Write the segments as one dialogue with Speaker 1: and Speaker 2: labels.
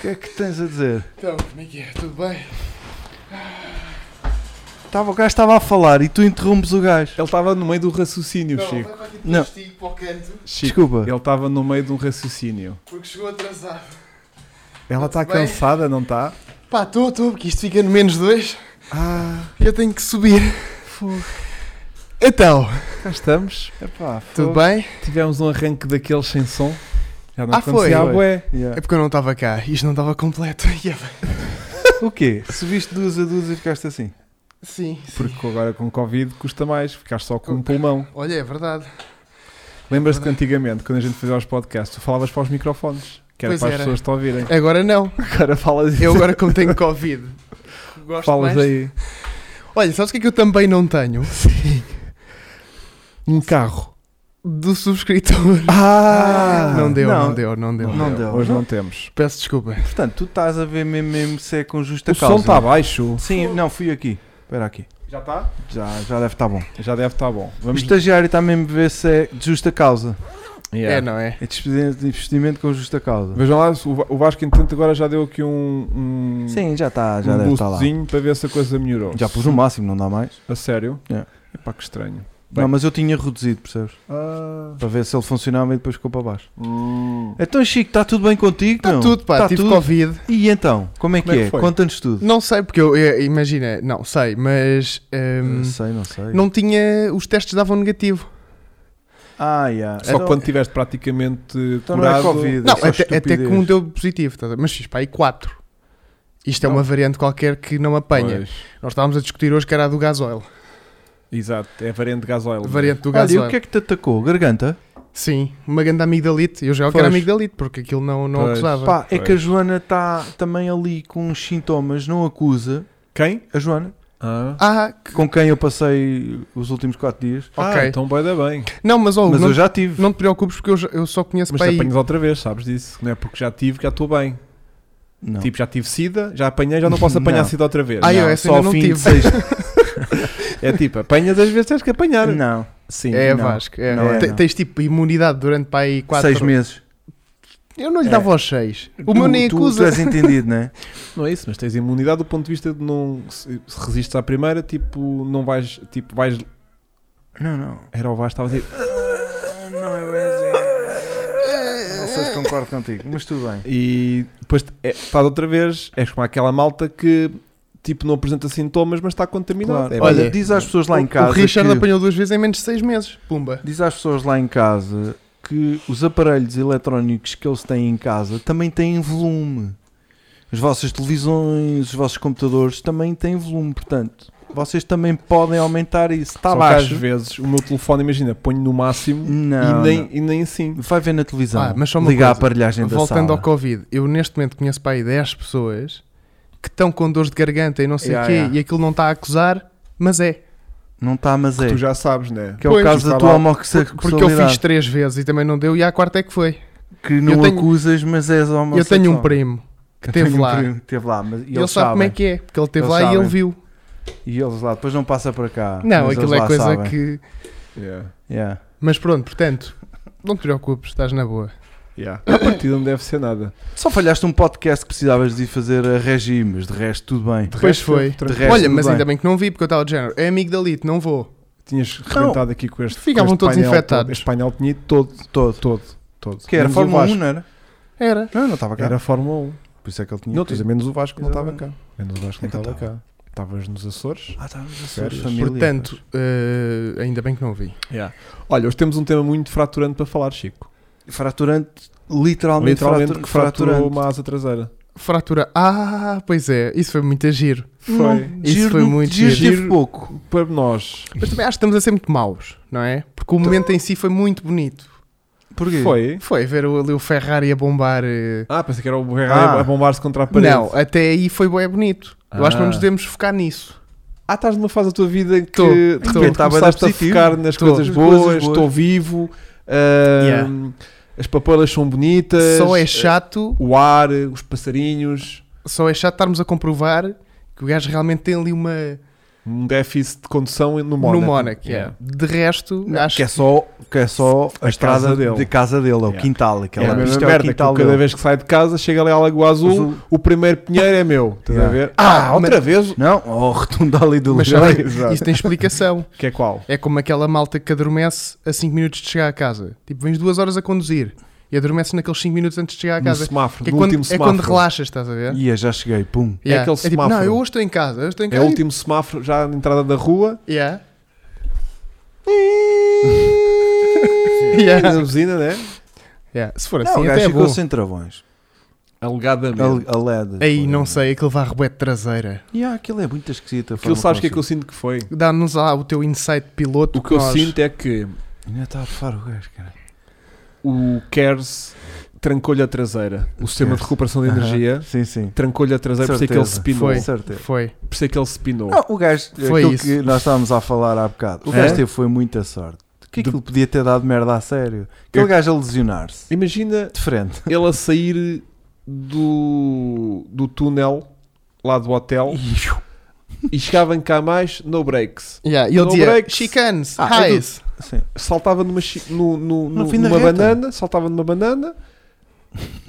Speaker 1: que é que tens a dizer?
Speaker 2: Então, como é que é? Tudo bem?
Speaker 1: Tava, o gajo estava a falar e tu interrompes o gajo.
Speaker 3: Ele estava no meio do raciocínio,
Speaker 2: Não, Então, vai
Speaker 3: Chico.
Speaker 2: para aqui de
Speaker 1: Não.
Speaker 2: castigo para o canto,
Speaker 3: Chico.
Speaker 1: Desculpa.
Speaker 3: Ele estava no meio de um raciocínio.
Speaker 2: porque chegou atrasado.
Speaker 3: Ela está
Speaker 2: Tudo bem?
Speaker 3: cansada, não está?
Speaker 2: Pá, estou, estou, porque isto fica no menos dois
Speaker 3: Ah,
Speaker 2: e eu tenho que subir.
Speaker 3: fogo.
Speaker 2: Então,
Speaker 3: Cá estamos.
Speaker 1: Epá,
Speaker 2: tudo
Speaker 1: fogo.
Speaker 2: bem?
Speaker 3: Tivemos um arranque daqueles sem som. Já não
Speaker 2: Ah, foi?
Speaker 3: acontecia à
Speaker 1: Foi.
Speaker 3: bué.
Speaker 2: É
Speaker 1: Yeah.
Speaker 2: porque eu não estava cá, isto não estava completo. E é eu-
Speaker 1: O quê? Subiste duas a duas e ficaste assim.
Speaker 2: Sim, sim.
Speaker 3: Porque agora com Covid custa mais, ficaste só com um pulmão.
Speaker 2: Olha, é verdade.
Speaker 3: Lembras-te que antigamente, quando a gente fazia os podcasts, tu falavas para os microfones, que era
Speaker 2: Pois
Speaker 3: para as
Speaker 2: era.
Speaker 3: pessoas te ouvirem.
Speaker 2: Agora não.
Speaker 3: Agora falas,
Speaker 2: Eu agora como tenho Covid. Gosto
Speaker 3: falas
Speaker 2: mais.
Speaker 3: aí.
Speaker 2: Olha, sabes o que é que eu também não tenho?
Speaker 3: Um carro.
Speaker 2: Do subscritor.
Speaker 1: Ah!
Speaker 2: não, deu, não, deu, não deu,
Speaker 1: Não deu.
Speaker 3: Hoje não temos.
Speaker 2: Peço desculpa.
Speaker 1: Portanto, tu estás a ver mesmo, mesmo se é com justa
Speaker 3: O
Speaker 1: causa.
Speaker 3: som está baixo.
Speaker 1: Sim, não, fui aqui. Espera aqui.
Speaker 3: Já está?
Speaker 1: Já, já deve estar bom.
Speaker 3: Já deve estar bom.
Speaker 1: O
Speaker 3: Vamos.
Speaker 1: estagiário está mesmo a ver se é de justa causa.
Speaker 3: Yeah.
Speaker 2: É, não é?
Speaker 1: É despedimento de investimento com justa causa.
Speaker 3: Vejam lá, o Va- o Vasco, entretanto, agora já deu aqui um. um
Speaker 1: Sim, já está, já
Speaker 3: um
Speaker 1: deve estar lá.
Speaker 3: boostzinho para ver se a coisa melhorou.
Speaker 1: Já pus o máximo, não dá mais.
Speaker 3: A sério?
Speaker 1: Yeah.
Speaker 3: Epá, que estranho. Bem.
Speaker 1: Não, mas eu tinha reduzido, percebes?
Speaker 3: Ah.
Speaker 1: Para ver se ele funcionava e depois ficou para baixo.
Speaker 3: Hum.
Speaker 1: Então, Chico, está tudo bem contigo?
Speaker 2: Está
Speaker 1: meu?
Speaker 2: tudo, pá.
Speaker 1: Tá
Speaker 2: tive
Speaker 1: tudo?
Speaker 2: Covid.
Speaker 1: E então, como é que
Speaker 3: Como é que
Speaker 1: é?
Speaker 3: foi?
Speaker 1: Conta-nos tudo.
Speaker 2: Não sei, porque eu, eu- imagina, não sei, mas hum,
Speaker 1: Não sei, não sei.
Speaker 2: não tinha. Os testes davam negativo.
Speaker 1: Ah, yeah.
Speaker 3: Só
Speaker 1: Então-
Speaker 3: quando estiveste praticamente
Speaker 1: Então não é
Speaker 3: curado.
Speaker 1: Covid.
Speaker 2: Não,
Speaker 1: só
Speaker 2: até, até que
Speaker 1: estupidez.
Speaker 2: um deu positivo, estás a ver? mas fiz pá, aí 4. Isto é
Speaker 3: Não.
Speaker 2: uma
Speaker 1: Então.
Speaker 2: variante qualquer que não apanha.
Speaker 3: Pois.
Speaker 2: Nós estávamos a discutir hoje que era a do gasóleo.
Speaker 3: Exato, é a variante de gasóleo.
Speaker 2: A variante do
Speaker 1: Olha, e
Speaker 2: gasóleo.
Speaker 1: o que é que te atacou? Garganta?
Speaker 2: Sim, uma grande amigdalite. Eu já que era
Speaker 1: Pois.
Speaker 2: amigdalite, porque aquilo não, não
Speaker 3: Pois.
Speaker 2: acusava.
Speaker 1: Pá, é
Speaker 3: Pois.
Speaker 1: que a Joana está também ali com uns sintomas, não acusa.
Speaker 3: Quem?
Speaker 1: A Joana,
Speaker 3: Ah,
Speaker 2: Ah, que-
Speaker 1: com quem eu passei os últimos 4 dias.
Speaker 3: Ah,
Speaker 2: ok.
Speaker 3: então vai dar bem.
Speaker 2: não, mas, ó,
Speaker 1: Mas
Speaker 2: não,
Speaker 1: eu já tive.
Speaker 2: não te preocupes porque eu, já- eu só conheço
Speaker 3: Mas
Speaker 2: pá,
Speaker 3: te
Speaker 2: aí.
Speaker 3: apanhas outra vez, sabes disso? Não é porque já tive, já estou bem.
Speaker 1: Não.
Speaker 3: Tipo, já tive sida, já apanhei, já não posso apanhar
Speaker 1: Não.
Speaker 3: sida outra vez.
Speaker 2: Ah,
Speaker 3: Não.
Speaker 2: eu essa
Speaker 1: só
Speaker 2: ainda
Speaker 1: ao
Speaker 2: não
Speaker 1: fim
Speaker 2: tive.
Speaker 1: de sexta.
Speaker 3: É tipo, apanhas às vezes tens que apanhar.
Speaker 1: não.
Speaker 3: Sim.
Speaker 2: É
Speaker 1: um Não,
Speaker 2: Vasco. É.
Speaker 1: não é,
Speaker 2: Te-
Speaker 1: não.
Speaker 2: Tens tipo imunidade durante para aí 4
Speaker 1: 6 meses.
Speaker 2: Eu não lhe
Speaker 1: É.
Speaker 2: dava aos 6. O
Speaker 1: Tu-
Speaker 2: meu nem
Speaker 1: tu-
Speaker 2: acusa.
Speaker 1: Tu és entendido, não é?
Speaker 3: Não é isso, mas tens imunidade do ponto de vista de não. Se se resistes à primeira, tipo, não vais. Tipo, vais.
Speaker 1: Não, não.
Speaker 3: Era o Vasco, estava a dizer.
Speaker 1: Não é bem assim. Não sei se concordo contigo, mas tudo bem.
Speaker 3: E depois é, estás outra vez, és como aquela malta que, tipo, não apresenta sintomas, mas está contaminada.
Speaker 1: Claro.
Speaker 3: É
Speaker 1: Olha,
Speaker 2: bem.
Speaker 1: diz às pessoas lá
Speaker 2: O-
Speaker 1: em casa.
Speaker 2: o Richard
Speaker 1: que-
Speaker 2: apanhou duas vezes em menos de 6 meses. Pumba.
Speaker 1: Diz às pessoas lá em casa que os aparelhos eletrónicos que eles têm em casa também têm volume. As vossas televisões, os vossos computadores também têm volume, portanto, vocês também podem aumentar isso. Está
Speaker 3: Só que às
Speaker 1: tá baixo.
Speaker 3: vezes o meu telefone, imagina, ponho no máximo
Speaker 1: Não,
Speaker 3: e, nem, e nem assim.
Speaker 1: não. Vai ver na televisão.
Speaker 2: Ah, mas só uma
Speaker 1: Liga a
Speaker 2: coisa.
Speaker 1: aparelhagem da
Speaker 2: Voltando
Speaker 1: sala.
Speaker 2: ao Covid, eu neste momento conheço para aí 10 pessoas que estão com dores de garganta e não sei o
Speaker 1: Yeah,
Speaker 2: quê
Speaker 1: yeah.
Speaker 2: e aquilo não está a acusar, mas é.
Speaker 1: Não está, mas é.
Speaker 3: Tu já sabes, né?
Speaker 1: Que é o
Speaker 2: Pois, tá
Speaker 1: caso da
Speaker 3: estava
Speaker 1: tua
Speaker 3: lá-
Speaker 1: homossexualidade.
Speaker 2: Porque eu fiz três vezes e também não deu, e à quarta é que foi.
Speaker 1: Que não
Speaker 2: eu tenho-
Speaker 1: acusas, mas és
Speaker 2: eu
Speaker 1: homossexual.
Speaker 2: tenho um primo que
Speaker 1: Eu
Speaker 2: esteve
Speaker 1: tenho um
Speaker 2: lá.
Speaker 1: primo que Teve lá, mas, e
Speaker 2: E ele
Speaker 1: eles
Speaker 2: sabe como é
Speaker 1: sabem.
Speaker 2: que é, porque ele esteve
Speaker 1: Eles
Speaker 2: lá e ele
Speaker 1: sabem.
Speaker 2: viu.
Speaker 1: E eles lá, depois não passa para cá.
Speaker 2: Não,
Speaker 1: mas
Speaker 2: aquilo
Speaker 1: eles
Speaker 2: é
Speaker 1: lá
Speaker 2: coisa
Speaker 1: sabem.
Speaker 2: que.
Speaker 3: Yeah.
Speaker 1: Yeah.
Speaker 2: Mas pronto, portanto, não te preocupes, estás na boa.
Speaker 3: Yeah. A partida não deve ser nada.
Speaker 1: Só falhaste um podcast que precisavas de ir fazer a regime, mas de resto tudo bem.
Speaker 3: De
Speaker 2: Pois
Speaker 3: resto,
Speaker 2: foi.
Speaker 3: tranquilo.
Speaker 1: De resto,
Speaker 2: Olha,
Speaker 1: tudo
Speaker 2: mas
Speaker 1: bem.
Speaker 2: ainda bem que não vi, porque eu estava de género. É amigdalite, não vou.
Speaker 3: Tinhas rebentado aqui com este.
Speaker 2: Ficavam
Speaker 3: com este
Speaker 2: todos
Speaker 3: painel
Speaker 2: infectados.
Speaker 3: Todo, este painel tinha ido todo,
Speaker 1: Todo.
Speaker 3: todo, todo.
Speaker 1: Que era um
Speaker 3: Menos o
Speaker 1: Fórmula 1,
Speaker 3: Vasco.
Speaker 1: não era?
Speaker 2: Era.
Speaker 1: Não, não estava cá.
Speaker 3: Era a Fórmula 1.
Speaker 1: Por isso é que ele tinha.
Speaker 3: Não,
Speaker 1: que
Speaker 3: tens
Speaker 1: ir.
Speaker 3: menos o Vasco não estava cá. tá.
Speaker 1: Exatamente.
Speaker 3: Menos o Vasco não
Speaker 1: Então
Speaker 3: estava cá. Estavas nos Açores.
Speaker 1: Ah,
Speaker 2: tá,
Speaker 1: estava nas
Speaker 3: Férias.
Speaker 1: suas famílias.
Speaker 2: Portanto, eh, ainda bem que não vi.
Speaker 3: Olha, hoje temos um tema muito fraturante para falar, Chico.
Speaker 2: né?
Speaker 1: fraturante, literalmente,
Speaker 3: Literalmente
Speaker 1: fratur-
Speaker 3: que fraturou
Speaker 1: fraturante.
Speaker 3: uma asa traseira.
Speaker 2: Fratura. Ah, pois é, isso foi muito giro.
Speaker 3: Foi.
Speaker 2: Isso
Speaker 1: giro
Speaker 2: foi
Speaker 1: no-
Speaker 2: muito
Speaker 1: giro.
Speaker 3: giro.
Speaker 1: teve pouco.
Speaker 3: Para nós.
Speaker 2: Mas também acho que estamos a ser muito maus, não é? Porque o momento em si foi muito bonito.
Speaker 1: Porquê?
Speaker 3: Foi.
Speaker 2: Foi ver o- ali o Ferrari a bombar. eh,
Speaker 3: Ah, pensei que era o Ferrari
Speaker 1: Ah.
Speaker 3: a bombar-se contra a parede.
Speaker 2: Não, até aí foi bem bonito. Eu acho que não nos
Speaker 3: Ah.
Speaker 2: devemos focar nisso.
Speaker 3: Ah, estás numa fase da tua vida em que
Speaker 2: Tô,
Speaker 3: de
Speaker 2: tô.
Speaker 3: repente
Speaker 1: Tava a dar
Speaker 3: começaste a
Speaker 1: positivo.
Speaker 3: focar nas
Speaker 1: Tô.
Speaker 3: coisas
Speaker 1: Nas
Speaker 3: boas,
Speaker 1: coisas boas.
Speaker 3: estou vivo, ahm,
Speaker 2: Yeah.
Speaker 3: as papelas são bonitas,
Speaker 2: Só é chato,
Speaker 3: o ar, os passarinhos.
Speaker 2: só é chato estarmos a comprovar que o gajo realmente tem ali uma
Speaker 3: Um déficit de condução no Mónaco.
Speaker 2: no Mónaco. yeah. De resto, acho
Speaker 1: Que é só, que é só a,
Speaker 3: A
Speaker 1: estrada
Speaker 3: casa dele.
Speaker 1: de casa dele, ou o
Speaker 3: Yeah.
Speaker 1: quintal, aquela
Speaker 3: é a
Speaker 1: pista
Speaker 3: mesma
Speaker 1: é o
Speaker 3: merda que eu
Speaker 1: quintal
Speaker 3: cada
Speaker 1: dele.
Speaker 3: vez que sai de casa chega ali à Lagoa Azul,
Speaker 1: Azul.
Speaker 3: o primeiro pinheiro é meu. Estás
Speaker 1: Yeah.
Speaker 3: a ver? Ah,
Speaker 2: Ah,
Speaker 3: outra vez?
Speaker 1: Não, ou retunda ali do
Speaker 2: Mas
Speaker 1: lugar.
Speaker 2: sabe, isso tem explicação.
Speaker 3: Que é qual?
Speaker 2: É como aquela malta que adormece a 5 minutos de chegar a casa. Tipo, vens duas horas a conduzir e adormeces naqueles 5 minutos antes de chegar a
Speaker 3: No
Speaker 2: casa.
Speaker 3: Um semáforo,
Speaker 2: Que é
Speaker 3: do
Speaker 2: quando,
Speaker 3: último
Speaker 2: é
Speaker 3: semáforo.
Speaker 2: quando relaxas, estás a ver?
Speaker 1: E eu já cheguei, pum.
Speaker 3: É aquele
Speaker 2: tipo,
Speaker 3: semáforo.
Speaker 2: não, eu hoje estou em casa, hoje estou em
Speaker 3: É
Speaker 2: casa.
Speaker 3: o último semáforo já na entrada da rua.
Speaker 2: Yeah. Yeah.
Speaker 3: é Na buzina, né?
Speaker 2: Yeah. Se for
Speaker 1: Não,
Speaker 2: assim,
Speaker 1: o
Speaker 2: até
Speaker 1: gajo
Speaker 2: é
Speaker 1: ficou
Speaker 2: bom.
Speaker 1: sem travões.
Speaker 3: Alegadamente.
Speaker 1: A, a LED.
Speaker 2: Aí, não sei, aquilo vai a rebote traseira.
Speaker 1: E ah, aquilo é muito esquisito. a
Speaker 3: Aquilo
Speaker 1: forma
Speaker 3: sabes o que é que eu
Speaker 1: eles-
Speaker 3: sinto que foi?
Speaker 2: Dá-nos lá o teu insight piloto.
Speaker 3: O que eu
Speaker 2: nós-
Speaker 3: sinto é que
Speaker 1: Ainda está a bufar o gajo, cara.
Speaker 3: o Kers trancou-lhe a traseira. O sistema de
Speaker 1: Kers.
Speaker 3: recuperação de
Speaker 1: Aham.
Speaker 3: energia
Speaker 1: Uhum. Sim, sim.
Speaker 3: trancou-lhe a traseira, por isso é que ele se
Speaker 1: Certeza.
Speaker 3: pinou.
Speaker 2: Foi.
Speaker 1: Certeza.
Speaker 2: Foi.
Speaker 3: Por isso é que ele se pinou.
Speaker 1: Não, o gajo,
Speaker 2: Foi
Speaker 1: aquilo
Speaker 2: isso.
Speaker 1: que nós estávamos a falar há bocado, o
Speaker 3: É?
Speaker 1: gajo teve foi muita sorte. Que
Speaker 3: De-
Speaker 1: aquilo podia ter dado merda a sério. Aquele
Speaker 3: Eu-
Speaker 1: gajo a lesionar-se.
Speaker 3: Imagina
Speaker 1: De frente.
Speaker 3: ele a sair do, do túnel lá do hotel e chegava em cá mais, no breaks.
Speaker 2: Yeah, e ele
Speaker 3: No
Speaker 2: dizia,
Speaker 3: breaks.
Speaker 2: chicanes,
Speaker 1: Ah, é do-
Speaker 2: highs.
Speaker 1: Sim.
Speaker 3: Saltava numa, chi- no,
Speaker 1: No
Speaker 3: no, no-
Speaker 1: fim da
Speaker 3: numa
Speaker 1: reta.
Speaker 3: banana, saltava numa banana,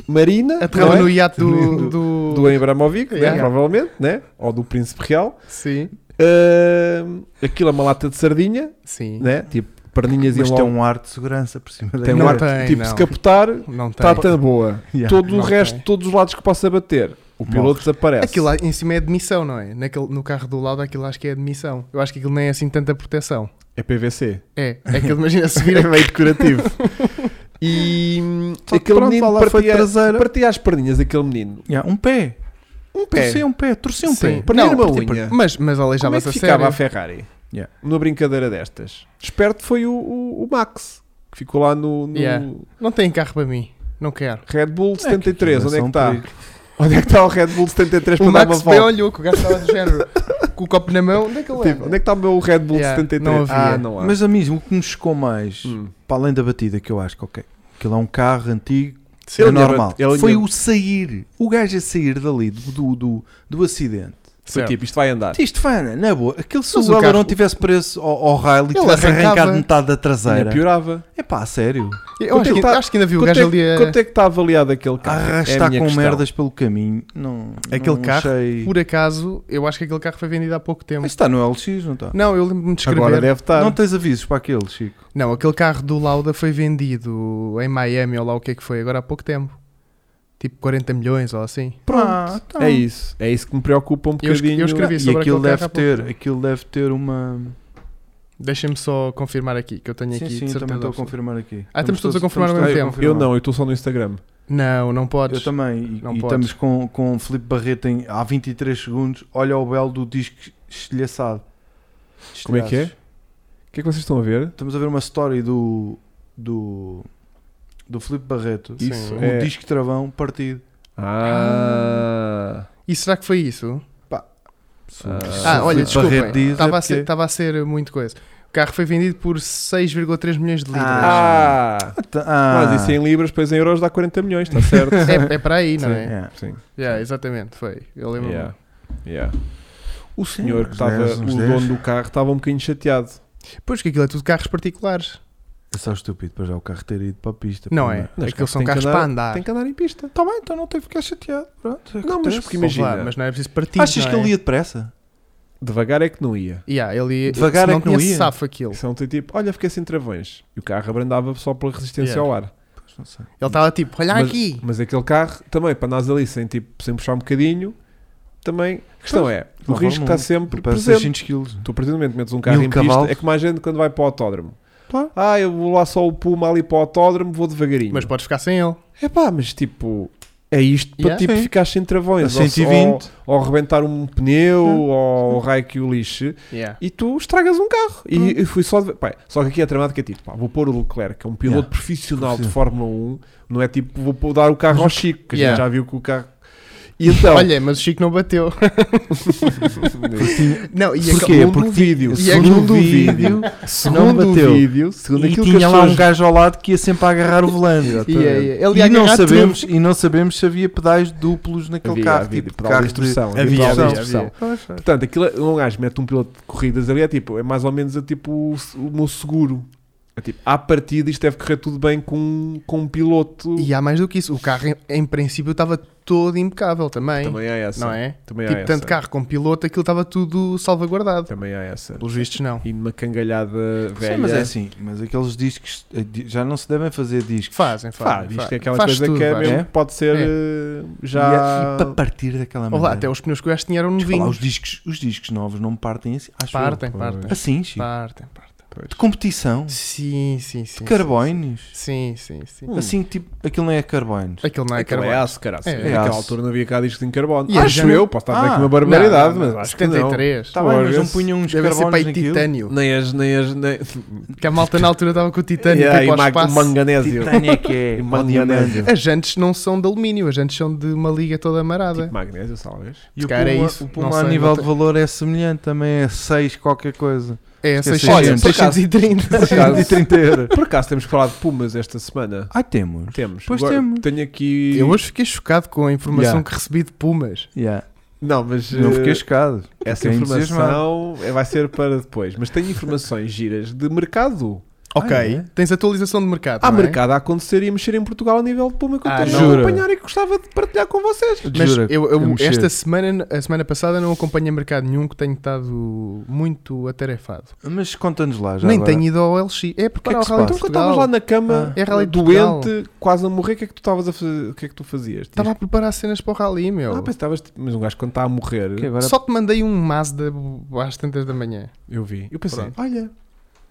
Speaker 3: marina,
Speaker 2: Aterrava
Speaker 3: não é?
Speaker 2: no iate do...
Speaker 3: Do-
Speaker 2: do...
Speaker 3: do Abramovic, né?
Speaker 2: Yeah.
Speaker 3: provavelmente, né? ou do Príncipe Real.
Speaker 2: Sim.
Speaker 3: Ahm, aquilo é uma lata de sardinha,
Speaker 2: Sim.
Speaker 3: né? tipo, perninhas e
Speaker 1: Mas
Speaker 3: logo.
Speaker 1: tem um ar de segurança por cima
Speaker 3: Tem
Speaker 1: dele.
Speaker 3: um
Speaker 2: Não
Speaker 3: ar-
Speaker 2: tem,
Speaker 3: tipo,
Speaker 2: não.
Speaker 3: se capotar,
Speaker 2: Não tem.
Speaker 3: está tão boa.
Speaker 1: Yeah.
Speaker 3: Todo o
Speaker 2: Não
Speaker 3: resto,
Speaker 2: tem.
Speaker 3: todos os lados que possa bater, o piloto
Speaker 1: Morre.
Speaker 3: desaparece.
Speaker 2: Aquilo lá em cima é admissão, não é? Naquele, no carro do lado, aquilo acho que é admissão. Eu acho que aquilo nem é assim tanta proteção.
Speaker 3: É PVC.
Speaker 2: É, é aquilo imagina
Speaker 3: É
Speaker 2: seguir.
Speaker 3: meio decorativo. e hum,
Speaker 1: Só que
Speaker 3: aquele
Speaker 1: pronto,
Speaker 3: menino
Speaker 1: lá foi
Speaker 3: partia,
Speaker 1: traseira.
Speaker 3: partia as perninhas daquele menino.
Speaker 1: Yeah, um pé.
Speaker 3: Um
Speaker 1: Torci um pé, torci um
Speaker 2: Sim.
Speaker 1: pé.
Speaker 3: Perdia
Speaker 2: Não,
Speaker 3: uma
Speaker 2: parti-
Speaker 3: unha.
Speaker 2: Mas, mas
Speaker 3: Como é que
Speaker 2: aleijava-se a sério.
Speaker 3: ficava a Ferrari?
Speaker 1: Yeah.
Speaker 3: Numa brincadeira destas. Esperto foi o, o- o Max, que ficou lá no, no
Speaker 2: Yeah. Não tem carro para mim. Não quero.
Speaker 3: Red Bull
Speaker 1: que aquilo
Speaker 3: 73.
Speaker 1: é
Speaker 3: onde é
Speaker 1: só
Speaker 3: que
Speaker 1: um
Speaker 3: está?
Speaker 1: perigo.
Speaker 3: Onde é que está o Red Bull 73
Speaker 2: O
Speaker 3: para dar uma
Speaker 2: Max bem
Speaker 3: volta?
Speaker 2: olhou que o gajo estava do género. com o copo na mão. Onde é que ele
Speaker 3: Tipo, onde é que
Speaker 2: anda?
Speaker 3: está o meu Red Bull
Speaker 2: Yeah,
Speaker 3: 73?
Speaker 2: não havia.
Speaker 3: Ah, não há.
Speaker 1: Mas a mim, o que me chocou mais,
Speaker 3: Hum.
Speaker 1: para além da batida, que eu acho que, ok, aquilo é um carro antigo,
Speaker 3: Sim,
Speaker 1: é
Speaker 3: ele ainda
Speaker 1: normal.
Speaker 3: bate- ele
Speaker 1: Foi
Speaker 3: ainda-
Speaker 1: o sair, o gajo a sair dali do, do, do, do acidente.
Speaker 3: Foi tipo, isto vai andar.
Speaker 1: Isto, Fana, na boa, aquele se
Speaker 2: Mas
Speaker 1: o
Speaker 2: o
Speaker 1: Elleron
Speaker 2: carro-
Speaker 1: tivesse preso ao, ao rail e
Speaker 2: Ele
Speaker 1: tivesse
Speaker 2: arrancava.
Speaker 1: arrancado metade da
Speaker 3: Ainda
Speaker 1: traseira.
Speaker 3: piorava.
Speaker 1: É pá, sério.
Speaker 2: Eu
Speaker 3: Quanto
Speaker 2: acho que,
Speaker 3: é que tá-
Speaker 2: acho que ainda vi o
Speaker 3: Quanto é,
Speaker 2: gajo ali
Speaker 3: que-
Speaker 2: a...
Speaker 3: quanto é que está avaliado aquele carro? é a
Speaker 1: Arrastar
Speaker 3: minha
Speaker 1: Ah, com
Speaker 3: questão.
Speaker 1: merdas pelo caminho. Não,
Speaker 2: Aquele
Speaker 1: não
Speaker 2: carro,
Speaker 1: achei-
Speaker 2: Por acaso, eu acho que aquele carro foi vendido há pouco tempo.
Speaker 1: Mas está no LX, não está?
Speaker 2: Não, eu lembro-me de escrever.
Speaker 3: Agora deve estar.
Speaker 1: Não tens avisos para aquele, Chico.
Speaker 2: Não, aquele carro do Lauda foi vendido em Miami ou lá o que é que foi, agora há pouco tempo. Tipo 40 milhões ou assim.
Speaker 1: Pronto. Ah, então.
Speaker 3: É isso, é isso que me preocupa um
Speaker 2: Eu escre-
Speaker 3: bocadinho.
Speaker 2: eu escrevi
Speaker 1: E
Speaker 2: sobre
Speaker 1: aquilo
Speaker 2: aquele
Speaker 1: deve
Speaker 2: carro há pouco
Speaker 1: ter,
Speaker 2: tempo.
Speaker 1: aquilo deve ter uma.
Speaker 2: Deixa-me só confirmar aqui, que eu tenho
Speaker 1: Sim,
Speaker 2: aqui
Speaker 1: sim, também
Speaker 2: de
Speaker 1: estou
Speaker 2: certeza.
Speaker 1: a
Speaker 2: absoluta.
Speaker 1: confirmar aqui.
Speaker 2: Ah, estamos todos a confirmar ao
Speaker 1: estamos
Speaker 2: mesmo
Speaker 1: todos a
Speaker 3: Eu
Speaker 1: confirmar.
Speaker 3: não, eu estou só no Instagram.
Speaker 2: Não, não
Speaker 1: Eu
Speaker 2: podes.
Speaker 1: também. E,
Speaker 2: Não
Speaker 1: e
Speaker 2: podes.
Speaker 1: estamos com, com o Filipe Barreto em, há 23 segundos. Olha o belo do disco estilhaçado.
Speaker 3: Como é que é?
Speaker 1: Estilhaços.
Speaker 3: O que é que vocês estão a ver?
Speaker 1: Estamos a ver uma story do. do. do Filipe Barreto.
Speaker 2: Sim. um
Speaker 3: Isso
Speaker 1: Com
Speaker 3: é...
Speaker 1: o disco travão partido.
Speaker 3: Ah,
Speaker 2: E será que foi isso?
Speaker 3: Ah,
Speaker 2: Ah, olha,
Speaker 1: Filipe Barreto
Speaker 2: desculpem.
Speaker 1: diz
Speaker 2: Estava
Speaker 1: é
Speaker 2: a, ser-
Speaker 1: porque-
Speaker 2: estava a ser muito coisa. O carro foi vendido por 6,3 milhões de libras.
Speaker 3: ah.
Speaker 1: Ah,
Speaker 3: mas isso é em libras, depois em euros dá 40 milhões, está certo?
Speaker 2: É, é para aí, não
Speaker 1: sim,
Speaker 2: é?
Speaker 1: é.
Speaker 3: Sim.
Speaker 2: Yeah, exatamente, foi. Eu lembro-me.
Speaker 3: Yeah. Yeah. O
Speaker 1: Sim,
Speaker 3: senhor que
Speaker 1: uns
Speaker 3: estava,
Speaker 1: 10,
Speaker 3: o
Speaker 1: uns
Speaker 3: dono
Speaker 1: 10.
Speaker 3: do carro, estava um bocadinho chateado.
Speaker 2: Pois que aquilo é tudo carros particulares.
Speaker 1: É só estúpido para já o carro ter ido para a pista.
Speaker 2: Não
Speaker 1: primeiro.
Speaker 2: é?
Speaker 3: Mas
Speaker 2: Aqueles são
Speaker 3: tem que
Speaker 2: carros
Speaker 3: andar-
Speaker 2: para andar.
Speaker 3: Tem que andar em pista.
Speaker 1: Ah. Tá bem, então não tem que ficar chateado. Pronto,
Speaker 3: Não, é mas
Speaker 1: acontece.
Speaker 3: porque imagina.
Speaker 2: Claro, mas não é preciso partir.
Speaker 1: Achas
Speaker 2: não
Speaker 1: que
Speaker 2: é?
Speaker 1: ele ia depressa?
Speaker 3: Devagar é que não ia.
Speaker 2: Yeah, ele ia,
Speaker 1: Devagar
Speaker 2: se
Speaker 1: é
Speaker 2: não
Speaker 1: que não
Speaker 2: tinha
Speaker 1: ia.
Speaker 2: safo aquilo.
Speaker 3: Isso é um tipo, olha, fiquei sem travões. E o carro abrandava só pela resistência
Speaker 2: Yeah.
Speaker 3: ao ar.
Speaker 1: Pois não sei.
Speaker 2: Ele estava tipo, olha
Speaker 3: mas,
Speaker 2: aqui.
Speaker 3: Mas aquele carro, também, para nós ali, sem, tipo, sem puxar um bocadinho, também. A questão é, o
Speaker 1: Não vale
Speaker 3: risco
Speaker 1: muito.
Speaker 3: está
Speaker 1: assim-
Speaker 3: sempre
Speaker 1: Para
Speaker 3: presente.
Speaker 1: 600 quilos.
Speaker 3: Tu, a partir do momento que metes um carro
Speaker 1: Mil
Speaker 3: em pista,
Speaker 1: cavalos.
Speaker 3: é como a gente quando vai para o autódromo.
Speaker 1: Claro.
Speaker 3: Ah, eu vou lá só o Puma ali para o autódromo, vou devagarinho.
Speaker 2: Mas podes ficar sem ele.
Speaker 3: É pá, mas tipo, é isto para
Speaker 2: Yeah.
Speaker 3: tipo
Speaker 1: Sim.
Speaker 3: ficar sem
Speaker 1: A
Speaker 3: travões. ou-
Speaker 1: 120.
Speaker 3: Ou, ou rebentar um pneu, ou o raio que o lixe. E tu estragas um carro. E, e fui só. De... Pá, só que aqui é tramado que é tipo, pá, vou pôr o Leclerc, que é um piloto
Speaker 1: Yeah.
Speaker 3: profissional de um,
Speaker 1: Profissional.
Speaker 3: Fórmula 1, não é tipo, vou pôr- dar o carro ao Chico, que a
Speaker 2: Yeah.
Speaker 3: gente já viu que o carro. E então.
Speaker 2: Olha, mas o Chico não bateu. Não, e
Speaker 1: Porquê?
Speaker 2: acabou-
Speaker 1: Porque
Speaker 3: Porque vídeo,
Speaker 2: e é
Speaker 3: segundo
Speaker 1: acabou-
Speaker 3: o vídeo,
Speaker 1: não
Speaker 3: segundo o
Speaker 1: bateu.
Speaker 3: vídeo, segundo
Speaker 1: E
Speaker 3: aquilo que as
Speaker 1: tinha lá um
Speaker 3: pessoas
Speaker 1: gajo ao lado que ia sempre a agarrar o volante.
Speaker 2: E, e, ele ia
Speaker 1: E não,
Speaker 2: agarrar tudo.
Speaker 1: sabemos, e não sabemos se havia pedais duplos naquele
Speaker 3: Havia,
Speaker 1: carro,
Speaker 3: havia,
Speaker 1: tipo
Speaker 3: pedal de
Speaker 1: carro
Speaker 3: instrução,
Speaker 1: de
Speaker 3: havia
Speaker 2: Havia,
Speaker 3: pedal de
Speaker 2: havia,
Speaker 3: instrução.
Speaker 2: havia.
Speaker 3: Portanto, aquilo, é- um gajo mete um piloto de corridas ali, é tipo, é mais ou menos é tipo o, o meu seguro. É tipo, à partida isto deve correr tudo bem com, com um piloto.
Speaker 2: E há mais do que isso. O carro, em, em princípio, estava todo impecável também.
Speaker 3: Também há essa.
Speaker 2: não é?
Speaker 3: Também há
Speaker 2: tipo,
Speaker 3: essa.
Speaker 2: tanto carro com piloto, aquilo estava tudo salvaguardado.
Speaker 3: Também há essa.
Speaker 2: Pelos vistos, não.
Speaker 3: E numa cangalhada velha.
Speaker 1: Sim, mas é assim, mas aqueles discos eh, di- já não se devem fazer discos.
Speaker 2: Fazem,
Speaker 3: Pá,
Speaker 2: fazem.
Speaker 3: isto é
Speaker 2: fazem.
Speaker 3: aquela
Speaker 2: Faz
Speaker 3: coisa
Speaker 2: tudo,
Speaker 3: que é
Speaker 2: vai.
Speaker 3: mesmo,
Speaker 1: É?
Speaker 3: pode ser
Speaker 2: É.
Speaker 3: eh,
Speaker 1: E
Speaker 3: já.
Speaker 1: a- E para partir daquela
Speaker 2: Olha
Speaker 1: maneira.
Speaker 2: lá, até um os pneus que o gajo tinha eram
Speaker 1: Desculpa lá,
Speaker 2: novinhos.
Speaker 1: os discos, os discos novos não partem assim. Acho eu.
Speaker 2: Partem,
Speaker 3: Pois.
Speaker 2: partem.
Speaker 1: Assim,
Speaker 3: Tipo,
Speaker 1: Chico.
Speaker 2: Partem, partem.
Speaker 1: De competição.
Speaker 2: Sim, sim,
Speaker 1: de
Speaker 2: sim.
Speaker 1: carbónios.
Speaker 2: Sim, sim, sim.
Speaker 3: Hum.
Speaker 1: Assim, tipo, aquilo não é carbónios.
Speaker 2: Aquilo não é
Speaker 3: Aquilo
Speaker 2: carbono.
Speaker 3: é aço, caralho.
Speaker 2: É, é
Speaker 3: Naquela
Speaker 1: aço.
Speaker 3: altura não havia cá disco em carbono.
Speaker 2: E a
Speaker 3: acho
Speaker 2: gente-
Speaker 3: eu, posso estar a
Speaker 1: Ah,
Speaker 3: aqui uma barbaridade,
Speaker 2: Não, não,
Speaker 3: mas acho que
Speaker 2: 73.
Speaker 1: Está Tá bem, mas não
Speaker 3: Fogas.
Speaker 1: punham uns
Speaker 2: Deve ser
Speaker 1: carbones
Speaker 2: para aí
Speaker 1: naquilo.
Speaker 2: titânio.
Speaker 3: não. Nem as, nem as, nem...
Speaker 2: Que a malta na altura estava com o titânio
Speaker 3: Yeah,
Speaker 2: para ir
Speaker 3: e
Speaker 2: para o
Speaker 3: ma-
Speaker 2: espaço.
Speaker 3: manganésio.
Speaker 1: Titânio é que é.
Speaker 3: E manganésio.
Speaker 2: As jantes não são de alumínio, as jantes são de uma liga toda amarada.
Speaker 3: Tipo magnésio, talvez.
Speaker 1: E o
Speaker 2: calhar é
Speaker 1: Puma,
Speaker 2: isso,
Speaker 1: o
Speaker 2: não
Speaker 1: Puma
Speaker 2: sei,
Speaker 1: a
Speaker 2: não
Speaker 1: nível de
Speaker 2: tenho-
Speaker 1: valor é semelhante, também é 6 qualquer coisa.
Speaker 2: é,
Speaker 1: esquece.
Speaker 2: 600,
Speaker 1: Olha,
Speaker 3: por acaso-
Speaker 2: 630.
Speaker 3: Por acaso-
Speaker 1: 130 euros.
Speaker 3: Por acaso temos que falar de Pumas esta semana?
Speaker 1: Ah, temos.
Speaker 3: Temos.
Speaker 1: Pois
Speaker 3: Agora,
Speaker 1: temos.
Speaker 3: Tenho aqui.
Speaker 2: Eu hoje fiquei chocado com a informação
Speaker 1: Yeah.
Speaker 2: que recebi de Pumas.
Speaker 1: Yeah.
Speaker 3: Não, mas.
Speaker 1: Não
Speaker 3: eh,
Speaker 1: fiquei chocado.
Speaker 3: Essa
Speaker 1: fiquei
Speaker 3: informação eh, vai ser para depois. Mas tenho informações giras de mercado.
Speaker 2: Ok.
Speaker 1: Ah, é?
Speaker 2: Tens atualização de mercado.
Speaker 3: Há
Speaker 2: não é?
Speaker 3: mercado a acontecer e a mexer em Portugal a nível de Puma que eu
Speaker 2: Ah,
Speaker 3: tenho
Speaker 1: jura?
Speaker 3: a acompanhar e que gostava de partilhar com vocês.
Speaker 2: Mas
Speaker 1: Jura,
Speaker 2: eu, eu-
Speaker 1: vamos
Speaker 2: esta
Speaker 1: ser.
Speaker 2: semana, a semana passada, não acompanhei mercado nenhum que tenho estado muito atarefado.
Speaker 1: Mas conta-nos lá já.
Speaker 2: Nem
Speaker 1: agora.
Speaker 2: tenho ido ao LX. É porque
Speaker 1: que é
Speaker 2: era
Speaker 1: que se
Speaker 2: o
Speaker 1: passa?
Speaker 2: Rally
Speaker 3: Então,
Speaker 2: de
Speaker 3: quando estavas
Speaker 2: Portugal.
Speaker 3: lá na cama,
Speaker 2: Ah. É Rally de
Speaker 3: doente, quase a morrer, o que é que tu estavas a fazer? O que é que tu fazias?
Speaker 2: Estava a preparar cenas para o Rally, meu.
Speaker 3: Ah, pensavas, mas um gajo quando está a morrer,
Speaker 1: Que agora-
Speaker 2: Só te mandei um Mazda às tantas da manhã.
Speaker 3: eu vi. Eu pensei,
Speaker 2: Pronto.
Speaker 3: olha,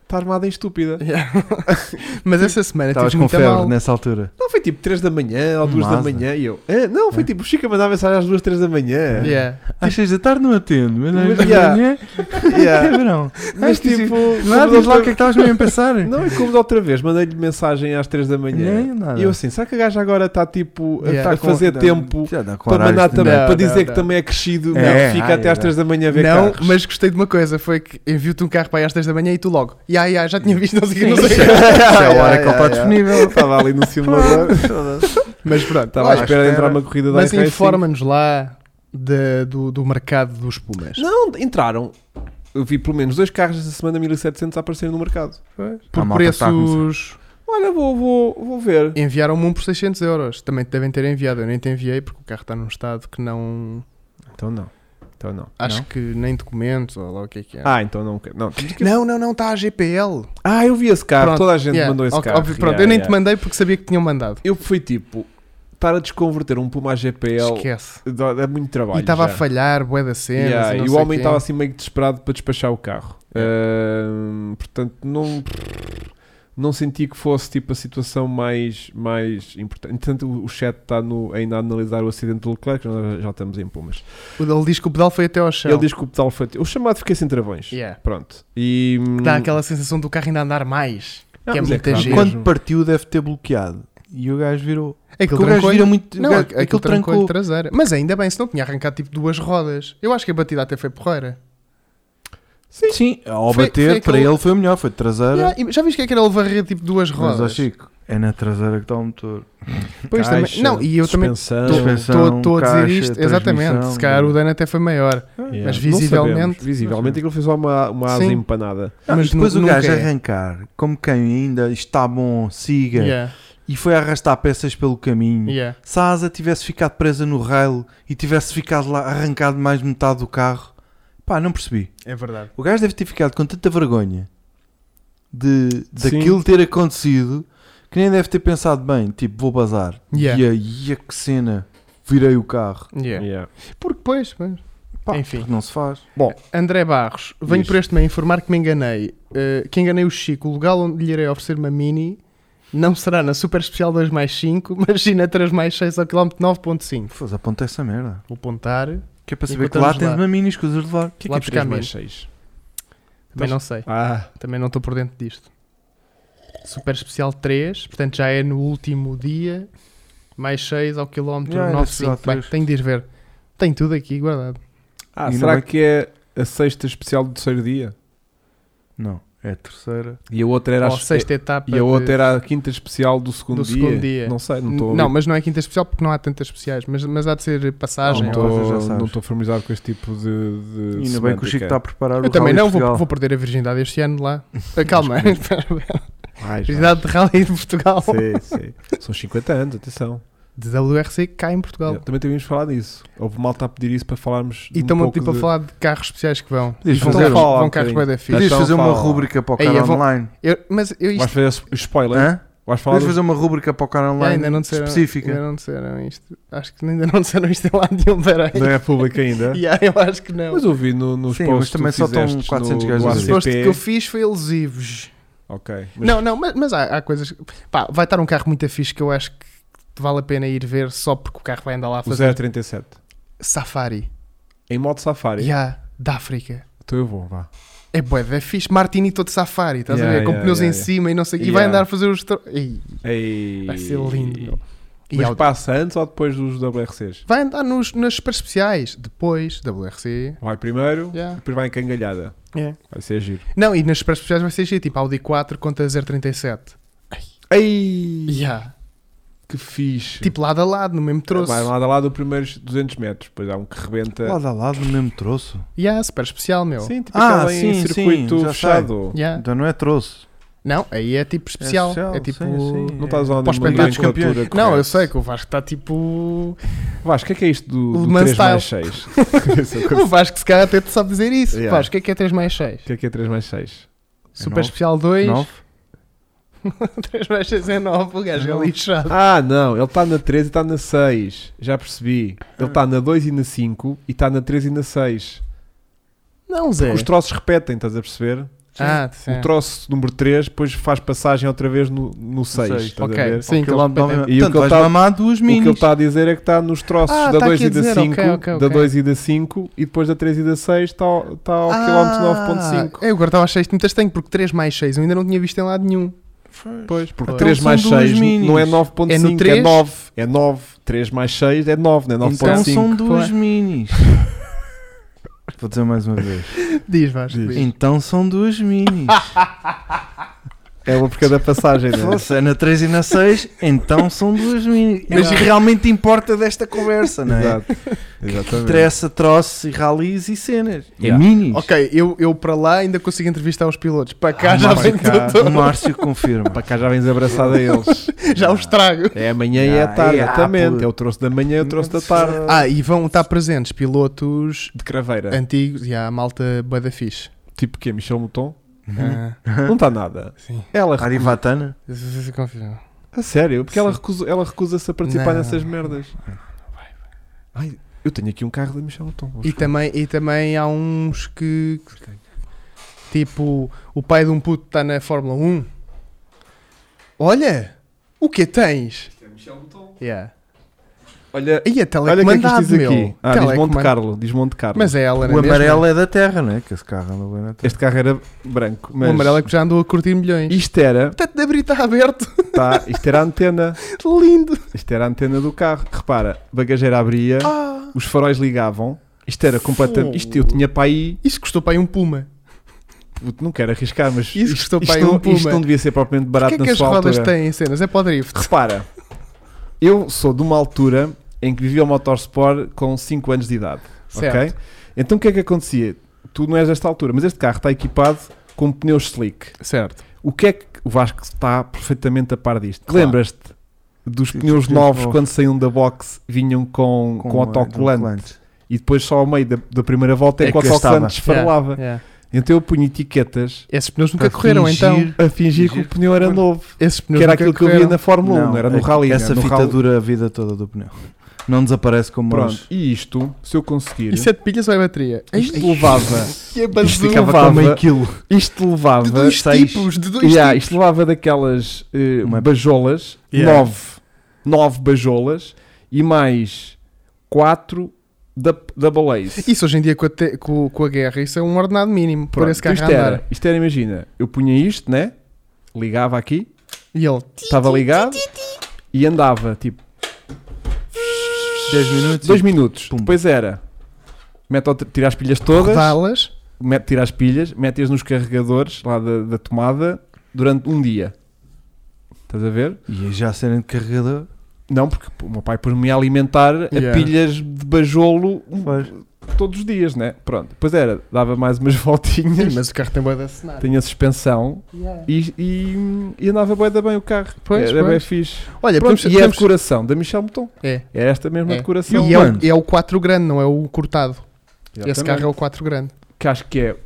Speaker 3: está armada em estúpida.
Speaker 2: Mas essa semana
Speaker 1: Estavas
Speaker 2: estive
Speaker 1: com
Speaker 2: muito
Speaker 1: febre né?
Speaker 2: mal.
Speaker 1: nessa altura.
Speaker 3: Não, foi tipo 3 da manhã ou
Speaker 1: Um
Speaker 3: 2 da
Speaker 1: Mazda.
Speaker 3: manhã e eu. "Ah, não, foi
Speaker 1: É.
Speaker 3: tipo, o Chico mandava mensagem às 2, 3 da manhã.
Speaker 2: Yeah.
Speaker 1: Às 6 da tarde não atendo, mas às
Speaker 3: Mas,
Speaker 1: 10
Speaker 3: yeah.
Speaker 1: da manhã
Speaker 3: Yeah.
Speaker 1: é verão.
Speaker 3: Mas
Speaker 1: Acho que
Speaker 3: tipo,
Speaker 1: Lá
Speaker 3: como
Speaker 1: diz
Speaker 3: da
Speaker 1: lá o que é que
Speaker 3: outra-
Speaker 1: estavas mesmo a pensar.
Speaker 3: não, e como da outra vez, mandei-lhe mensagem às 3 da manhã.
Speaker 1: Nem nada.
Speaker 3: E eu assim, será que a gaja agora está tipo a,
Speaker 2: Yeah.
Speaker 3: a
Speaker 2: Tá
Speaker 3: fazer tempo para mandar também,
Speaker 2: também.
Speaker 3: para
Speaker 2: Não,
Speaker 3: dizer
Speaker 2: não,
Speaker 3: que
Speaker 2: não. Ah,
Speaker 3: também é crescido,
Speaker 1: É,
Speaker 3: não, fica
Speaker 1: ai,
Speaker 3: até às
Speaker 1: não.
Speaker 3: 3 da manhã a ver
Speaker 2: Não,
Speaker 3: carros.
Speaker 2: mas gostei de uma coisa, foi que enviou-te um carro para aí às 10 da manhã e tu logo, "Ya, ya, já tinha visto, não sei o que, não sei o
Speaker 1: Isso
Speaker 2: quê."
Speaker 1: é a hora
Speaker 3: Yeah,
Speaker 1: que ele está
Speaker 3: yeah,
Speaker 1: disponível.
Speaker 3: Estava ali no simulador.
Speaker 2: Mas pronto,
Speaker 3: Estava à
Speaker 2: olha,
Speaker 3: espera de entrar
Speaker 1: espera.
Speaker 3: uma corrida da
Speaker 2: mas
Speaker 3: iRacing.
Speaker 2: informa-nos
Speaker 3: assim.
Speaker 2: lá da- do, do mercado dos Pumas.
Speaker 3: Não, entraram. Eu vi pelo menos dois carros esta semana 1700 a aparecerem no mercado.
Speaker 1: A
Speaker 2: Por
Speaker 1: malta
Speaker 3: tá
Speaker 1: está a
Speaker 2: preços,
Speaker 3: Olha, vou, vou, vou ver.
Speaker 2: enviaram-me um por 600 euros, também te devem ter enviado, eu nem te enviei porque o carro está num estado que não,
Speaker 3: Então não. Então não.
Speaker 2: acho
Speaker 1: Não?
Speaker 2: que nem documentos ou lá o que é que é.
Speaker 3: Ah, então não. quero- não. temos que-
Speaker 2: não, não, não, está a GPL.
Speaker 3: Ah, eu vi esse carro.
Speaker 2: Pronto,
Speaker 3: Toda a gente
Speaker 2: Yeah,
Speaker 3: mandou esse
Speaker 2: ok,
Speaker 3: carro.
Speaker 2: óbvio, pronto,
Speaker 3: Yeah,
Speaker 2: eu nem
Speaker 3: yeah.
Speaker 2: te mandei porque sabia que tinham mandado.
Speaker 3: Eu fui tipo, estar a desconverter um Puma à GPL
Speaker 2: Esquece.
Speaker 3: dá- dá muito trabalho.
Speaker 2: e estava a
Speaker 3: já.
Speaker 2: falhar, bué da cena.
Speaker 3: Yeah,
Speaker 2: e, não
Speaker 3: e o
Speaker 2: sei
Speaker 3: homem
Speaker 2: quê.
Speaker 3: estava assim meio que desesperado para despachar o carro. Ahm, portanto, não, não senti que fosse tipo a situação mais, mais importante. Entretanto, o o chat está no- ainda a analisar o acidente do Leclerc, nós já estamos em Pumas.
Speaker 2: Ele diz que o pedal foi até ao chão.
Speaker 3: Ele diz que o pedal foi. O chamado fiquei sem travões.
Speaker 2: Yeah.
Speaker 3: Pronto. E. hum,
Speaker 2: Dá aquela sensação do carro ainda andar mais.
Speaker 3: não,
Speaker 2: que é
Speaker 3: mas
Speaker 2: muita
Speaker 3: claro,
Speaker 2: gente.
Speaker 3: mesmo.
Speaker 1: Quando partiu, deve ter bloqueado. E o gajo virou.
Speaker 2: Aquilo
Speaker 1: Porque o gajo
Speaker 2: trancou-lhe-
Speaker 1: vira muito.
Speaker 2: Não,
Speaker 1: o gajo-
Speaker 2: aquilo,
Speaker 1: aquilo
Speaker 2: trancou,
Speaker 1: trancou.
Speaker 2: traseira. Mas ainda bem, se não tinha arrancado tipo duas rodas. Eu acho que a batida até foi porreira.
Speaker 1: Sim, ao
Speaker 2: Foi-
Speaker 1: bater,
Speaker 2: foi
Speaker 1: para
Speaker 2: aquele-
Speaker 1: ele foi o melhor, foi de traseira.
Speaker 2: Yeah, e já viste que é que era ele varrer tipo duas
Speaker 1: Mas, ó,
Speaker 2: rodas?
Speaker 1: Chico, é na traseira que está o motor.
Speaker 2: Pois também-
Speaker 3: Caixa,
Speaker 2: Não, e eu também
Speaker 3: suspensão,
Speaker 1: Tô- Suspensão,
Speaker 2: estou a dizer
Speaker 1: caixa,
Speaker 2: isto. Exatamente.
Speaker 1: transmissão,
Speaker 2: Se calhar o dano até foi maior.
Speaker 1: Ah,
Speaker 3: yeah.
Speaker 2: mas
Speaker 3: Não
Speaker 2: visivelmente-
Speaker 3: sabemos. Visivelmente aquilo foi só uma, uma asa
Speaker 2: Sim.
Speaker 3: empanada.
Speaker 1: Não,
Speaker 2: mas
Speaker 1: Ah, e depois
Speaker 2: nu-
Speaker 1: o gajo
Speaker 2: nunca é.
Speaker 1: arrancar, como quem ainda está bom, siga,
Speaker 2: Yeah,
Speaker 1: e foi arrastar peças pelo caminho.
Speaker 2: yeah.
Speaker 1: Se a asa tivesse ficado presa no rail e tivesse ficado lá arrancado mais metade do carro, pá, não percebi.
Speaker 2: É verdade.
Speaker 1: O gajo deve ter ficado com tanta vergonha de
Speaker 3: Sim.
Speaker 1: daquilo ter acontecido que nem deve ter pensado bem, tipo, vou bazar.
Speaker 2: Yeah.
Speaker 1: E aí, ia que cena, virei o carro.
Speaker 2: Yeah.
Speaker 3: Yeah.
Speaker 2: Porque pois, mas-
Speaker 1: Pá,
Speaker 2: Enfim.
Speaker 1: porque não se faz.
Speaker 2: André Barros, venho
Speaker 3: Diz.
Speaker 2: por este meio informar que me enganei. eh, que enganei o Chico. O lugar onde lhe irei oferecer uma mini não será na Super Especial 2 mais 5, mas sim na 3 mais 6 ao quilómetro 9.5.
Speaker 1: Faz, aponta essa merda.
Speaker 2: Vou apontar.
Speaker 1: Que é para saber que lá
Speaker 2: Encontramos
Speaker 1: tens
Speaker 2: lá.
Speaker 1: uma mini escusas de levar.
Speaker 3: O que é
Speaker 2: Lá
Speaker 3: que
Speaker 2: buscar
Speaker 3: é 3 mais
Speaker 2: mesmo.
Speaker 3: 6?
Speaker 2: Também não sei.
Speaker 3: Ah,
Speaker 2: Também não estou por dentro disto. Super Especial 3, portanto já é no último dia, mais 6 ao quilómetro
Speaker 1: Já era
Speaker 2: 95.
Speaker 3: é
Speaker 1: especial
Speaker 2: Bem,
Speaker 1: três.
Speaker 2: tenho de ir ver. Tem tudo aqui guardado.
Speaker 3: Ah,
Speaker 1: E não
Speaker 3: será
Speaker 1: vai-
Speaker 3: que é a sexta especial do terceiro dia?
Speaker 1: Não, é a terceira.
Speaker 3: E a outra era
Speaker 2: Ou
Speaker 3: a
Speaker 2: a sexta etapa.
Speaker 3: é- E a outra
Speaker 2: de-
Speaker 3: era a quinta especial do segundo,
Speaker 2: do
Speaker 3: dia.
Speaker 2: segundo dia.
Speaker 3: Não sei, não estou
Speaker 2: Não, mas não é quinta especial porque não há tantas especiais. Mas, mas há de ser passagem.
Speaker 1: Não,
Speaker 3: tô-
Speaker 2: ou-
Speaker 1: vocês já sabes.
Speaker 3: não estou familiarizado com este tipo de. de
Speaker 1: E ainda bem que o
Speaker 3: semântica.
Speaker 1: Chico tá- está a preparar o
Speaker 2: Eu também
Speaker 1: Rally
Speaker 2: não,
Speaker 1: de Portugal.
Speaker 2: vou, vou perder a virgindade este ano lá. Ah, Calma.
Speaker 3: Vai, vai.
Speaker 2: virgindade de Rally de Portugal.
Speaker 3: Sim, sim. São 50 anos, atenção.
Speaker 2: De WRC cá em Portugal.
Speaker 3: É, Também tínhamos falado disso. Houve malta a pedir isso para falarmos.
Speaker 2: E
Speaker 3: um
Speaker 2: estão-me
Speaker 3: pouco
Speaker 2: tipo
Speaker 3: de...
Speaker 2: a falar de carros especiais que vão.
Speaker 1: Podias
Speaker 2: Vão
Speaker 3: Então
Speaker 1: fazer,
Speaker 2: carros-
Speaker 3: fala um
Speaker 2: vão carros
Speaker 3: bocadinho.
Speaker 2: bué da fixe.
Speaker 1: podias
Speaker 3: Então
Speaker 1: fazer uma
Speaker 3: fala.
Speaker 1: rúbrica para o
Speaker 2: Ei,
Speaker 1: cara
Speaker 2: eu vou-
Speaker 1: online.
Speaker 2: Eu- mas eu isto.
Speaker 3: Vais fazer s- spoiler?
Speaker 1: Hã?
Speaker 3: Vais falar
Speaker 1: Podias fazer uma rúbrica para o cara
Speaker 3: um
Speaker 2: Ah,
Speaker 1: online
Speaker 2: ainda não disseram,
Speaker 1: específica.
Speaker 2: Ainda não disseram isto. Acho que ainda não disseram isto em lado nenhum. Peraí.
Speaker 3: Não é público ainda.
Speaker 2: Yeah, eu acho que não.
Speaker 3: Mas ouvi no, nos
Speaker 1: Sim,
Speaker 3: posts
Speaker 1: mas também
Speaker 3: que
Speaker 1: só
Speaker 3: tu
Speaker 1: estão
Speaker 3: fizestes
Speaker 1: 400
Speaker 3: no,
Speaker 1: gajos
Speaker 3: no
Speaker 1: a
Speaker 2: o
Speaker 1: dizer.
Speaker 3: ACP.
Speaker 2: suposto que eu fiz foi elusivos.
Speaker 3: Ok. Mas
Speaker 2: Não, não, mas, mas há, há coisas. Pá, vai estar um carro muito fixe que eu acho que vale a pena ir ver só porque o carro vai andar lá a
Speaker 3: o é
Speaker 2: fazer
Speaker 3: 037.
Speaker 2: safari.
Speaker 3: Em modo safari.
Speaker 2: Yeah, da África.
Speaker 3: Então eu vou, vá.
Speaker 2: É bué, é fixe. Martini todo safari, estás
Speaker 3: Yeah,
Speaker 2: a ver? Com
Speaker 3: yeah,
Speaker 2: pneus
Speaker 3: yeah,
Speaker 2: em
Speaker 3: yeah.
Speaker 2: cima e não sei o quê. E
Speaker 3: Yeah.
Speaker 2: vai andar a fazer os. tro- Ei,
Speaker 3: Ei.
Speaker 2: vai ser lindo, meu. E
Speaker 3: Mas
Speaker 2: ao-
Speaker 3: passa antes ou depois dos WRCs?
Speaker 2: Vai andar nos, nas super especiais. Depois, WRC.
Speaker 3: Vai primeiro,
Speaker 2: Yeah.
Speaker 3: depois vai em cangalhada. Vai ser giro.
Speaker 2: Não, e nas super especiais vai ser giro, tipo Audi 4 contra 037.
Speaker 3: Ei!
Speaker 2: Yeah.
Speaker 3: Que fixe!
Speaker 2: Tipo lado a lado, no mesmo troço.
Speaker 3: Vai lá da lado os primeiros 200 metros, depois há um que rebenta.
Speaker 1: Lado a lado, no mesmo troço.
Speaker 2: Yeah, super especial, meu.
Speaker 3: Sim, tipo
Speaker 1: Ah,
Speaker 3: aquela em
Speaker 1: sim,
Speaker 3: circuito
Speaker 1: sim, já
Speaker 3: fechado.
Speaker 2: Yeah.
Speaker 1: Então não é troço.
Speaker 2: Não, aí é tipo especial. É,
Speaker 1: especial,
Speaker 2: tipo.
Speaker 1: sim, sim.
Speaker 3: Não estás a usar
Speaker 2: Para os
Speaker 3: nenhuma
Speaker 2: campeonatos
Speaker 3: nomenclatura
Speaker 1: campeões.
Speaker 3: correta.
Speaker 2: Não, eu sei que o Vasco está tipo.
Speaker 3: Vasco, o que é que é isto do, do
Speaker 2: Le Mans
Speaker 3: 3 mais 6?
Speaker 2: O Vasco, se calhar, até te sabe dizer isso.
Speaker 3: Yeah. É
Speaker 2: Vasco, o que é que é 3 mais 6?
Speaker 3: O que é que é 3 mais 6?
Speaker 2: Super
Speaker 1: nove.
Speaker 2: especial 2.
Speaker 1: Nove?
Speaker 2: 3 mais 6 é 9. O gajo
Speaker 1: Não.
Speaker 2: é lixado.
Speaker 3: Ah, não, ele está na 3 e está na 6. Já percebi. Ele está na 2 e na 5 e está na 3 e na 6.
Speaker 2: Não,
Speaker 1: É.
Speaker 2: Zé.
Speaker 3: Os troços repetem, estás a perceber?
Speaker 2: Ah, sim.
Speaker 3: O troço número 3 depois faz passagem outra vez no, no 6.
Speaker 1: seis.
Speaker 3: estás a
Speaker 2: Ok,
Speaker 3: ver?
Speaker 2: sim,
Speaker 1: Porque
Speaker 2: que
Speaker 1: ele
Speaker 2: lá
Speaker 1: não-
Speaker 2: depende-
Speaker 3: E o
Speaker 1: Portanto,
Speaker 3: que ele
Speaker 1: vais
Speaker 3: tá-
Speaker 1: mamar duas
Speaker 3: O que ele
Speaker 1: minis.
Speaker 3: está a dizer é que está nos troços
Speaker 2: Ah,
Speaker 3: da
Speaker 2: tá
Speaker 3: 2
Speaker 2: aqui
Speaker 3: e
Speaker 2: a
Speaker 3: da
Speaker 2: dizer,
Speaker 3: 5,
Speaker 2: ok, ok,
Speaker 3: da
Speaker 2: ok.
Speaker 3: 2 e da 5 e depois da 3 e da 6 está ao, tá
Speaker 2: é
Speaker 3: ao
Speaker 2: Ah,
Speaker 3: quilómetro 9.5.
Speaker 2: Eu agora estava a 6, muitas tenho, porque 3 mais 6 eu ainda não tinha visto em lado nenhum.
Speaker 3: Pois, porque
Speaker 2: Então
Speaker 3: 3
Speaker 1: são
Speaker 3: mais
Speaker 1: duas
Speaker 3: 6
Speaker 1: minis.
Speaker 3: não é
Speaker 2: É
Speaker 3: 9.5,
Speaker 2: no
Speaker 3: é,
Speaker 2: três?
Speaker 3: 9. É 9. 3 mais 6 é 9, não é 9.5.
Speaker 1: Então são duas
Speaker 2: Claro.
Speaker 1: minis. Vou dizer mais uma vez.
Speaker 2: Diz, Vasco.
Speaker 3: Diz.
Speaker 2: diz.
Speaker 1: Então são duas minis.
Speaker 3: É uma por cada passagem, não é?
Speaker 1: Se é na 3 e na 6, então são duas minis. É o
Speaker 2: Mas-
Speaker 1: que realmente importa desta conversa, não é?
Speaker 3: Exato. Exatamente.
Speaker 1: Interessa troços e ralis e cenas. E
Speaker 3: Yeah.
Speaker 1: minis.
Speaker 2: Ok, eu, eu para lá ainda consigo entrevistar os pilotos. Para cá
Speaker 3: Ah,
Speaker 2: já
Speaker 3: para
Speaker 2: vem
Speaker 3: cá.
Speaker 1: O
Speaker 2: tudo.
Speaker 1: Márcio confirma.
Speaker 3: Para cá já vens abraçado a eles.
Speaker 2: Já os trago.
Speaker 3: É amanhã e é
Speaker 1: Ah,
Speaker 3: à tarde,
Speaker 1: é, ah,
Speaker 3: exatamente.
Speaker 1: pô.
Speaker 3: É o troço da manhã e o troço da tarde.
Speaker 2: Ah, e vão estar presentes pilotos
Speaker 3: De craveira.
Speaker 2: antigos e há a malta bué da fixe.
Speaker 3: Tipo que Michel Mouton?
Speaker 2: Ah,
Speaker 3: Não está nada.
Speaker 2: sim.
Speaker 3: Ela
Speaker 1: Arivatana?
Speaker 2: Isso eu confio.
Speaker 3: A sério? Porque ela
Speaker 2: Ah, Sim.
Speaker 3: recusa- ela recusa-se a participar
Speaker 2: Não.
Speaker 3: nessas merdas. Ai, eu tenho aqui um carro da Michel Tom.
Speaker 2: E também, e também há uns que. Tipo, o pai de um puto está na Fórmula 1. Olha! O que tens? Yeah.
Speaker 3: Olha,
Speaker 2: E a
Speaker 3: olha o que é que
Speaker 2: telecomandado,
Speaker 3: isto diz aqui.
Speaker 2: meu.
Speaker 3: Ah, diz Monte
Speaker 2: Telecomandado.
Speaker 3: Carlo. Diz Monte Carlo.
Speaker 2: Mas é ela,
Speaker 1: O amarelo é da terra, não é? Que esse carro anda bem na terra.
Speaker 3: Este carro era branco.
Speaker 2: O
Speaker 3: Mas
Speaker 2: amarelo é que já andou a curtir milhões. E
Speaker 3: Isto era,
Speaker 2: o teto de abrir está aberto.
Speaker 3: tá, isto era a antena.
Speaker 2: Lindo.
Speaker 3: Isto era a antena do carro. Repara, a bagageira abria,
Speaker 2: Ah,
Speaker 3: os faróis ligavam. Isto era completamente. Isto eu tinha para aí.
Speaker 2: isso custou para aí um puma.
Speaker 3: puto, Não quero arriscar, mas
Speaker 2: Isso
Speaker 3: isto,
Speaker 2: custou
Speaker 3: isto
Speaker 2: para aí
Speaker 3: não,
Speaker 2: um Puma.
Speaker 3: isto não devia ser propriamente
Speaker 2: O
Speaker 3: barato
Speaker 2: que é
Speaker 3: na
Speaker 2: que as
Speaker 3: sua
Speaker 2: rodas
Speaker 3: altura.
Speaker 2: têm cenas? É para o drift.
Speaker 3: Repara, eu sou de uma altura em que vivia o motorsport com 5 anos de idade,
Speaker 2: Certo.
Speaker 3: ok? Então o que é que acontecia? Tu não és desta altura, mas este carro está equipado com pneus slick.
Speaker 2: Certo.
Speaker 3: O que é que o Vasco está perfeitamente a par disto?
Speaker 1: Claro.
Speaker 3: Lembras-te dos
Speaker 1: Sim,
Speaker 3: pneus
Speaker 1: sim,
Speaker 3: novos
Speaker 1: novos.
Speaker 3: quando saíam da box vinham com, com, autocolante e depois só ao meio da, da primeira volta é,
Speaker 1: É
Speaker 3: que o
Speaker 1: que gastava.
Speaker 3: autocolante desfarelava.
Speaker 2: Yeah.
Speaker 3: Então eu punho etiquetas
Speaker 2: Esses pneus nunca
Speaker 1: Para
Speaker 2: correram, então.
Speaker 1: fingir-
Speaker 3: a fingir que o
Speaker 1: Fingir.
Speaker 3: pneu era novo.
Speaker 2: Esses pneus
Speaker 3: Que era
Speaker 2: nunca
Speaker 3: aquilo que eu via
Speaker 2: correram.
Speaker 3: na Fórmula 1, não era no
Speaker 1: aqui-
Speaker 3: rally.
Speaker 1: Essa
Speaker 3: não é? No
Speaker 1: fita
Speaker 3: rally-
Speaker 1: dura a vida toda do pneu. Não desaparece como
Speaker 3: Pronto,
Speaker 1: nós.
Speaker 3: e isto, se eu conseguir,
Speaker 2: Isso é de pilhas ou é bateria?
Speaker 3: isto levava,
Speaker 2: E a
Speaker 3: isto
Speaker 2: bazuca.
Speaker 3: ficava
Speaker 1: Levava
Speaker 3: com
Speaker 1: meio
Speaker 3: meio
Speaker 1: quilo.
Speaker 3: isto
Speaker 2: De
Speaker 3: levava
Speaker 2: dois
Speaker 3: seis,
Speaker 2: tipos, de dois
Speaker 3: yeah,
Speaker 2: tipos.
Speaker 3: isto levava daquelas eh,
Speaker 1: Uma-
Speaker 3: bajolas,
Speaker 1: Yeah.
Speaker 3: nove, nove bajolas e mais quatro da, da balace.
Speaker 2: Isso hoje em dia com a, te- com, com a guerra, isso é um ordenado mínimo para esse carro
Speaker 3: isto era,
Speaker 2: andar.
Speaker 3: isto era, imagina, eu punha isto, né? Ligava aqui,
Speaker 2: E ele,
Speaker 3: estava ligado e andava, tipo,
Speaker 1: 10 minutos.
Speaker 3: Dois minutos.
Speaker 1: Pum.
Speaker 3: Depois era. Mete ao tr- tira as pilhas todas,
Speaker 2: Rodá-las.
Speaker 3: mete, tira as pilhas, mete-as nos carregadores lá da, da tomada durante um dia. Estás a ver?
Speaker 1: E já serem de carregador.
Speaker 3: Não, porque pô, o meu pai pôs-me a alimentar
Speaker 2: Yeah.
Speaker 3: a pilhas de bajolo um-
Speaker 1: Pois.
Speaker 3: todos os dias, né? Pronto. Depois era, dava mais umas voltinhas,
Speaker 2: Sim, mas o carro tem boa de acenar.
Speaker 3: tinha suspensão e, e, e andava bué da bem o carro.
Speaker 2: Pois,
Speaker 3: era bem
Speaker 2: pois.
Speaker 3: fixe.
Speaker 2: Olha,
Speaker 3: Pronto,
Speaker 2: podemos-
Speaker 3: e é a
Speaker 2: podemos-
Speaker 3: decoração da Michel Mouton.
Speaker 2: é.
Speaker 3: É esta mesma
Speaker 2: É.
Speaker 3: decoração.
Speaker 2: E é
Speaker 1: Mano.
Speaker 2: o, é o 4 grande, não é o cortado. Esse
Speaker 3: Exatamente.
Speaker 2: carro é o 4 grande.
Speaker 3: que acho que é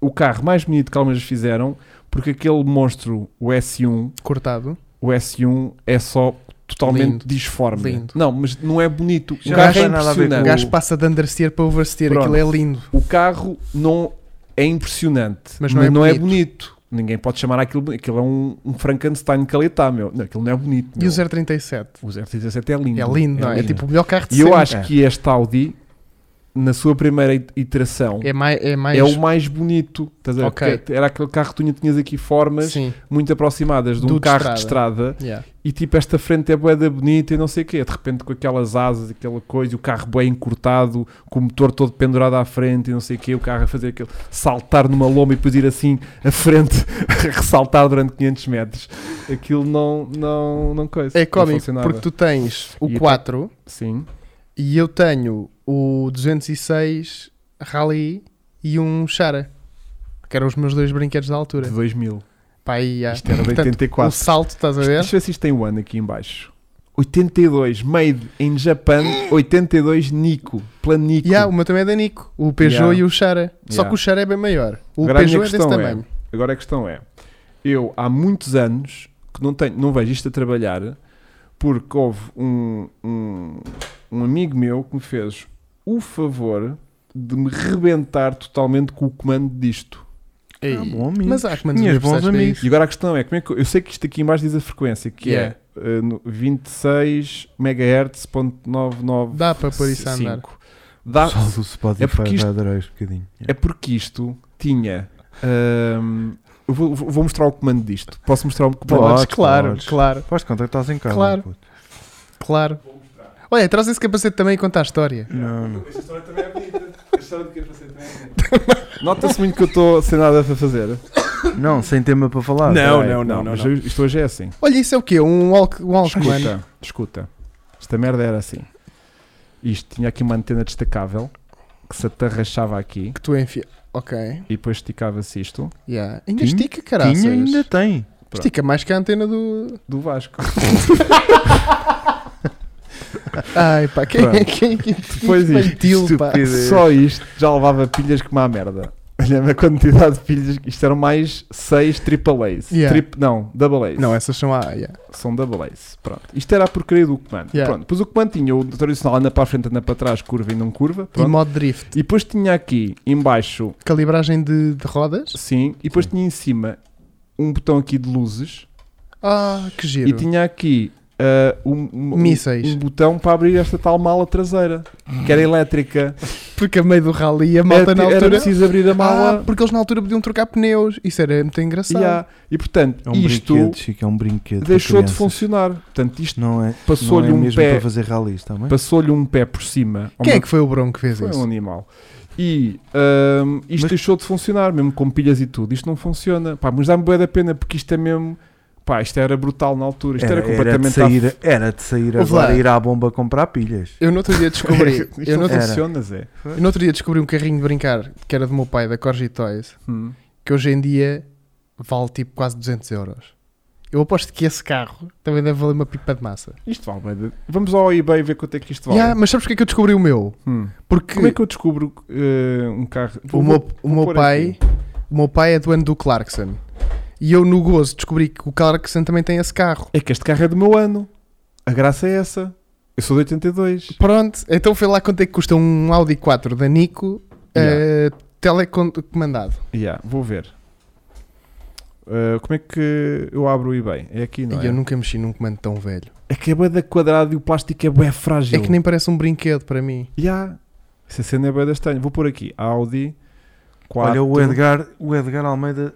Speaker 3: o carro mais bonito que algumas fizeram, porque aquele monstro, o S1,
Speaker 2: Cortado.
Speaker 3: o S1 é só totalmente
Speaker 2: Lindo.
Speaker 3: disforme.
Speaker 2: Lindo.
Speaker 3: Não, mas não é bonito. O
Speaker 1: Já
Speaker 3: carro
Speaker 2: não
Speaker 3: é
Speaker 1: tem nada a ver com
Speaker 2: O
Speaker 1: Não.
Speaker 3: impressionante.
Speaker 2: gajo passa de understeer para oversteer,
Speaker 3: Pronto.
Speaker 2: aquilo é lindo.
Speaker 3: O carro não é impressionante,
Speaker 2: Mas não é bonito.
Speaker 3: Ninguém pode chamar aquilo bonito. Aquilo é um, um Frankenstein que ali está, meu. Não, aquilo não é bonito.
Speaker 2: E
Speaker 3: meu.
Speaker 2: o 037?
Speaker 3: O 017 é lindo.
Speaker 2: É lindo, não é? É tipo o melhor carro de
Speaker 3: E eu
Speaker 2: sempre.
Speaker 3: acho que este Audi, na sua primeira it- iteração,
Speaker 2: É mais. É mais
Speaker 3: é o mais bonito. Estás a ver?
Speaker 2: Ok.
Speaker 3: Porque Era aquele carro que tu tinhas aqui formas
Speaker 2: Sim.
Speaker 3: muito aproximadas de um
Speaker 2: Do de
Speaker 3: carro de estrada
Speaker 2: yeah.
Speaker 3: e tipo esta frente é boeda bonita e não sei o quê. De repente com aquelas asas, aquela coisa, e o carro bem encurtado, com o motor todo pendurado à frente e não sei o quê, o carro a fazer aquele saltar numa loma e depois ir assim à frente, a ressaltar durante 500 metros. Aquilo não, não, não coisa.
Speaker 2: É
Speaker 3: não
Speaker 2: cómico,
Speaker 3: funcionava.
Speaker 2: porque tu tens o
Speaker 3: E tu-
Speaker 2: 4
Speaker 3: Sim.
Speaker 2: e eu tenho o 206 Rally e um Chara, que eram os meus dois brinquedos da altura.
Speaker 3: De 2000.
Speaker 2: Pá, aí, já.
Speaker 3: Isto era de
Speaker 2: Portanto,
Speaker 3: 84.
Speaker 2: O salto, estás a ver?
Speaker 3: Deixa eu ver se isto tem um ano aqui em baixo. 82, made in Japan, 82 Nico, plano Nico.
Speaker 2: Yeah, o meu também é da Nico, o Peugeot
Speaker 3: Yeah.
Speaker 2: e o Chara. Só
Speaker 3: Yeah.
Speaker 2: que o Chara é bem maior. O
Speaker 3: Agora a
Speaker 2: Peugeot
Speaker 3: minha
Speaker 2: é desse
Speaker 3: questão é-
Speaker 2: tamanho.
Speaker 3: Agora a questão é, eu há muitos anos que não, tenho, não vejo isto a trabalhar porque houve um, um, um amigo meu que me fez o favor de me rebentar totalmente com o comando disto.
Speaker 2: Ei,
Speaker 1: Ah, bom amigo.
Speaker 2: Mas há que mandar
Speaker 1: Tinhas
Speaker 2: os processos
Speaker 1: bons
Speaker 2: para
Speaker 1: amigos.
Speaker 2: isso.
Speaker 3: E agora a questão é, como é que eu, eu sei que isto aqui em baixo diz a frequência, que
Speaker 2: Yeah.
Speaker 3: é eh, no 26 MHz.995.
Speaker 2: Dá para pôr isso a andar. um
Speaker 3: Dá,
Speaker 1: Só do Spotify
Speaker 3: é porque isto-
Speaker 1: vai adorar este bocadinho.
Speaker 3: É porque isto tinha. ahm, eu vou, vou- vou mostrar o comando disto. Posso mostrar o comando?
Speaker 1: Podes,
Speaker 2: Podes, claro,
Speaker 1: podes.
Speaker 2: claro,
Speaker 1: Faz conta que estás em casa.
Speaker 2: Claro.
Speaker 1: puto.
Speaker 2: claro. Olha, traz esse capacete também e conta a história.
Speaker 1: Não, não.
Speaker 3: Esta história também é bonita. A história do capacete também é bonita. Nota-se muito que eu estou sem nada para fazer.
Speaker 1: Não, sem tema para falar.
Speaker 3: Ah, Peraí,
Speaker 1: Peraí.
Speaker 3: mas eu- Isto hoje é assim.
Speaker 2: Olha, isso é o quê? Um walk- um Walkman?
Speaker 3: Escuta, escuta. Esta merda era assim. Isto tinha aqui uma antena destacável que se atarrachava aqui
Speaker 2: que tu enfia. Ok.
Speaker 3: e depois esticava-se isto
Speaker 2: Yeah.
Speaker 1: Tinha-
Speaker 2: Ainda estica, caralho.
Speaker 1: Tinha, ainda tem.
Speaker 2: Estica mais que a antena do.
Speaker 3: do Vasco.
Speaker 2: Ai pá, quem é
Speaker 3: Pronto.
Speaker 2: quem, quem,
Speaker 3: Depois
Speaker 2: que
Speaker 3: isto.
Speaker 2: infantil, pá.
Speaker 1: Estupidez.
Speaker 3: Só isto já levava pilhas que má merda. Olha a quantidade de pilhas. Isto eram mais 6 triple A's.
Speaker 2: Yeah.
Speaker 3: Trip- não, double A's.
Speaker 2: Não, essas são a. Yeah.
Speaker 3: São double A's. Pronto. Isto era a porcaria do comando.
Speaker 2: Yeah.
Speaker 3: Pronto. Depois o comando tinha o tradicional anda para a frente, anda para trás, curva e não curva.
Speaker 2: E
Speaker 3: Pronto.
Speaker 2: modo drift.
Speaker 3: E depois tinha aqui embaixo,
Speaker 2: Calibragem de, de rodas.
Speaker 3: sim. E depois tinha em cima um botão aqui de luzes.
Speaker 2: Ah, que giro.
Speaker 3: E tinha aqui ah, um, um-
Speaker 2: Mísseis.
Speaker 3: um botão para abrir esta tal mala traseira, que era elétrica.
Speaker 2: Porque a meio do rally a malta
Speaker 3: era,
Speaker 2: na
Speaker 3: era
Speaker 2: altura.
Speaker 3: preciso abrir a mala.
Speaker 2: tipo, Ah, porque eles na altura podiam trocar pneus. Isso era muito engraçado.
Speaker 3: Yeah. E portanto,
Speaker 1: É um
Speaker 3: isto
Speaker 1: brinquedo, Chico, é um brinquedo. para
Speaker 3: deixou de
Speaker 1: crianças.
Speaker 3: funcionar. Portanto, isto
Speaker 1: Não é,
Speaker 3: Passou-lhe
Speaker 1: não é
Speaker 3: um
Speaker 1: mesmo
Speaker 3: pé.
Speaker 1: para fazer rallies, está bem?
Speaker 3: passou-lhe um pé por cima.
Speaker 2: Quem
Speaker 3: Uma-
Speaker 2: é que foi o Bron que fez
Speaker 3: foi um
Speaker 2: isso?
Speaker 3: animal. E hum, isto
Speaker 1: Mas-
Speaker 3: deixou de funcionar, mesmo com pilhas e tudo. Isto não funciona. Pá, mas dá-me bué da pena porque isto é mesmo. Pá, isto era brutal na altura. um Isto era, completamente.
Speaker 1: de sair, era de sair
Speaker 2: Ouve
Speaker 1: agora
Speaker 2: lá.
Speaker 1: ir à bomba comprar pilhas.
Speaker 2: Eu no outro dia descobri.
Speaker 3: é Isto
Speaker 2: eu, no
Speaker 3: não
Speaker 2: outro,
Speaker 1: Era.
Speaker 3: funciona, Zé.
Speaker 2: eu no outro dia descobri um carrinho de brincar que era do meu pai, da Corgi Toys,
Speaker 3: Hum.
Speaker 2: que hoje em dia vale tipo quase 200 euros. Eu aposto que esse carro também deve valer uma pipa de massa.
Speaker 3: Isto vale. bué da- Vamos ao eBay ver quanto é que isto vale.
Speaker 2: Yeah, mas sabes porque é que eu descobri o meu?
Speaker 3: Hum.
Speaker 2: Porque
Speaker 3: Como é que eu descubro eh, um carro?
Speaker 2: o, meu, o meu
Speaker 3: pôr
Speaker 2: pai,
Speaker 3: aqui.
Speaker 2: o meu pai é dono do Clarkson. E eu no gozo descobri que o Clarkson também tem esse carro.
Speaker 3: É que este carro é do meu ano. A graça é essa. Eu sou de 82.
Speaker 2: Pronto, então foi lá quanto é que custa um Audi 4 da Nico eh, telecomandado.
Speaker 3: Yeah, vou ver. Uh, como é que eu abro o eBay? É aqui, não
Speaker 2: e
Speaker 3: é?
Speaker 2: eu nunca mexi num comando tão velho.
Speaker 3: É que é bué da quadrado e o plástico é bué frágil.
Speaker 2: É que nem parece um brinquedo para mim.
Speaker 3: Yeah. Essa cena é bué da estranha. Vou pôr aqui. Audi 4.
Speaker 1: Olha, o Edgar, o Edgar Almeida,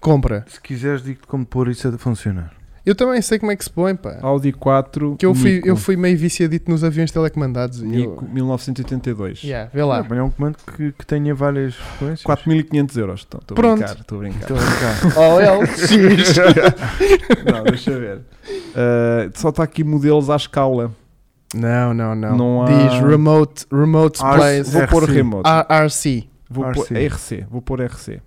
Speaker 2: Compra.
Speaker 1: se quiseres, digo-te como pôr isso a funcionar.
Speaker 2: Eu também sei como é que se põe, pá.
Speaker 3: Audi 4.
Speaker 2: que eu fui,
Speaker 3: Oh, Nico,
Speaker 2: eu fui meio viciadito nos aviões telecomandados. e
Speaker 3: Nico,
Speaker 2: Eu...
Speaker 3: 1982.
Speaker 2: Yeah, vê lá.
Speaker 1: Ah, mas é um comando que, que tenha várias frequências. Então,
Speaker 3: 4.500 euros. Estou a
Speaker 2: Pronto.
Speaker 3: brincar. Estou a brincar.
Speaker 1: Estou a brincar.
Speaker 2: OLX. é.
Speaker 3: Não, deixa ver. Ah, só está aqui modelos à escala.
Speaker 2: Não, não, não.
Speaker 3: Não há-
Speaker 2: Diz remote, remote
Speaker 1: Ah,
Speaker 2: plays.
Speaker 3: Vou pôr
Speaker 1: RC.
Speaker 3: remote.
Speaker 2: A- RC.
Speaker 3: Vou
Speaker 1: RC.
Speaker 3: pôr RC, vou pôr RC.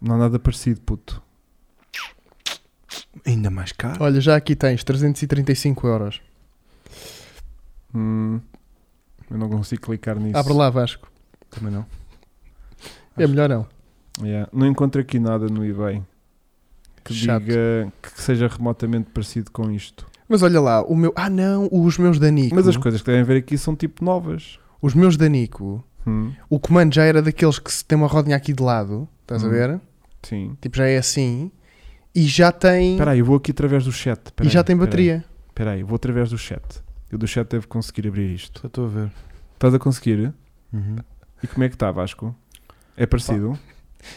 Speaker 3: Não há nada parecido, puto.
Speaker 1: Ainda mais caro.
Speaker 2: Olha, já aqui tens 335 euros.
Speaker 3: Hum, eu não consigo clicar nisso.
Speaker 2: Abre lá, Vasco.
Speaker 1: Também não.
Speaker 2: É melhor não.
Speaker 3: Yeah, Não encontro aqui nada no eBay que
Speaker 2: Chato.
Speaker 3: diga que seja remotamente parecido com isto.
Speaker 2: Mas olha lá, o meu. Ah não, os meus da Nico.
Speaker 3: Mas as coisas que devem ver aqui são tipo novas.
Speaker 2: Os meus da Nico.
Speaker 3: Hum,
Speaker 2: O comando já era daqueles que se tem uma rodinha aqui de lado. Estás a
Speaker 3: Hum.
Speaker 1: Uhum.
Speaker 2: ver?
Speaker 3: sim.
Speaker 2: Tipo, já é assim. E já tem.
Speaker 3: Espera aí, eu vou aqui através do chat. Espera
Speaker 2: e já
Speaker 3: aí,
Speaker 2: tem
Speaker 3: espera aí,
Speaker 2: bateria.
Speaker 3: Espera aí, vou através do chat. Eu do chat devo conseguir abrir isto.
Speaker 1: Já estou a ver.
Speaker 3: Estás a conseguir?
Speaker 1: Uhum.
Speaker 3: E como é que está, Vasco? É parecido?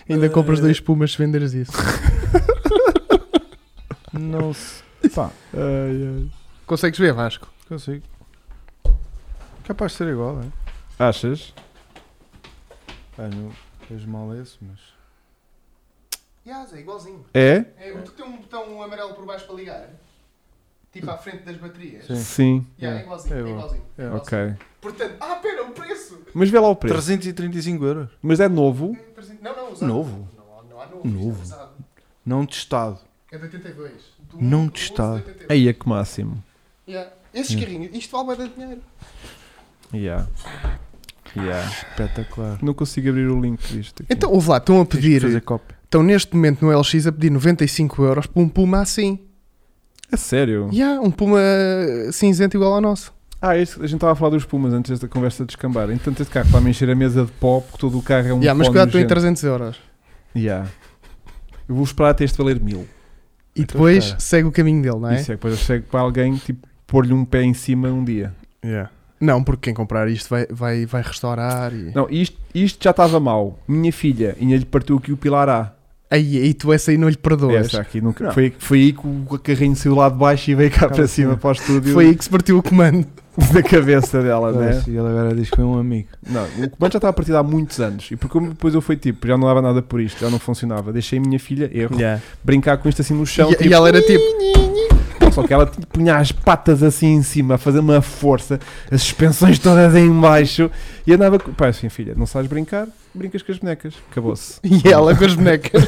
Speaker 2: Ainda compras dois pumas se venderes isso.
Speaker 1: Não se. Pá,
Speaker 3: Ai,
Speaker 2: Consegues ver, Vasco?
Speaker 1: consigo. Capaz de ser igual, é?
Speaker 3: ai. Achas?
Speaker 1: Ah, não. Fez mal esse, mas.
Speaker 2: é igualzinho.
Speaker 3: É?
Speaker 2: É, o tem um botão amarelo por baixo para ligar. Tipo à frente das baterias.
Speaker 1: Sim.
Speaker 3: Sim.
Speaker 1: Yeah, é
Speaker 2: igualzinho,
Speaker 1: é igual. É.
Speaker 3: Ok.
Speaker 2: Portanto, ah, pera, o preço!
Speaker 3: Mas vê lá o preço.
Speaker 1: 335 euros.
Speaker 3: Mas é novo.
Speaker 2: Não, não,
Speaker 1: usado. Novo?
Speaker 2: Não, há
Speaker 1: Novo. isto Não testado.
Speaker 2: É de 82. Do
Speaker 1: Não do testado.
Speaker 3: Aí é que máximo.
Speaker 2: Esses
Speaker 1: Yeah.
Speaker 2: carrinhos, isto vale bem dinheiro.
Speaker 3: Yeah. Yeah.
Speaker 1: Espetacular.
Speaker 3: Não consigo abrir o link disto. Aqui.
Speaker 2: Então, ouve lá, estão a
Speaker 1: Tens que fazer
Speaker 2: pedir.
Speaker 1: cópia.
Speaker 2: Estão Então, neste momento no LX a pedir 95 euros por um Puma assim.
Speaker 3: É sério?
Speaker 2: Yeah, um Puma cinzento igual ao nosso.
Speaker 3: Ah, este, a gente estava a falar dos Pumas antes desta conversa de descambar. Entanto, este carro está-me a encher a mesa de pó porque todo o carro é um
Speaker 2: yeah, mas
Speaker 3: pó
Speaker 2: cuidado, estão em
Speaker 3: nojento.
Speaker 2: 300 euros.
Speaker 3: Yeah. Eu vou esperar até este valer mil.
Speaker 2: E
Speaker 1: Então,
Speaker 2: depois
Speaker 1: espera.
Speaker 2: segue o caminho dele, não é?
Speaker 3: Isso é que depois eu chego para alguém, tipo, pôr-lhe um pé em cima um dia.
Speaker 2: Não, porque quem comprar isto vai, vai, vai restaurar e...
Speaker 3: Não, isto, isto já estava mal. Minha filha, ainda lhe partiu aqui o pilar A. É
Speaker 2: Aí, aí tu essa aí não lhe perdoas.
Speaker 3: Essa aqui nunca.
Speaker 1: Não.
Speaker 3: Foi, foi aí que o carrinho saiu lá de baixo e veio cá para cima para o estúdio
Speaker 2: Foi aí que se partiu o comando.
Speaker 3: da cabeça dela, né?
Speaker 1: Pois, E ele agora diz que foi um amigo.
Speaker 3: Não, o comando já estava partido há muitos anos. E porque eu- depois eu fui tipo, já não dava nada por isto, já não funcionava. Deixei a minha filha, erro, brincar com isto assim no chão.
Speaker 2: e,
Speaker 3: tipo,
Speaker 2: e ela era tipo...
Speaker 3: Só que ela tipo, punha as patas assim em cima, a fazer uma força, as suspensões todas em baixo. E andava. com- Pá, assim, filha, não sabes brincar? Brincas com as bonecas. Acabou-se.
Speaker 2: E ela com as bonecas.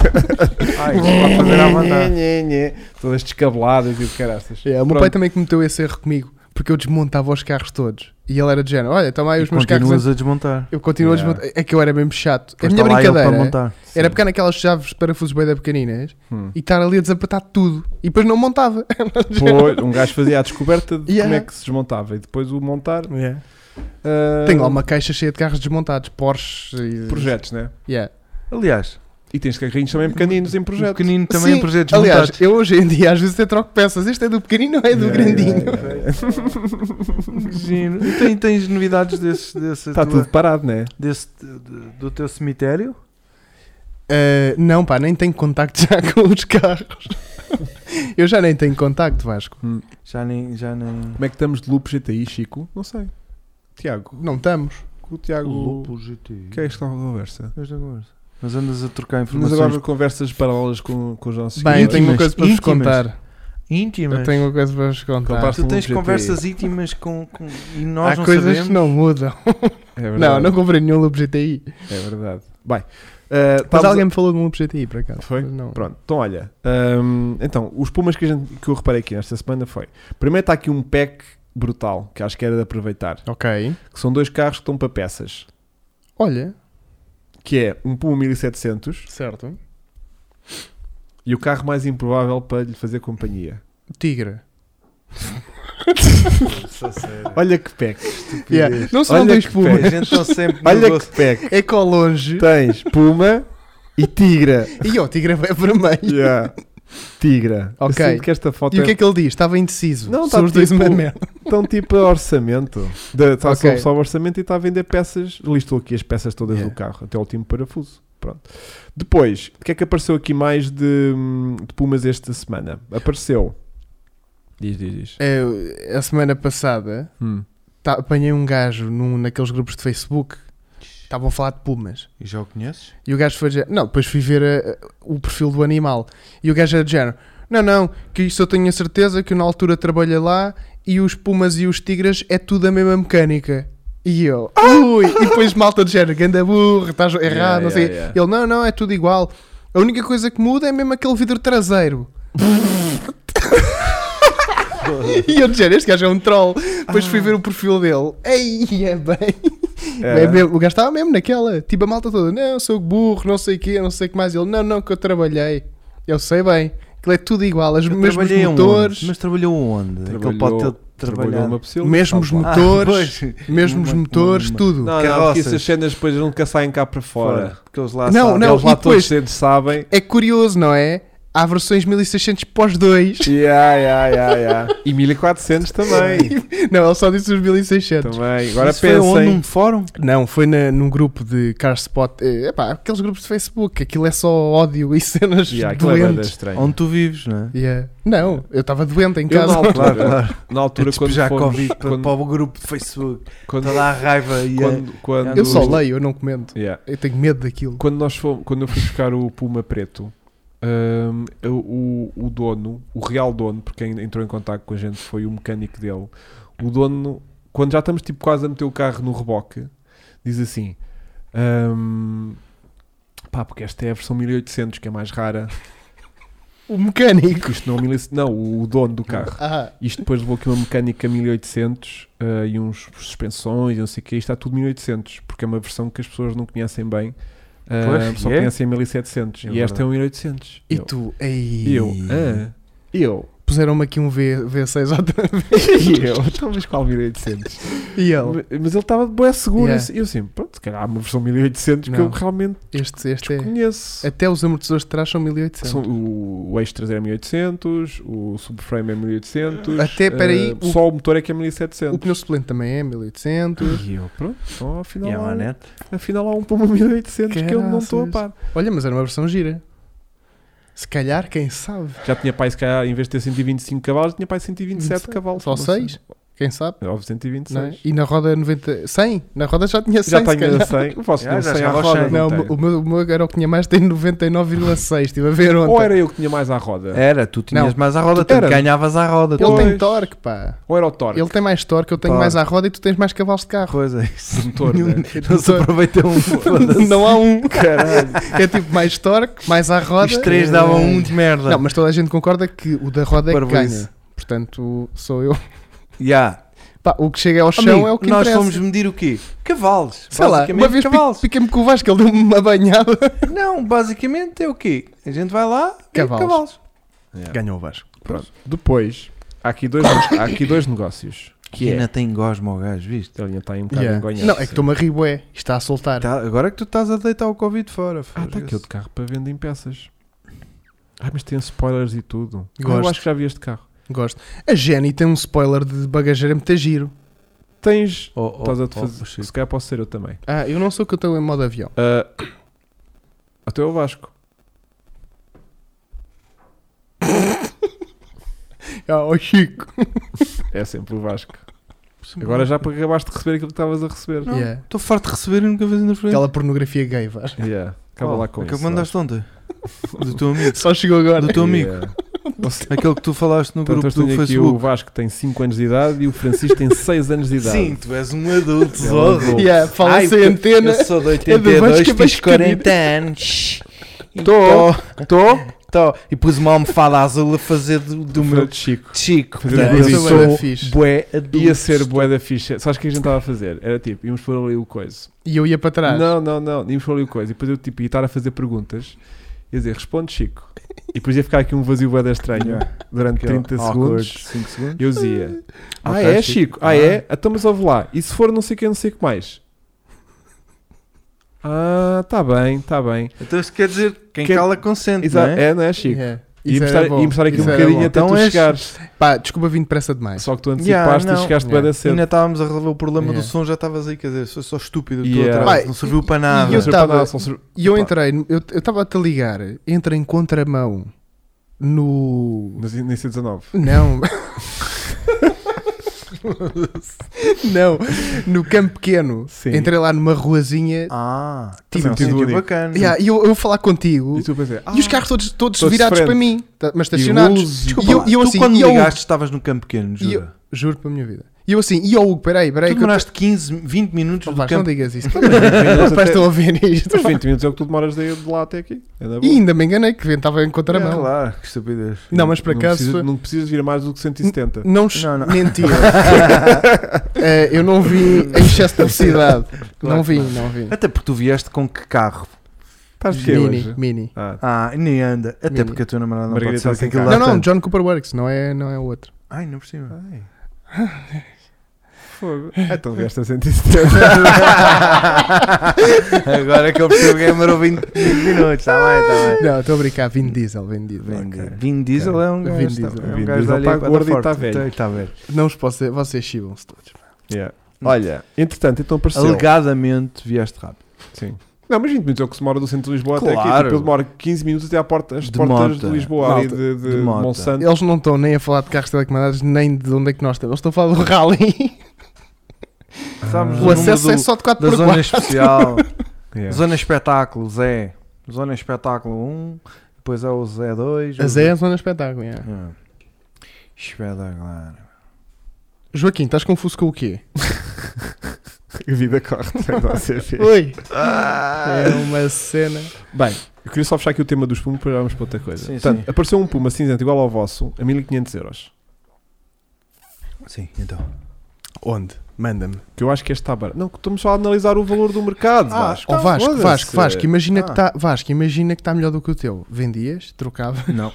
Speaker 3: Ai, para fazer à vontade. Todas descabeladas e o caraças.
Speaker 2: É, o meu
Speaker 3: Pronto.
Speaker 2: pai também cometeu esse erro comigo, porque eu desmontava os carros todos. E ele era de género, olha, toma aí
Speaker 1: E
Speaker 2: os meus carros.
Speaker 1: continuas a desmontar.
Speaker 2: Eu continuo
Speaker 3: Yeah.
Speaker 2: a desmontar. É que eu era mesmo chato.
Speaker 1: Depois
Speaker 2: a minha
Speaker 1: está lá ele para
Speaker 2: brincadeira é?
Speaker 1: montar.
Speaker 2: era
Speaker 3: Sim.
Speaker 2: pegar naquelas chaves de parafusos bem da pequeninas
Speaker 3: Hum.
Speaker 2: e estar ali a desapertar tudo. E depois não montava.
Speaker 3: Ah. Pois, um gajo fazia a descoberta de
Speaker 2: Yeah.
Speaker 3: como é que se desmontava e depois o montar. ah,
Speaker 2: Tenho lá uma caixa cheia de carros desmontados, Porsche e.
Speaker 3: Projetos, né?
Speaker 2: Yeah.
Speaker 1: Aliás,
Speaker 3: E tens carrinhos também pequeninos em
Speaker 1: o
Speaker 3: projetos.
Speaker 1: pequenino também
Speaker 2: Sim,
Speaker 1: em projetos
Speaker 2: Aliás,
Speaker 1: montados.
Speaker 2: eu hoje em dia às vezes até troco peças. Este é do pequenino ou é do
Speaker 3: Yeah,
Speaker 2: grandinho?
Speaker 3: yeah, yeah, yeah.
Speaker 1: Giro. E tem- tens novidades desse, desse,
Speaker 3: Está
Speaker 1: tua-
Speaker 3: tudo parado, né?
Speaker 1: desse- de- do teu cemitério?
Speaker 2: Ah, não, pá, nem tenho contacto já com os carros. eu já nem tenho contacto, Vasco.
Speaker 3: Hum.
Speaker 1: Já nem. Já nem...
Speaker 3: Como é que estamos de loop GTI, Chico? Não sei. Tiago,
Speaker 2: Não estamos.
Speaker 3: o Tiago. O
Speaker 1: Lupo GT.
Speaker 3: que é esta nova conversa?
Speaker 1: Esta conversa. Mas andas a trocar
Speaker 3: Mas
Speaker 1: informações
Speaker 3: agora conversas paralelas com, com os nossos
Speaker 2: Bem, eu tenho uma
Speaker 1: Íntimas,
Speaker 2: coisa para vos
Speaker 1: íntimas.
Speaker 2: contar.
Speaker 1: íntimas.
Speaker 2: Eu tenho uma coisa para vos contar.
Speaker 3: Compartilha
Speaker 1: Tu tens
Speaker 3: GT.
Speaker 1: conversas íntimas com, com- e nós
Speaker 2: um Há
Speaker 1: não
Speaker 2: coisas
Speaker 1: sabemos.
Speaker 2: que não mudam.
Speaker 3: É verdade.
Speaker 2: Não, não comprei nenhum loop GTI.
Speaker 3: É verdade. Bem, ah,
Speaker 2: Mas
Speaker 3: estávamos a-
Speaker 2: alguém me falou de um loop GTI, por acaso.
Speaker 3: Foi?
Speaker 2: Mas Não.
Speaker 3: Pronto, então olha. hum, então, os Pumas que, a gente- que eu reparei aqui nesta semana foi. Primeiro está aqui um pack brutal, que acho que era de aproveitar.
Speaker 2: Ok.
Speaker 3: Que são dois carros que estão para peças.
Speaker 2: Olha.
Speaker 3: Que é um Puma 1700
Speaker 2: Certo.
Speaker 3: e o carro mais improvável para lhe fazer companhia.
Speaker 2: Tigre.
Speaker 3: Olha que pack.
Speaker 2: Yeah. é, Não são
Speaker 3: Olha
Speaker 2: dois
Speaker 3: que
Speaker 2: pumas.
Speaker 1: A gente está sempre no
Speaker 3: Olha
Speaker 1: gosto.
Speaker 3: que pack.
Speaker 2: É com longe.
Speaker 3: Tens Puma e Tigra.
Speaker 2: E ó, o tigre é vermelho.
Speaker 3: Yeah. Tigra. Eu
Speaker 2: Ok.
Speaker 3: sinto que esta foto
Speaker 2: E o que
Speaker 3: é...
Speaker 2: é que ele diz? Estava indeciso.
Speaker 3: Não,
Speaker 2: São
Speaker 3: tá
Speaker 2: os dois
Speaker 3: tipo-
Speaker 2: uma merda.
Speaker 3: Então, tipo, a orçamento. De, tá só-
Speaker 2: Ok.
Speaker 3: só o orçamento e está a vender peças. Listou aqui as peças todas
Speaker 2: Yeah.
Speaker 3: do carro, até o último parafuso. Pronto. Depois, o que é que apareceu aqui mais de, de Pumas esta semana? Apareceu. Diz, diz,
Speaker 2: É.
Speaker 3: diz.
Speaker 2: Eu, a semana passada
Speaker 3: Hum.
Speaker 2: tá- apanhei um gajo num, naqueles grupos de Facebook. Estavam a falar de pumas.
Speaker 1: Tá. E já o conheces?
Speaker 2: E o gajo foi dizer, não, depois fui ver eh, o perfil do animal. E o gajo era de género, não, não, que isso eu tenho a certeza que eu na altura trabalhei lá e os pumas e os tigres é tudo a mesma mecânica. E eu, ui, e depois malta de género, ganda burro, estás errado,
Speaker 3: Yeah,
Speaker 2: não sei.
Speaker 3: yeah, yeah.
Speaker 2: Ele, não, não, é tudo igual. A única coisa que muda é mesmo aquele vidro traseiro. e eu de género, este gajo é um troll. Depois
Speaker 3: Ah.
Speaker 2: fui ver o perfil dele. Ei, é bem.
Speaker 3: É.
Speaker 2: É mesmo, o gajo estava mesmo naquela. Tipo, a malta toda, não, sou burro, não sei o quê, não sei o que mais. Ele, não, não, que eu trabalhei. Eu sei bem. Aquilo é tudo igual, os mesmos
Speaker 3: um
Speaker 2: motores,
Speaker 1: Mas trabalhou onde?
Speaker 3: Trabalhou-
Speaker 1: Aquele pode ter
Speaker 3: Trabalhou
Speaker 1: trabalhado. Ah,
Speaker 3: uma psílio.
Speaker 2: mesmos
Speaker 3: Tá bom.
Speaker 2: motores,
Speaker 3: um
Speaker 2: mesmos
Speaker 1: Uma-
Speaker 2: motores,
Speaker 1: uma-
Speaker 2: tudo.
Speaker 3: Não, não, porque
Speaker 1: carroças.
Speaker 3: essas cenas depois nunca saem cá para fora.
Speaker 1: Porque eles lá
Speaker 2: Não,
Speaker 1: sabem.
Speaker 2: não.
Speaker 3: Eles lá
Speaker 2: e
Speaker 3: todos
Speaker 2: depois-
Speaker 3: cedo sabem.
Speaker 2: É curioso, não é? Há versões 1600 pós 2.
Speaker 3: Yeah, yeah, yeah, yeah. E 1400 também.
Speaker 2: Não, ele só disse os 1600.
Speaker 3: também. Agora
Speaker 1: Isso foi onde?
Speaker 3: pensem.
Speaker 1: Num fórum?
Speaker 2: Não, foi na- num grupo de car spot. eh, Epá, aqueles grupos de Facebook, aquilo é só ódio e cenas
Speaker 3: Yeah, aquilo é banda
Speaker 2: doentes.
Speaker 3: estranha.
Speaker 1: Onde tu vives, não é?
Speaker 2: Yeah. Não, eu estava doente em
Speaker 3: Eu na
Speaker 2: casa.
Speaker 3: altura,
Speaker 1: Claro, claro.
Speaker 3: na altura
Speaker 1: A
Speaker 3: quando
Speaker 1: despejar
Speaker 3: fomos-
Speaker 1: Covid para- Tá
Speaker 3: quando-
Speaker 1: para o grupo de Facebook.
Speaker 3: quando-
Speaker 1: Toda a raiva e a-
Speaker 3: quando- quando-
Speaker 2: Eu só leio, eu não comento.
Speaker 3: Yeah.
Speaker 2: Eu tenho medo daquilo.
Speaker 3: Quando, nós fomos, quando eu fui buscar o Puma Preto, hum, eu- o, o dono, o real dono, porque quem entrou em contato com a gente foi o mecânico dele. O dono, quando já estamos tipo, quase a meter o carro no reboque, diz assim: hum, pá, porque esta é a versão 1800, que é mais rara.
Speaker 2: O mecânico.
Speaker 3: Isto não é o 1800, não, o dono do carro.
Speaker 2: Ah,
Speaker 3: Isto depois levou aqui uma mecânica 1800 eh, e uns suspensões e não sei o que. Isto está tudo 1800, porque é uma versão que as pessoas não conhecem bem. Eh,
Speaker 1: Pois,
Speaker 3: só
Speaker 1: e é?
Speaker 3: conhecem a 1700.
Speaker 1: É
Speaker 3: e esta é um 1800.
Speaker 2: e
Speaker 3: eu,
Speaker 2: tu?
Speaker 3: E
Speaker 2: Ei.
Speaker 3: eu. ah, e eu.
Speaker 2: Puseram-me aqui um v, V6 outra vez.
Speaker 3: E eu. Talvez qual 1800?
Speaker 2: E ele?
Speaker 3: Mas mas ele estava bem seguro.
Speaker 2: Yeah.
Speaker 3: E eu assim, pronto, se calhar há uma versão 1800 que
Speaker 2: Não.
Speaker 3: eu realmente
Speaker 2: Este, este é.
Speaker 3: conheço.
Speaker 2: Até os amortezores de trás são
Speaker 3: São,
Speaker 2: 1800.
Speaker 3: o, o Extras é era 1800, o Subframe é 1800.
Speaker 2: Até, peraí,
Speaker 3: eh,
Speaker 2: o-
Speaker 3: só o motor é que é
Speaker 2: O
Speaker 3: 1700.
Speaker 2: pneu suplente também é 1800.
Speaker 3: E eu, pronto, então afinal.
Speaker 1: E a
Speaker 3: há um-
Speaker 1: manete?
Speaker 3: Afinal há um Puma 1800 que eu não estou a par.
Speaker 2: Caraças. Olha, mas era uma versão gira. Se calhar, quem sabe?
Speaker 3: Já tinha pai, se calhar, em vez de ter 125 cavalos, tinha pai 127 cavalos.
Speaker 2: Só
Speaker 3: Não sei.
Speaker 2: 6? Quem sabe?
Speaker 3: Ou
Speaker 2: não é?
Speaker 3: 126.
Speaker 2: E na roda 90. 100? Na roda já tinha 100.
Speaker 3: Já
Speaker 2: se
Speaker 3: tenho
Speaker 2: calhar.
Speaker 3: 100. Posso
Speaker 1: Já, já
Speaker 3: ter 100 à
Speaker 1: chegava aos
Speaker 3: roda.
Speaker 1: 100.
Speaker 2: Não,
Speaker 3: não tenho.
Speaker 2: o meu, o meu era o que tinha mais, tem 99,6. Estive a ver ontem.
Speaker 3: Ou era eu que tinha mais à
Speaker 2: É.
Speaker 3: roda.
Speaker 1: Era, tu tinhas mais à roda,
Speaker 3: tu
Speaker 1: tu
Speaker 3: era.
Speaker 1: ganhavas à roda.
Speaker 2: Ele
Speaker 1: tu.
Speaker 2: tem
Speaker 3: Pois.
Speaker 2: torque, pá.
Speaker 3: Ou era o Torque.
Speaker 2: Ele tem mais torque, eu tenho
Speaker 1: Torque.
Speaker 2: mais à roda e tu tens mais cavalos de carro.
Speaker 1: Coisa, é isso.
Speaker 3: Motor, né?
Speaker 1: Não se aproveita um. foda-se.
Speaker 2: Não há um.
Speaker 3: Caralho.
Speaker 2: É tipo mais torque, mais à roda.
Speaker 1: Os três davam um de merda.
Speaker 2: Não, mas toda a gente concorda que o da roda é que
Speaker 1: Parvoíce.
Speaker 2: ganha. Portanto, sou eu.
Speaker 1: Ya.
Speaker 2: Pá, o que chega ao chão
Speaker 1: Amigo,
Speaker 2: é o que
Speaker 1: nós
Speaker 2: interessa.
Speaker 1: fomos medir o quê? Cavalos.
Speaker 2: Sei lá,
Speaker 1: basicamente
Speaker 2: uma vez
Speaker 1: cavalos.
Speaker 2: piquei me com o Vasco, ele deu-me uma banhada.
Speaker 1: Não, basicamente é o quê? A gente vai lá e
Speaker 2: Cavalos.
Speaker 1: cavalos.
Speaker 2: Ganhou o Vasco.
Speaker 3: Pronto. Depois, há aqui dois, há aqui dois negócios. Que é.
Speaker 1: Ainda tem gosma ao gajo, viste?
Speaker 3: Ele ainda está aí um bocado engonhado.
Speaker 2: Não, é que estou-me a rir, bué. Isto está a soltar.
Speaker 1: Tá, agora é que tu estás a deitar o Covid fora.
Speaker 3: Ah, está aqui outro carro para venda em peças. Ah, mas tem spoilers e tudo. Ah, Eu
Speaker 2: Gosto.
Speaker 3: acho que já vi este carro.
Speaker 2: Gosto. A Jenny tem um spoiler de bagageira muito giro.
Speaker 3: Tens.
Speaker 1: Oh, oh,
Speaker 3: Estás a te
Speaker 1: oh,
Speaker 3: fazer.
Speaker 1: Chico.
Speaker 3: Se calhar posso ser eu também.
Speaker 2: Ah, eu não sou que eu estou em modo avião.
Speaker 3: Ah, até o Vasco.
Speaker 2: Ah, oh Chico.
Speaker 3: É sempre o Vasco. Agora já para acabaste de receber aquilo que estavas a receber.
Speaker 1: Não.
Speaker 2: Yeah.
Speaker 1: Estou farto de receber e nunca vez na frente.
Speaker 2: Aquela pornografia gay, Vasco.
Speaker 3: Yeah. Acaba
Speaker 1: Oh,
Speaker 3: lá com
Speaker 1: é que
Speaker 3: isso.
Speaker 1: mandaste ontem? Do teu amigo.
Speaker 2: Só chegou agora.
Speaker 1: Do teu amigo.
Speaker 3: Yeah.
Speaker 1: Aquele que tu falaste no
Speaker 3: Portanto,
Speaker 1: grupo
Speaker 3: hoje
Speaker 1: do
Speaker 3: tenho aqui o
Speaker 1: Facebook.
Speaker 3: Vasco tem 5 anos de idade e o Francisco tem 6 anos de idade.
Speaker 1: Sim, tu és um adulto,
Speaker 3: É um
Speaker 1: zorro.
Speaker 3: adulto.
Speaker 2: Yeah, fala
Speaker 1: Ai,
Speaker 2: sem
Speaker 1: eu-
Speaker 2: antena.
Speaker 1: Eu sou de
Speaker 2: É do
Speaker 1: 82,
Speaker 2: Vasco, é mais
Speaker 1: tens 40 anos. então?
Speaker 3: Tô. Estou.
Speaker 1: Tô. E pus uma almofada azul a fazer do, do meu
Speaker 3: Chico.
Speaker 1: Chico.
Speaker 3: Fazer
Speaker 1: Portanto,
Speaker 3: um
Speaker 1: eu
Speaker 3: bico.
Speaker 1: sou
Speaker 2: Também era é fixe.
Speaker 1: bué adulto.
Speaker 3: Ia ser bué da ficha. Sabes o que a gente estava a fazer? Era tipo, íamos pôr ali o coisa.
Speaker 2: E eu ia para trás.
Speaker 3: Não, não, não. Íamos pôr ali o coisa. E depois eu tipo, ia estar a fazer perguntas. Ia dizer, responde Chico. E depois ia ficar aqui um vazio bué da estranho durante 30 segundos.
Speaker 1: 5 segundos.
Speaker 3: Eu dizia. Ah,
Speaker 1: Ok,
Speaker 3: é,
Speaker 1: Chico.
Speaker 3: Chico? Ah, é? Então, mas ouve lá. E se for não sei quem, não sei o que mais? tá Ah, tá bem, tá bem.
Speaker 1: Então isso quer dizer, quem
Speaker 3: Que-
Speaker 1: cala consente,
Speaker 3: Exa-
Speaker 1: não é?
Speaker 3: é? não é, Chico?
Speaker 2: Yeah. Isso
Speaker 3: Ia
Speaker 2: era
Speaker 3: mostrar,
Speaker 2: bom,
Speaker 3: ia mostrar aqui um
Speaker 2: isso era
Speaker 3: bocadinho
Speaker 2: bom.
Speaker 3: até
Speaker 1: Então
Speaker 3: tu
Speaker 1: és-
Speaker 3: chegares.
Speaker 2: Pá, desculpa, vim depressa demais.
Speaker 3: Só que tu
Speaker 1: Yeah,
Speaker 3: antecipaste e
Speaker 1: não.
Speaker 3: chegaste
Speaker 2: Yeah.
Speaker 3: bem da cedo.
Speaker 1: Ainda estávamos a resolver o problema do
Speaker 2: Yeah.
Speaker 1: som, já estavas aí, quer dizer, sou só estúpido,
Speaker 3: Yeah.
Speaker 1: tu atrás,
Speaker 2: Pá,
Speaker 1: não serviu
Speaker 2: e-
Speaker 1: para
Speaker 2: e
Speaker 1: nada.
Speaker 2: eu
Speaker 3: Só
Speaker 2: tava-
Speaker 3: para dar- só ser-
Speaker 2: E eu
Speaker 3: Opa.
Speaker 2: entrei, no- eu estava a te ligar, entra em contramão no.
Speaker 3: Mas Nem sei 19.
Speaker 2: Não. não, no campo pequeno.
Speaker 3: Sim.
Speaker 2: Entrei lá numa ruazinha.
Speaker 1: Ah, também
Speaker 2: Tive
Speaker 1: é um
Speaker 3: sentido
Speaker 1: sítio
Speaker 3: único.
Speaker 1: bacana.
Speaker 2: Yeah, e eu, eu a falar contigo
Speaker 3: E tu pensei, ah,
Speaker 2: e os carros todos, todos,
Speaker 3: todos de
Speaker 2: virados
Speaker 3: frente.
Speaker 2: para mim, tá- mas
Speaker 3: e
Speaker 2: estacionados.
Speaker 3: luzes e-
Speaker 1: Desculpa
Speaker 2: Desculpa. E eu-
Speaker 1: lá,
Speaker 2: e eu
Speaker 1: tu
Speaker 2: assim,
Speaker 1: quando
Speaker 2: e eu-
Speaker 1: ligaste estavas no campo pequeno,
Speaker 2: E eu-
Speaker 1: jura?
Speaker 2: Juro para a minha vida. E eu assim, e eu, Hugo, peraí, peraí,
Speaker 1: tu
Speaker 2: que eu
Speaker 1: demoraste 15, 20 minutos
Speaker 2: tô...
Speaker 1: do
Speaker 2: Vasco, não
Speaker 1: campo.
Speaker 2: digas isso.
Speaker 3: minutos
Speaker 2: Os pais
Speaker 3: até-
Speaker 2: estão a ouvir isto.
Speaker 3: Os 20 minutos é o que tu demoras de, de lá até aqui. É na boa.
Speaker 2: E ainda me enganei que estava em
Speaker 1: É,
Speaker 2: contramão.
Speaker 1: claro, que estupidez.
Speaker 2: Não, mas por acaso
Speaker 3: Precisas,
Speaker 2: foi-
Speaker 3: não precisas vir a mais do que 170.
Speaker 2: Não, es-
Speaker 1: Não, não.
Speaker 2: mentira. Eh, eu não vi em excesso de velocidade.
Speaker 1: Claro Então,
Speaker 2: não vi,
Speaker 1: que
Speaker 2: não vi.
Speaker 1: Até porque tu vieste com que carro?
Speaker 3: Estás
Speaker 1: é
Speaker 3: de quê
Speaker 2: Mini,
Speaker 3: hoje?
Speaker 2: mini.
Speaker 3: Ah,
Speaker 1: Ah, nem anda. Até
Speaker 2: Mini.
Speaker 1: porque a tua namorada não
Speaker 3: Margarida
Speaker 1: pode
Speaker 3: está
Speaker 1: saber
Speaker 3: sem
Speaker 1: que aquilo
Speaker 3: carro.
Speaker 1: dá
Speaker 2: Não, não,
Speaker 1: tanto.
Speaker 2: John Cooper Works, não é, não é outro.
Speaker 1: Ai, não por cima.
Speaker 3: ai. Fogo. Então vieste a 170.
Speaker 1: Agora que eu percebo que é morou 20 minutos, está bem, está bem.
Speaker 2: Não, estou a brincar, Vin Diesel, Vin Diesel.
Speaker 1: Vin,
Speaker 3: Ok.
Speaker 1: Vin Diesel é um
Speaker 2: Vin
Speaker 1: gajo,
Speaker 2: Diesel.
Speaker 1: tá bem, é um
Speaker 3: Vin
Speaker 1: gajo
Speaker 3: Diesel
Speaker 1: da
Speaker 3: tá
Speaker 1: alheia,
Speaker 3: gordo e
Speaker 1: forte,
Speaker 3: tá velho.
Speaker 1: Está velho.
Speaker 2: Não os posso, vocês chivam-se todos.
Speaker 3: Yeah. Olha, entretanto, então apareceu.
Speaker 1: Alegadamente vieste rápido.
Speaker 3: Sim. Não, mas 20 minutos é o que se demora do centro de Lisboa até aqui.
Speaker 1: Claro.
Speaker 3: Tipo, eu demoro 15 minutos até à porta, as
Speaker 1: De
Speaker 3: portas de
Speaker 1: moto.
Speaker 3: Lisboa ali
Speaker 2: Malta,
Speaker 3: de, de,
Speaker 1: de moto.
Speaker 3: Monsanto.
Speaker 2: Eles não estão nem a falar de carros telecomandados, nem de onde é que nós estamos. Eles estão a falar do rally.
Speaker 1: Sabes
Speaker 2: O
Speaker 1: número
Speaker 2: acesso
Speaker 1: do-
Speaker 2: é só de
Speaker 1: Da
Speaker 2: 4x4.
Speaker 1: zona especial.
Speaker 3: Yeah.
Speaker 1: Zona espetáculo, Zé. Zona espetáculo 1. Depois é o Zé 2.
Speaker 2: Mas é a zona espetáculo. é.
Speaker 1: É. Espetacular.
Speaker 2: Joaquim, estás confuso com o quê?
Speaker 3: A vida corre, tem lá a ser feito.
Speaker 2: Oi!
Speaker 1: Ah.
Speaker 2: É uma cena.
Speaker 3: Bem, eu queria só fechar aqui o tema dos Puma, depois vamos para outra coisa.
Speaker 1: Sim,
Speaker 3: Portanto,
Speaker 1: sim.
Speaker 3: apareceu um Puma cinzento igual ao vosso a 1500 euros.
Speaker 1: Sim, então.
Speaker 2: Onde? Manda-me.
Speaker 3: Que eu acho que este está barato. Não, que estamos só a analisar o valor do mercado.
Speaker 2: Ah,
Speaker 3: Vasco.
Speaker 2: ó Vasco,
Speaker 3: Foda-se.
Speaker 2: Vasco, Vasco, imagina
Speaker 1: Então, Ah.
Speaker 2: que está Vasco, imagina que está melhor do que o teu. Vendias, trocava.
Speaker 1: Não.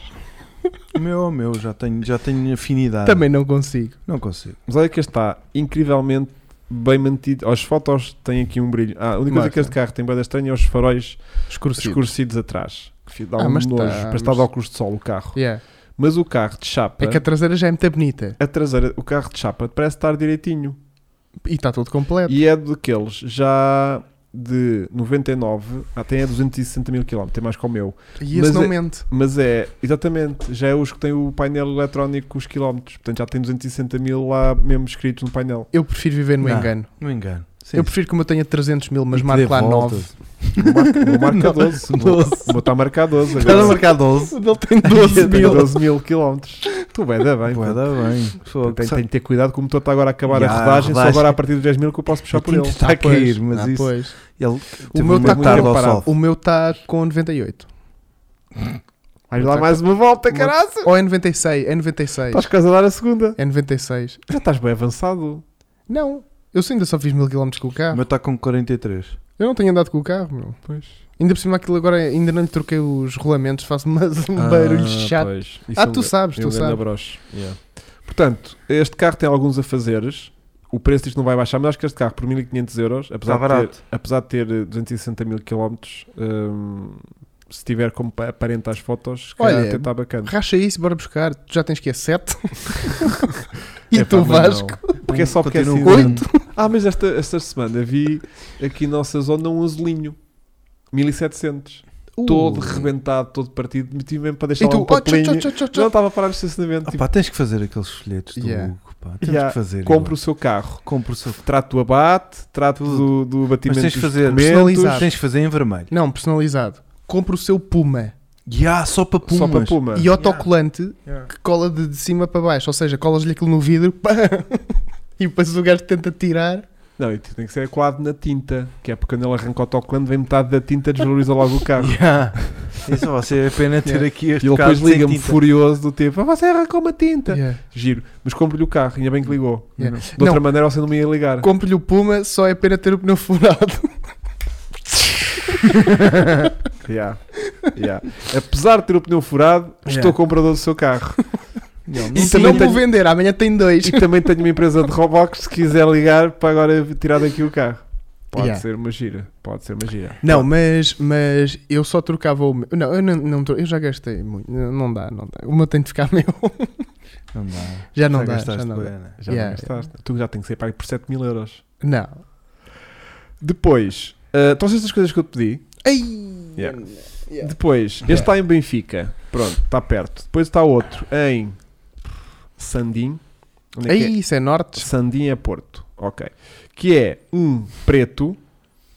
Speaker 1: O meu é o meu, já tenho, já tenho afinidade.
Speaker 2: Também não consigo.
Speaker 1: Não consigo.
Speaker 3: Mas olha que este está incrivelmente bem mantido. As fotos têm aqui um brilho. Ah, a única coisa
Speaker 2: Mostra.
Speaker 3: que este carro tem bem estranha é os faróis
Speaker 2: Escurecido.
Speaker 3: escurecidos atrás. Que fi- dá
Speaker 2: Ah,
Speaker 3: um
Speaker 2: mas
Speaker 3: nojo.
Speaker 2: tá,
Speaker 3: Parece
Speaker 2: mas-
Speaker 3: estar de óculos de sol o carro.
Speaker 2: Yeah.
Speaker 3: Mas o carro de chapa,
Speaker 2: É que a traseira já é muito bonita
Speaker 3: a traseira, o carro de chapa parece estar direitinho.
Speaker 2: e está tudo completo.
Speaker 3: E é daqueles já de 99 até a 260 mil km, tem mais que o meu.
Speaker 2: E esse
Speaker 3: Mas
Speaker 2: não
Speaker 3: é-
Speaker 2: mente.
Speaker 3: Mas é, exatamente, já é os que têm o painel eletrónico com os quilómetros. Portanto, já tem 260 mil lá mesmo escritos no painel.
Speaker 2: Eu prefiro viver no
Speaker 1: Não.
Speaker 2: engano.
Speaker 1: Não me engano. Ah, Sim,
Speaker 2: Eu
Speaker 1: sim.
Speaker 2: prefiro que o meu tenha 300 mil, mas
Speaker 1: E que
Speaker 2: marque
Speaker 1: dê
Speaker 2: lá
Speaker 1: voltas.
Speaker 2: 9.
Speaker 3: Vou marcar 12. Vou vou estar a marcar 12
Speaker 1: Estás a
Speaker 3: agora.
Speaker 1: marcar 12?
Speaker 2: Ele tem
Speaker 3: Tem
Speaker 2: 12 mil.
Speaker 3: 12 mil quilómetros. Tu bem, dá bem.
Speaker 1: Bué
Speaker 3: pô.
Speaker 1: da bem. Fogo,
Speaker 3: Tem,
Speaker 1: sabe-
Speaker 3: tem de ter cuidado, como estou agora a acabar
Speaker 1: Ya,
Speaker 3: a
Speaker 1: a
Speaker 3: rodagem, só
Speaker 1: rodagem.
Speaker 3: agora a partir dos 10 mil que eu posso puxar por ele.
Speaker 1: Está a
Speaker 2: pois.
Speaker 1: cair, mas
Speaker 2: Ah,
Speaker 1: isso.
Speaker 2: pois.
Speaker 1: Ele teve um
Speaker 2: meu
Speaker 1: uma
Speaker 2: tá com
Speaker 1: tarde ao
Speaker 3: tempo parado.
Speaker 1: sol.
Speaker 2: O meu está com 98.
Speaker 3: Vais lá mais uma volta, caralho.
Speaker 2: Ou é 96? É 96.
Speaker 3: Estás quase a dar a segunda.
Speaker 2: É 96.
Speaker 3: Já estás bem avançado.
Speaker 2: Não. Eu ainda só fiz mil quilómetros com o
Speaker 1: O
Speaker 2: carro.
Speaker 1: meu está com 43.
Speaker 2: Eu não tenho andado com o carro, meu.
Speaker 3: Pois.
Speaker 2: Ainda por cima aquilo agora ainda não lhe troquei os rolamentos, faço mas um barulho chato.
Speaker 3: é um
Speaker 2: Ah, tu sabes, tu sabes.
Speaker 3: Portanto, este carro tem alguns afazeres. O preço disto não vai baixar, mas acho que este carro por 1500 euros, apesar,
Speaker 1: Está
Speaker 3: de, ter,
Speaker 1: barato.
Speaker 3: apesar de ter eh, 260 mil km, se tiver como pa- aparenta as fotos, se calhar
Speaker 2: Olha,
Speaker 3: até está bacana.
Speaker 2: Racha isso, bora buscar. Tu já tens que é 7. e
Speaker 3: Epá,
Speaker 2: tu
Speaker 3: É mas
Speaker 2: Vasco.
Speaker 3: não. Porque é só porque é
Speaker 1: Continuo
Speaker 3: cinzento.
Speaker 1: com-
Speaker 3: Ah, mas esta, esta semana vi aqui na nossa zona um azulinho. 1700.
Speaker 2: Uh.
Speaker 3: Todo rebentado, todo partido. Meti mesmo para deixar
Speaker 2: E
Speaker 3: lá
Speaker 2: tu,
Speaker 3: um
Speaker 2: oh, tchau, tchau,
Speaker 3: papelinho.
Speaker 2: tchau,
Speaker 3: Não tá-
Speaker 2: tchau.
Speaker 3: estava a parar no estacionamento.
Speaker 1: Ah,
Speaker 3: Tipo,
Speaker 1: pá, tens que fazer aqueles folhetos do
Speaker 2: Yeah.
Speaker 1: Hugo, pá. Temos
Speaker 3: Yeah.
Speaker 1: que fazer.
Speaker 3: compra
Speaker 1: igual.
Speaker 3: o seu carro.
Speaker 1: Compra o seu.
Speaker 3: Trato do abate, trato do,
Speaker 1: Tudo.
Speaker 3: do
Speaker 1: Mas
Speaker 3: batimento
Speaker 1: tens que
Speaker 3: dos
Speaker 1: fazer
Speaker 3: documentos,
Speaker 2: personalizado.
Speaker 1: Tens que fazer em vermelho.
Speaker 2: Não, personalizado. Compra o seu Puma
Speaker 1: Ya, só para pumas.
Speaker 3: Só para puma.
Speaker 2: e autocolante que cola de, de cima para baixo. Ou seja, colas-lhe aquilo no vidro pá, e depois o gajo tenta tirar.
Speaker 3: Não, e tem que ser colado na tinta, que é porque quando ele arranca o autocolante, vem metade da tinta, desvaloriza logo o carro.
Speaker 1: Ya. Isso você é pena ter aqui
Speaker 3: E
Speaker 1: este
Speaker 3: ele
Speaker 1: bocado
Speaker 3: depois
Speaker 1: sem
Speaker 3: liga-me
Speaker 1: tinta.
Speaker 3: furioso do tipo, "Ah, você arrancou uma tinta.
Speaker 2: Yeah.
Speaker 3: Giro, mas compro-lhe o carro, ainda bem que ligou.
Speaker 2: Yeah.
Speaker 3: De outra maneira você não me ia ligar.
Speaker 2: Compre-lhe o Puma, só é pena ter o pneu furado.
Speaker 3: Yeah. Yeah. Apesar de ter o pneu furado,
Speaker 1: Yeah.
Speaker 3: estou comprador do seu carro.
Speaker 1: Não, não
Speaker 2: E se
Speaker 1: tem-
Speaker 2: não
Speaker 3: também
Speaker 2: vou
Speaker 3: tenho-
Speaker 2: vender, amanhã tem dois.
Speaker 3: E também tenho uma empresa de Roblox, se quiser ligar para agora tirar daqui o carro. Pode
Speaker 2: Yeah.
Speaker 3: ser uma gira. Pode ser uma gira.
Speaker 2: Não, mas, mas eu só trocava o meu. Não, eu, não, não tro- eu já gastei muito. Não não dá, não dá. O meu tem de ficar meu.
Speaker 1: Não dá.
Speaker 2: Já não
Speaker 1: Já
Speaker 2: dá.
Speaker 1: gastaste
Speaker 2: Já não, dá.
Speaker 1: bué, né?
Speaker 3: Já
Speaker 2: Yeah.
Speaker 3: não gastaste. Tu já tens que ser pago por 7 mil euros.
Speaker 2: não.
Speaker 3: Depois, ah, todas estas coisas que eu te pedi.
Speaker 2: Ei!
Speaker 3: Yeah.
Speaker 2: Yeah.
Speaker 3: Depois, este está em Benfica. Pronto, está perto. Depois está outro em Sandim. Onde é que é?
Speaker 2: Ei, isso é norte?
Speaker 3: Sandim é Porto, ok. Que é um preto,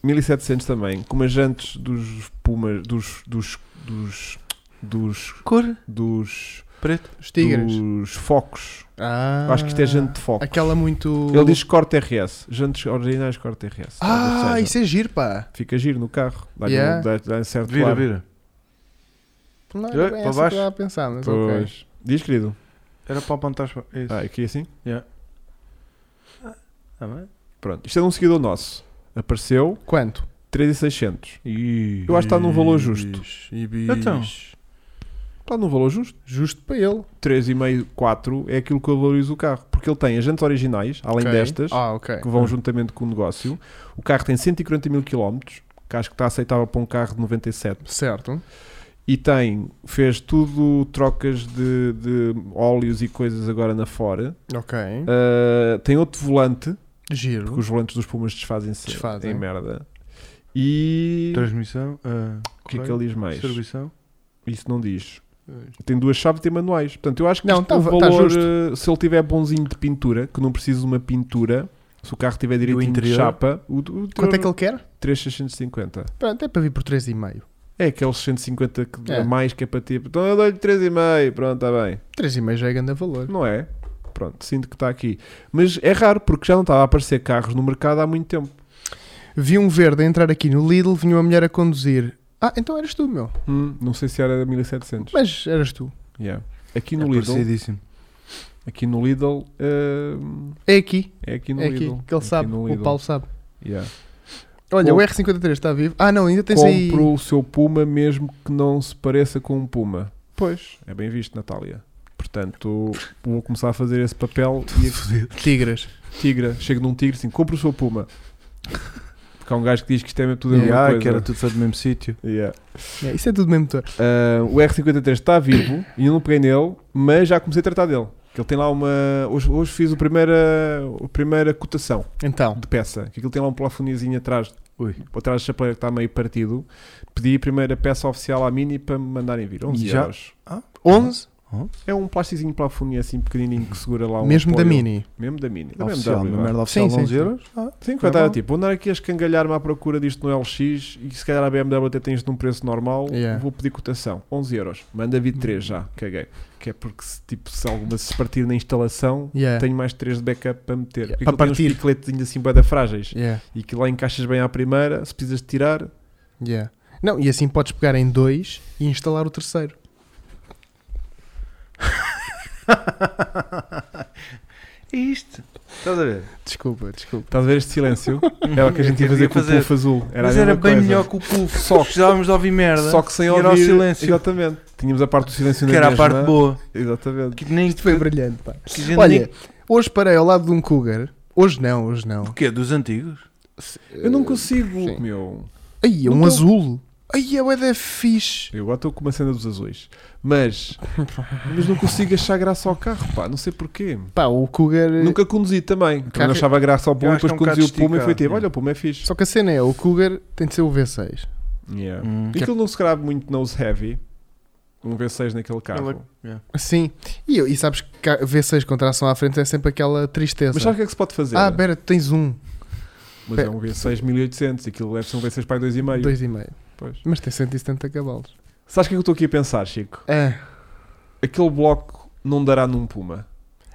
Speaker 3: 1700 também, com umas jantes dos pumas, dos, dos, dos, dos,
Speaker 1: Cor?
Speaker 3: dos,
Speaker 1: Preto?
Speaker 2: Os tigres.
Speaker 3: dos focos.
Speaker 2: Ah,
Speaker 3: Eu Acho que isto é jante de foco.
Speaker 2: Aquela muito.
Speaker 3: Ele diz corte RS, jantes originais corte RS. Ou
Speaker 2: Ah,
Speaker 3: seja,
Speaker 2: isso é giro, pá.
Speaker 3: Fica giro no carro, dá-lhe
Speaker 2: Yeah.
Speaker 3: um- dá, dá um certo
Speaker 1: Vira,
Speaker 3: ar.
Speaker 1: vira.
Speaker 2: Não
Speaker 1: Eh, para
Speaker 2: era bem essa que eu
Speaker 1: baixo?
Speaker 2: estava a pensar, mas
Speaker 3: Pois.
Speaker 2: ok.
Speaker 3: Diz, querido.
Speaker 1: Era para apontar. para- Isso.
Speaker 3: Ah, aqui assim?
Speaker 1: Ah, bem?
Speaker 3: Pronto. Isto é de um seguidor nosso. Apareceu
Speaker 2: Quanto?
Speaker 3: 3600. Eu acho que está num valor justo.
Speaker 1: Então.
Speaker 3: Está num valor justo.
Speaker 2: Justo para ele.
Speaker 3: 3,5, 4 é aquilo que eu valorizo o carro. Porque ele tem agentes originais, além
Speaker 2: Ok.
Speaker 3: destas,
Speaker 2: Ah, ok.
Speaker 3: que vão juntamente com o negócio. O carro tem 140 mil km, que acho que está aceitável para um carro de 97.
Speaker 2: Certo.
Speaker 3: E tem, fez tudo trocas de, de óleos e coisas agora na fora.
Speaker 2: Ok.
Speaker 3: Ah, tem outro volante,
Speaker 2: Giro.
Speaker 3: porque os volantes dos Pumas desfazem-se
Speaker 2: Desfazem.
Speaker 3: em merda. E.
Speaker 1: Transmissão. ah,
Speaker 3: O que é que
Speaker 1: correio,
Speaker 3: ele diz mais?
Speaker 1: Distribuição.
Speaker 3: Isso não diz. Tem duas chaves e tem manuais. Portanto, eu acho que
Speaker 2: Não,
Speaker 3: isto,
Speaker 2: tá-
Speaker 3: o
Speaker 2: tá
Speaker 3: valor,
Speaker 2: justo.
Speaker 3: eh, se ele tiver bonzinho de pintura, que não precisa de uma pintura, se o carro tiver direitinho de
Speaker 1: interior?
Speaker 3: chapa, o, o
Speaker 2: Quanto é que ele quer?
Speaker 3: 3650.
Speaker 2: Pronto, é para vir por 3,5.
Speaker 3: É aqueles 150 que
Speaker 2: É.
Speaker 3: a mais que é para ti. Então eu dou-lhe 3,5. Pronto, está bem.
Speaker 2: 3,5 já é grande valor.
Speaker 3: Não é? Pronto, sinto que está aqui. Mas é raro, porque já não estava a aparecer carros no mercado há muito tempo.
Speaker 2: Vi um verde a entrar aqui no Lidl, vinha uma mulher a conduzir. Ah, então eras tu, meu.
Speaker 3: Hum, não sei se era da 1700.
Speaker 2: Mas eras tu.
Speaker 3: Yeah. Aqui
Speaker 1: É
Speaker 3: no Lidl,
Speaker 1: parecidíssimo.
Speaker 3: aqui no Lidl, eh,
Speaker 2: É aqui.
Speaker 3: é aqui no
Speaker 2: É aqui
Speaker 3: Lidl.
Speaker 2: que ele
Speaker 3: Aqui
Speaker 2: sabe.
Speaker 3: no
Speaker 2: O
Speaker 3: Lidl.
Speaker 2: Paulo sabe.
Speaker 3: Yeah.
Speaker 2: Olha,
Speaker 3: Com-
Speaker 2: o R53 está vivo. Ah, não, ainda tens aí.
Speaker 3: compro o seu Puma mesmo que não se pareça com um Puma.
Speaker 2: Pois.
Speaker 3: É bem visto, Natália. Portanto, vou começar a fazer esse papel e
Speaker 2: Tigres.
Speaker 3: a tigra. Chego num tigre assim, compra o seu Puma. Porque há um gajo que diz que isto é tudo a mesma
Speaker 1: Yeah,
Speaker 3: coisa.
Speaker 1: que era tudo feito no mesmo sítio.
Speaker 3: Yeah.
Speaker 2: É, isso é tudo mesmo motor.
Speaker 3: Ah, o R53 está vivo e eu não peguei nele, mas já comecei a tratar dele. Que ele tem lá uma. Hoje, hoje fiz a primeira, a primeira cotação
Speaker 2: Então,
Speaker 3: de peça. Que aquilo tem lá um plafonezinho atrás,
Speaker 1: Ui.
Speaker 3: atrás da chapeleira que está meio partido. Pedi a primeira peça oficial à Mini para me mandarem vir. 11
Speaker 1: E já-
Speaker 3: euros.
Speaker 2: 11,
Speaker 3: É um plastizinho para a funia assim pequenininho que segura lá um
Speaker 2: mesmo da
Speaker 3: apoio.
Speaker 2: Mini.
Speaker 3: É Mesmo da mini. Da
Speaker 1: Oficial,
Speaker 3: BMW,
Speaker 1: uma
Speaker 3: vá.
Speaker 1: merda oficial de
Speaker 2: Sim, sim,
Speaker 1: 11
Speaker 2: sim.
Speaker 1: euros. Ah,
Speaker 3: Sim, que eu estava
Speaker 1: Tá bom.
Speaker 3: tipo, vou andar aqui a escangalhar-me à procura disto no LX e se calhar a BMW até tem isto num preço normal.
Speaker 2: Yeah.
Speaker 3: Vou pedir cotação. 11 euros. Manda vir 3 já. Caguei. Que é porque se, tipo, se alguma se partir na instalação,
Speaker 2: Yeah.
Speaker 3: tenho mais 3 de backup para meter.
Speaker 2: Yeah.
Speaker 3: Porque
Speaker 2: Para
Speaker 3: aquilo tem
Speaker 2: partir.
Speaker 3: uns picletezinhos assim bada frágeis
Speaker 2: Yeah,
Speaker 3: e que lá encaixas bem à primeira. Se precisas de tirar,
Speaker 2: yeah. Não, e assim podes pegar em dois e instalar o terceiro.
Speaker 1: É isto. Estás a ver?
Speaker 2: Desculpa, desculpa.
Speaker 3: estás a ver este silêncio? Era o que a gente ia
Speaker 1: Eu queria
Speaker 3: fazer com o pufo azul. Era
Speaker 1: Mas
Speaker 3: a
Speaker 1: era
Speaker 3: mesma
Speaker 1: bem
Speaker 3: coisa.
Speaker 1: melhor que o puff.
Speaker 3: Só
Speaker 1: Só
Speaker 3: que-
Speaker 1: precisávamos de ouvir merda.
Speaker 3: Só que sem
Speaker 1: E era o
Speaker 3: ouvir.
Speaker 1: silêncio.
Speaker 3: Exatamente. Tínhamos a parte do silêncio na
Speaker 1: que era a
Speaker 3: mesma.
Speaker 1: parte boa.
Speaker 3: Exatamente.
Speaker 1: Que nem
Speaker 2: Isto foi brilhante, pá.
Speaker 1: que gente
Speaker 2: Olha,
Speaker 1: nem-
Speaker 2: hoje parei ao lado de um cougar. Hoje não, hoje não.
Speaker 1: O quê? Dos antigos?
Speaker 3: Eu não consigo,
Speaker 2: sim.
Speaker 3: meu.
Speaker 2: Ai, é
Speaker 3: Não
Speaker 2: um
Speaker 3: tô-
Speaker 2: azul. Ai, é o da fixe.
Speaker 3: Eu agora estou com uma cena dos azuis. Mas, mas não consigo achar graça ao carro, pá. Não sei porquê.
Speaker 2: Pá, o cougar.
Speaker 1: Eh,
Speaker 3: Nunca conduzi também. Também
Speaker 2: Carro-
Speaker 3: não achava graça ao Puma e
Speaker 1: acho que
Speaker 3: depois
Speaker 1: é um
Speaker 3: conduzi o
Speaker 1: bocado
Speaker 3: Puma e foi tipo,
Speaker 1: esticado.
Speaker 3: olha, o Puma é fixe.
Speaker 2: Só que a cena é, o cougar tem de ser o V6.
Speaker 3: Yeah.
Speaker 1: Hum.
Speaker 3: Aquilo não se grava muito nose heavy. Um V6 naquele carro.
Speaker 1: Ele é Yeah.
Speaker 2: Sim. Assim. E, eu- e sabes que ca- V6 com tração à frente é sempre aquela tristeza.
Speaker 3: Mas sabe o que é que se pode fazer?
Speaker 2: ah, pera, tu tens um.
Speaker 3: mas é um V6 1800. Aquilo deve ser um V6 para 2,5.
Speaker 2: dois e meio.
Speaker 3: Pois.
Speaker 2: Mas tem 170 cavalos.
Speaker 3: Sabes o que é que eu estou aqui a pensar, Chico?
Speaker 2: Ah,
Speaker 3: Aquele bloco não dará num Puma.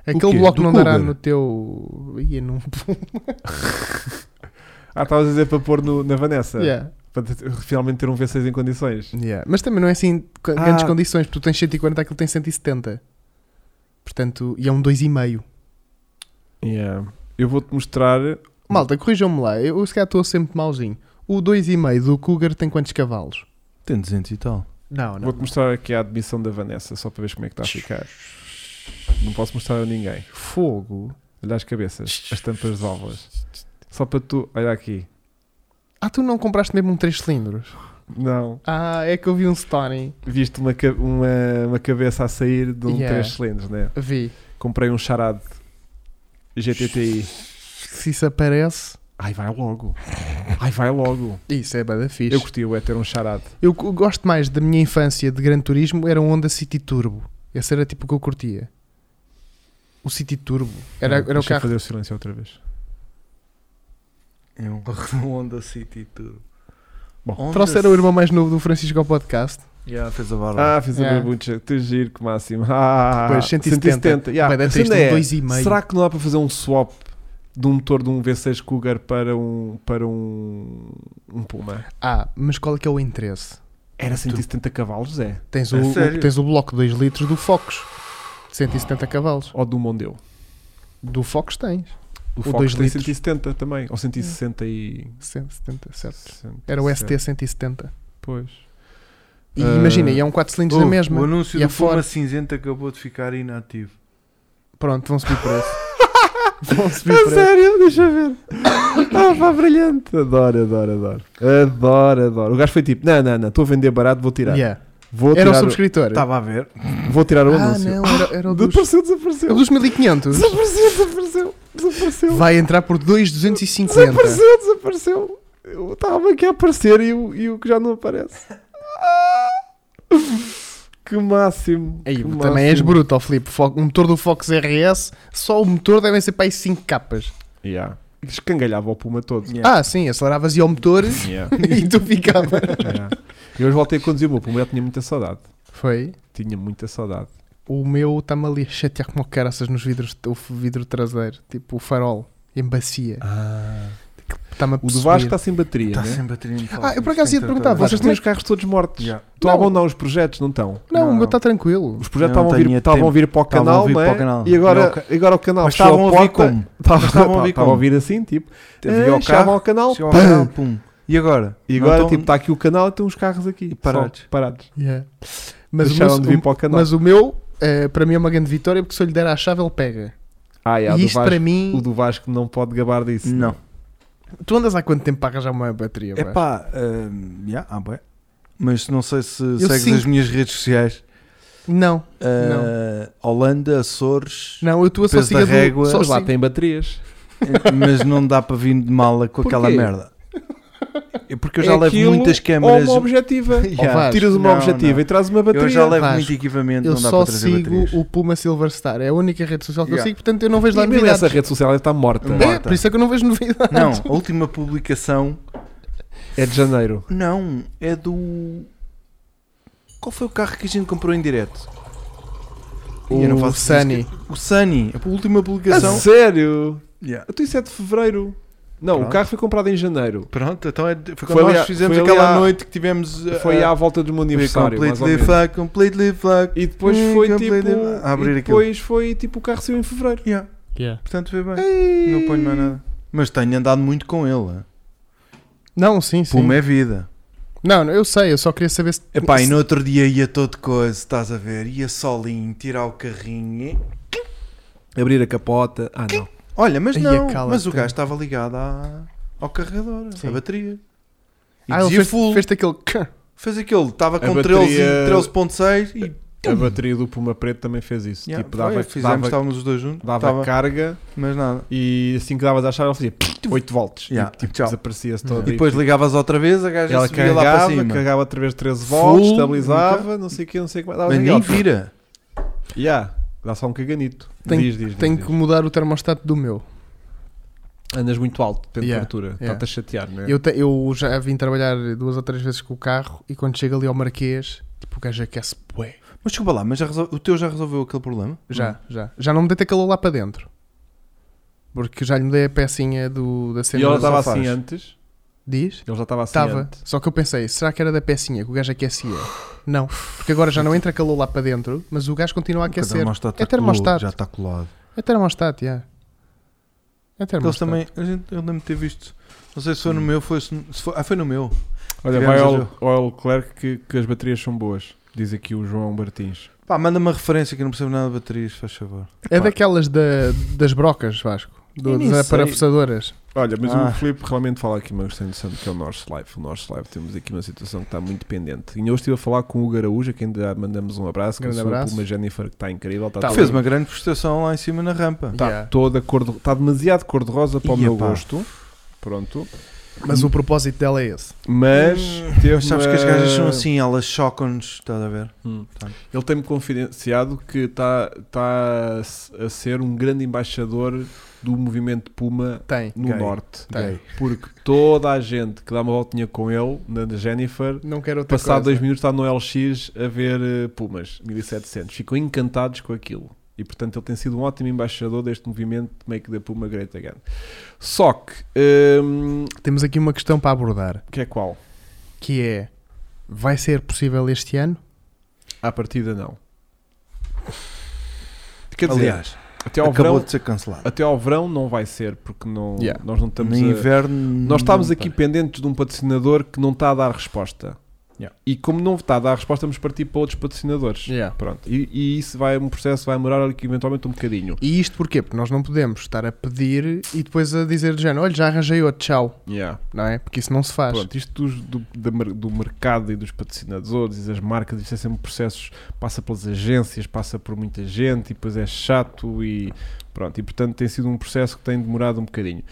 Speaker 2: É, aquele
Speaker 1: quê?
Speaker 2: bloco
Speaker 1: Do
Speaker 2: não dará
Speaker 1: Cougar?
Speaker 2: no teu. Ia num.
Speaker 3: Ah, estavas a dizer para pôr no- na Vanessa.
Speaker 2: Yeah,
Speaker 3: Para te- finalmente ter um V6 em condições.
Speaker 2: yeah. Mas também não é assim co-
Speaker 3: Ah.
Speaker 2: grandes condições, porque tu tens 140, aquilo tem 170. Portanto, e é um 2,5.
Speaker 3: Eu vou-te mostrar.
Speaker 2: Malta, corrijam-me lá, eu se calhar estou sempre malzinho. O 2,5 do Cougar tem quantos cavalos?
Speaker 1: Tem 200 e tal.
Speaker 2: Não, não.
Speaker 3: Vou-te mostrar aqui a admissão da Vanessa, só para ver como é que está a ficar. Não posso mostrar a ninguém.
Speaker 2: Fogo.
Speaker 3: Olha as cabeças, as tampas de válvulas. Só para tu. Olha aqui.
Speaker 2: Ah, tu não compraste mesmo um 3 cilindros?
Speaker 3: Não.
Speaker 2: Ah, é que eu vi um Stony.
Speaker 3: Viste uma, ca- uma, uma cabeça a sair de um
Speaker 2: Yeah.
Speaker 3: 3 cilindros, né?
Speaker 2: Vi.
Speaker 3: Comprei um charade GTTI.
Speaker 2: Se isso aparece.
Speaker 3: Ai, vai logo. Ai, vai logo.
Speaker 2: Isso é bada fixe.
Speaker 3: Eu
Speaker 2: Eu,
Speaker 3: curti o é ter um charade.
Speaker 2: eu cu- gosto mais da minha infância de Gran Turismo, era um Honda City Turbo. Esse era tipo o que eu curtia. O City Turbo. Era,
Speaker 3: Não,
Speaker 2: era o
Speaker 3: deixa eu
Speaker 2: carro.
Speaker 3: fazer o silêncio outra vez.
Speaker 1: É um Honda City tudo.
Speaker 3: Bom,
Speaker 1: Honda
Speaker 2: Trouxeram o irmão mais novo do Francisco ao podcast.
Speaker 1: Yeah, fez a barba.
Speaker 3: Ah, fiz
Speaker 2: Yeah.
Speaker 3: a barbucha. Tu giro que máximo. Ah,
Speaker 2: Depois, 170.
Speaker 3: yeah.
Speaker 2: Vai dar
Speaker 3: A cena
Speaker 2: triste,
Speaker 3: é,
Speaker 2: dois e meio.
Speaker 3: Será que não dá para fazer um swap de um motor de um V6 Cougar para um, para um, um Puma?
Speaker 2: Ah, mas qual é que é o interesse?
Speaker 3: Era 170 cavalos, é?
Speaker 2: Tens
Speaker 1: É
Speaker 2: o, o-
Speaker 1: sério?
Speaker 2: tens o bloco de 2 litros do Focus. 170 cavalos.
Speaker 3: Ou do Mondeo?
Speaker 2: Do Focus tens.
Speaker 3: O,
Speaker 2: O
Speaker 3: Focus
Speaker 2: dois
Speaker 3: tem
Speaker 2: litros.
Speaker 3: 170 também. Ou 160 e...
Speaker 2: 170, certo.
Speaker 3: 170.
Speaker 2: Era o ST170.
Speaker 3: Pois.
Speaker 2: E
Speaker 3: Ah.
Speaker 2: imagina, e é um 4 cilindros
Speaker 1: Ouve,
Speaker 2: da mesma.
Speaker 1: Uh, O anúncio
Speaker 2: E a
Speaker 1: do Puma
Speaker 2: Ford?
Speaker 1: cinzenta acabou de ficar inativo.
Speaker 2: Pronto, vão subir preço.
Speaker 3: Vão subir a É sério? Deixa ver. Ah, pá, brilhante. Adoro, adoro, adoro. Adoro, adoro. O gajo foi tipo, não, não, não. Estou a vender barato, vou tirar.
Speaker 2: Yeah.
Speaker 3: Vou
Speaker 2: Era
Speaker 3: tirar
Speaker 2: o
Speaker 3: o-
Speaker 2: subscritor.
Speaker 1: Estava a ver.
Speaker 3: Vou tirar o
Speaker 2: ah,
Speaker 3: anúncio.
Speaker 2: não, era, era o dos,
Speaker 3: Desapareceu,
Speaker 2: era o
Speaker 3: desapareceu.
Speaker 2: dos 1500.
Speaker 3: Desapareceu, desapareceu. Desapareceu.
Speaker 2: Vai entrar por 2,250.
Speaker 3: Desapareceu, desapareceu. Eu estava aqui a aparecer e o, e o que já não aparece. Ah! Que máximo.
Speaker 2: Aí,
Speaker 3: que
Speaker 2: também
Speaker 3: máximo.
Speaker 2: és bruto, ó Filipe. Fo- Um motor do Fox RS, só o motor devem ser para aí 5 capas.
Speaker 3: Yeah. Escangalhava o puma todo.
Speaker 1: Yeah.
Speaker 2: Ah, sim, aceleravas e ao motor
Speaker 3: Yeah.
Speaker 2: e tu ficava.
Speaker 3: Yeah. Eu hoje voltei a conduzir o meu puma. Eu tinha muita saudade.
Speaker 2: Foi.
Speaker 3: Tinha muita saudade.
Speaker 2: O meu está-me ali a chatear como caraças nos vidros, o f- vidro traseiro, tipo o farol, embacia. Está-me a
Speaker 3: Ah. O do Vasco
Speaker 2: possuir.
Speaker 3: está sem bateria,
Speaker 1: Está
Speaker 3: né?
Speaker 1: Tá sem bateria no
Speaker 2: Ah, eu por acaso ia te perguntar,
Speaker 3: Vocês
Speaker 2: Vasco,
Speaker 3: têm
Speaker 2: como é
Speaker 3: os carros todos mortos.
Speaker 1: Yeah.
Speaker 3: Estão a
Speaker 2: Não.
Speaker 3: abandonar os projetos, não estão?
Speaker 2: Não,
Speaker 1: Não,
Speaker 2: o meu
Speaker 1: não.
Speaker 2: está tranquilo.
Speaker 3: Os projetos
Speaker 1: Não
Speaker 3: estavam a vir-
Speaker 1: tinha
Speaker 3: estavam a vir para o
Speaker 1: Estavam a
Speaker 3: canal,
Speaker 1: vir
Speaker 3: não
Speaker 1: para o
Speaker 3: é?
Speaker 1: canal.
Speaker 3: E agora,
Speaker 1: Não, ca-
Speaker 3: agora o canal
Speaker 1: Mas
Speaker 3: fechou
Speaker 1: estavam a
Speaker 3: porta.
Speaker 1: ouvir como?
Speaker 3: Estavam,
Speaker 1: Estavam a ouvir
Speaker 3: estavam
Speaker 1: como?
Speaker 3: a ouvir assim, tipo.
Speaker 1: Havia o
Speaker 3: eh, chegavam
Speaker 1: carro,
Speaker 3: ao canal.
Speaker 1: chegou ao
Speaker 3: pá.
Speaker 1: canal, pum. E agora?
Speaker 3: E
Speaker 1: Não
Speaker 3: agora,
Speaker 1: tão-
Speaker 3: tipo, está aqui o canal e tem uns carros aqui.
Speaker 1: E parados.
Speaker 3: só, parados.
Speaker 2: Yeah. Mas, o meu,
Speaker 3: Deixaram de vir para o
Speaker 2: o-
Speaker 3: canal.
Speaker 2: mas o meu, eh, para mim, é uma grande vitória porque se eu lhe der a chave, ele pega.
Speaker 3: ah, yeah,
Speaker 2: e
Speaker 3: do
Speaker 2: isto
Speaker 3: Vasco-
Speaker 2: para mim.
Speaker 3: o do Vasco não pode gabar disso.
Speaker 1: Não.
Speaker 2: Tu andas há quanto tempo para arranjar uma bateria?
Speaker 1: É
Speaker 2: Vasco?
Speaker 1: pá, hum, yeah, ah, bué. mas não sei se segues
Speaker 2: sinto-
Speaker 1: as minhas redes sociais.
Speaker 2: Não,
Speaker 1: Ah, Holanda, Açores,
Speaker 2: não, eu tu só
Speaker 1: Peso
Speaker 2: siga
Speaker 1: da
Speaker 2: do-
Speaker 1: régua.
Speaker 2: só
Speaker 3: Mas lá
Speaker 2: sigo-
Speaker 3: tem baterias.
Speaker 1: eh, mas não dá para vir de mala com aquela
Speaker 3: Porquê?
Speaker 1: merda. É Porque eu já
Speaker 3: É
Speaker 1: levo
Speaker 3: aquilo
Speaker 1: muitas
Speaker 3: Ou
Speaker 1: câmaras.
Speaker 3: uma objetiva.
Speaker 1: Yeah.
Speaker 2: Vasco,
Speaker 3: Tiras uma
Speaker 1: Não,
Speaker 3: objetiva
Speaker 1: não.
Speaker 3: e trazes uma bateria.
Speaker 1: Eu já levo
Speaker 2: Vasco,
Speaker 1: muito equipamento,
Speaker 2: Eu
Speaker 1: não dá
Speaker 2: só
Speaker 1: para trazer
Speaker 2: sigo
Speaker 1: baterias.
Speaker 2: o Puma Silver Star, é a única rede social que eu
Speaker 1: Yeah.
Speaker 2: sigo, portanto eu não vejo lá
Speaker 3: E mesmo
Speaker 2: novidades.
Speaker 3: essa rede social está morta.
Speaker 1: Não.
Speaker 2: É,
Speaker 1: Morta.
Speaker 2: por isso é que eu não vejo novidades.
Speaker 1: Não, a última publicação
Speaker 3: É de janeiro.
Speaker 1: não é do. Qual foi o carro que a gente comprou em direto? E eu não
Speaker 2: O
Speaker 1: faço
Speaker 2: Sunny.
Speaker 1: O Sunny, a última
Speaker 3: A
Speaker 1: publicação.
Speaker 3: sério?
Speaker 1: Yeah.
Speaker 3: Então isso é de fevereiro. Não, o
Speaker 1: Pronto.
Speaker 3: carro foi comprado em janeiro.
Speaker 1: Pronto, então é, de- foi
Speaker 3: Foi
Speaker 1: quando
Speaker 3: ali
Speaker 1: nós
Speaker 3: a-
Speaker 1: fizemos
Speaker 3: foi ali
Speaker 1: aquela
Speaker 3: a-
Speaker 1: noite que tivemos. uh,
Speaker 3: Foi à volta do meu aniversário. mais ou
Speaker 1: Completely
Speaker 3: menos.
Speaker 1: fuck, completely fuck.
Speaker 3: E depois
Speaker 1: Hum,
Speaker 3: foi
Speaker 1: completely-
Speaker 3: tipo.
Speaker 1: a abrir
Speaker 3: E depois foi tipo o carro saiu em fevereiro.
Speaker 1: aquilo. Yeah. Portanto, foi bem.
Speaker 3: Ei.
Speaker 1: Não ponho mais nada. Mas tenho andado muito com ele. eh.
Speaker 2: Não, sim, sim.
Speaker 1: Puma é vida.
Speaker 2: Não, não, eu sei, eu só queria saber se.
Speaker 1: Epá, e
Speaker 2: se-
Speaker 1: no outro dia ia todo coisa, estás a ver? Ia solinho, tirar o carrinho. e-
Speaker 3: Abrir a capota. Ah, não.
Speaker 1: Olha, mas
Speaker 2: Ai,
Speaker 1: não,
Speaker 2: acala-te.
Speaker 1: mas o gajo estava ligado à, ao carregador,
Speaker 2: Sim.
Speaker 1: à bateria. E
Speaker 2: Ah, ele
Speaker 1: dizia
Speaker 2: fez,
Speaker 1: full. Fez,
Speaker 2: fez aquele. cã.
Speaker 1: aquele, estava com
Speaker 3: bateria-
Speaker 1: 13 e 13.6 e
Speaker 3: A bateria do Puma Preto também fez isso.
Speaker 1: yeah,
Speaker 3: tipo,
Speaker 1: foi,
Speaker 3: dava,
Speaker 1: fizemos,
Speaker 3: dava,
Speaker 1: estávamos os dois juntos,
Speaker 3: dava
Speaker 1: estava-
Speaker 3: carga
Speaker 1: mas nada.
Speaker 3: e assim que davas a chave, ela fazia 8 volts.
Speaker 1: Yeah,
Speaker 3: E tipo,
Speaker 1: tchau.
Speaker 3: desaparecia-se
Speaker 2: Yeah.
Speaker 3: toda.
Speaker 1: E depois ligavas outra vez, a gaja
Speaker 3: tipo, ela
Speaker 1: subia lá para
Speaker 3: carregava,
Speaker 1: cima.
Speaker 3: carregava através de 13
Speaker 1: Full,
Speaker 3: volts, estabilizava,
Speaker 1: nunca.
Speaker 3: não sei o que, não sei o que.
Speaker 1: Mas
Speaker 3: Dava
Speaker 1: nem vira.
Speaker 3: yeah, dá só um caganito.
Speaker 2: Tenho-
Speaker 3: diz, diz,
Speaker 2: Tenho
Speaker 3: diz,
Speaker 2: que mudar o termostato do meu.
Speaker 3: diz. Andas muito alto de
Speaker 2: Yeah,
Speaker 3: temperatura.
Speaker 2: yeah.
Speaker 3: Está-te a chatear, não é?
Speaker 2: Eu, te- eu já vim trabalhar duas ou três vezes com o carro e quando chego ali ao Marquês, tipo, o gajo aquece bué.
Speaker 1: Mas desculpa lá, mas já resol- o teu já resolveu aquele problema?
Speaker 3: Hum.
Speaker 2: Já, já. Já não me deita calor lá para dentro. Porque já lhe mudei a pecinha do, da cena.
Speaker 3: E ela
Speaker 2: do
Speaker 3: estava
Speaker 2: sofás.
Speaker 3: assim antes.
Speaker 2: Diz?
Speaker 3: Ele já estava assim
Speaker 2: Estava.
Speaker 3: antes.
Speaker 2: Só que eu pensei, será que era da pecinha que o gajo aquecia? Não. Porque agora já não entra calor lá para dentro, mas o gajo continua a
Speaker 1: Porque
Speaker 2: aquecer.
Speaker 1: termostato
Speaker 2: É
Speaker 1: está
Speaker 2: termostato.
Speaker 1: colado, Já está colado.
Speaker 2: É termostato, já. É
Speaker 1: Eles
Speaker 2: termostato.
Speaker 1: também, a gente, eu lembro de ter visto. Não sei se foi no meu, foi, se se foi, ah, foi no meu.
Speaker 3: Olha, vai
Speaker 1: Tivemos a
Speaker 3: ao,
Speaker 1: ver.
Speaker 3: ao Leclerc que, que as baterias são boas. Diz aqui o João Martins.
Speaker 1: Pá, manda uma referência que eu não percebo nada de baterias, faz favor.
Speaker 2: É daquelas da- das brocas, Vasco. do-
Speaker 1: Eu nem
Speaker 2: das
Speaker 1: sei.
Speaker 2: parafusadoras.
Speaker 3: Olha, mas
Speaker 1: Ah.
Speaker 3: o Filipe realmente fala aqui uma grande noção que é o North Life. O North Life temos aqui uma situação que está muito pendente. E eu estive a falar com o Garaújo, a quem ainda mandamos um abraço, que
Speaker 2: Grande
Speaker 3: é
Speaker 2: abraço.
Speaker 3: uma Jennifer que está incrível. Está,
Speaker 2: Tá
Speaker 3: toda-
Speaker 1: Fez uma grande prestação lá em cima na rampa.
Speaker 3: está
Speaker 2: Yeah.
Speaker 3: toda cor de, está demasiado cor-de-rosa para o
Speaker 1: Ia
Speaker 3: meu
Speaker 1: pá.
Speaker 3: gosto. Pronto.
Speaker 2: Mas o propósito dela é esse.
Speaker 3: Mas teve
Speaker 1: Hum. Sabes
Speaker 3: uma-
Speaker 1: que as gajas são assim, tá. elas chocam-nos, estás a ver?
Speaker 3: Hum.
Speaker 1: Portanto.
Speaker 3: Ele tem-me confidenciado que está tá a s- a ser um grande embaixador do movimento Puma
Speaker 2: Tem.
Speaker 3: no
Speaker 1: Gay.
Speaker 3: Norte.
Speaker 2: Tem.
Speaker 3: Porque toda a gente que dá uma voltinha com ele, na na Jennifer,
Speaker 2: Não quero outra
Speaker 3: passado dois
Speaker 2: coisa.
Speaker 3: minutos está no LX a ver eh, Pumas 1700. Ficam encantados com aquilo. E portanto ele tem sido um ótimo embaixador deste movimento Make the Puma Great Again. Só que, hum,
Speaker 2: Temos aqui uma questão para abordar,
Speaker 3: que é qual?
Speaker 2: que é... Vai ser possível este ano?
Speaker 3: À partida não. Quer dizer,
Speaker 1: Aliás,
Speaker 3: até ao
Speaker 1: acabou
Speaker 3: verão
Speaker 1: de ser cancelado.
Speaker 3: Até ao verão não vai ser, porque não,
Speaker 2: Yeah.
Speaker 3: nós não estamos
Speaker 1: no
Speaker 3: a-
Speaker 1: inverno.
Speaker 3: Nós estamos
Speaker 1: não,
Speaker 3: aqui
Speaker 1: pá.
Speaker 3: pendentes de um patrocinador que não está a dar resposta.
Speaker 1: Yeah.
Speaker 3: E como não está a dar resposta, vamos partir para outros patrocinadores. Pronto. E, e isso vai um processo, vai demorar aqui eventualmente um bocadinho.
Speaker 2: E isto porquê? Porque nós não podemos estar a pedir e depois a dizer de género, olha, já arranjei outro, tchau.
Speaker 3: Yeah.
Speaker 2: Não é? Porque isso não se faz.
Speaker 3: Pronto, isto dos- do, da mer- do mercado e dos patrocinadores e das marcas, isto é sempre processos, passa pelas agências, passa por muita gente e depois é chato e pronto, e portanto tem sido um processo que tem demorado um bocadinho.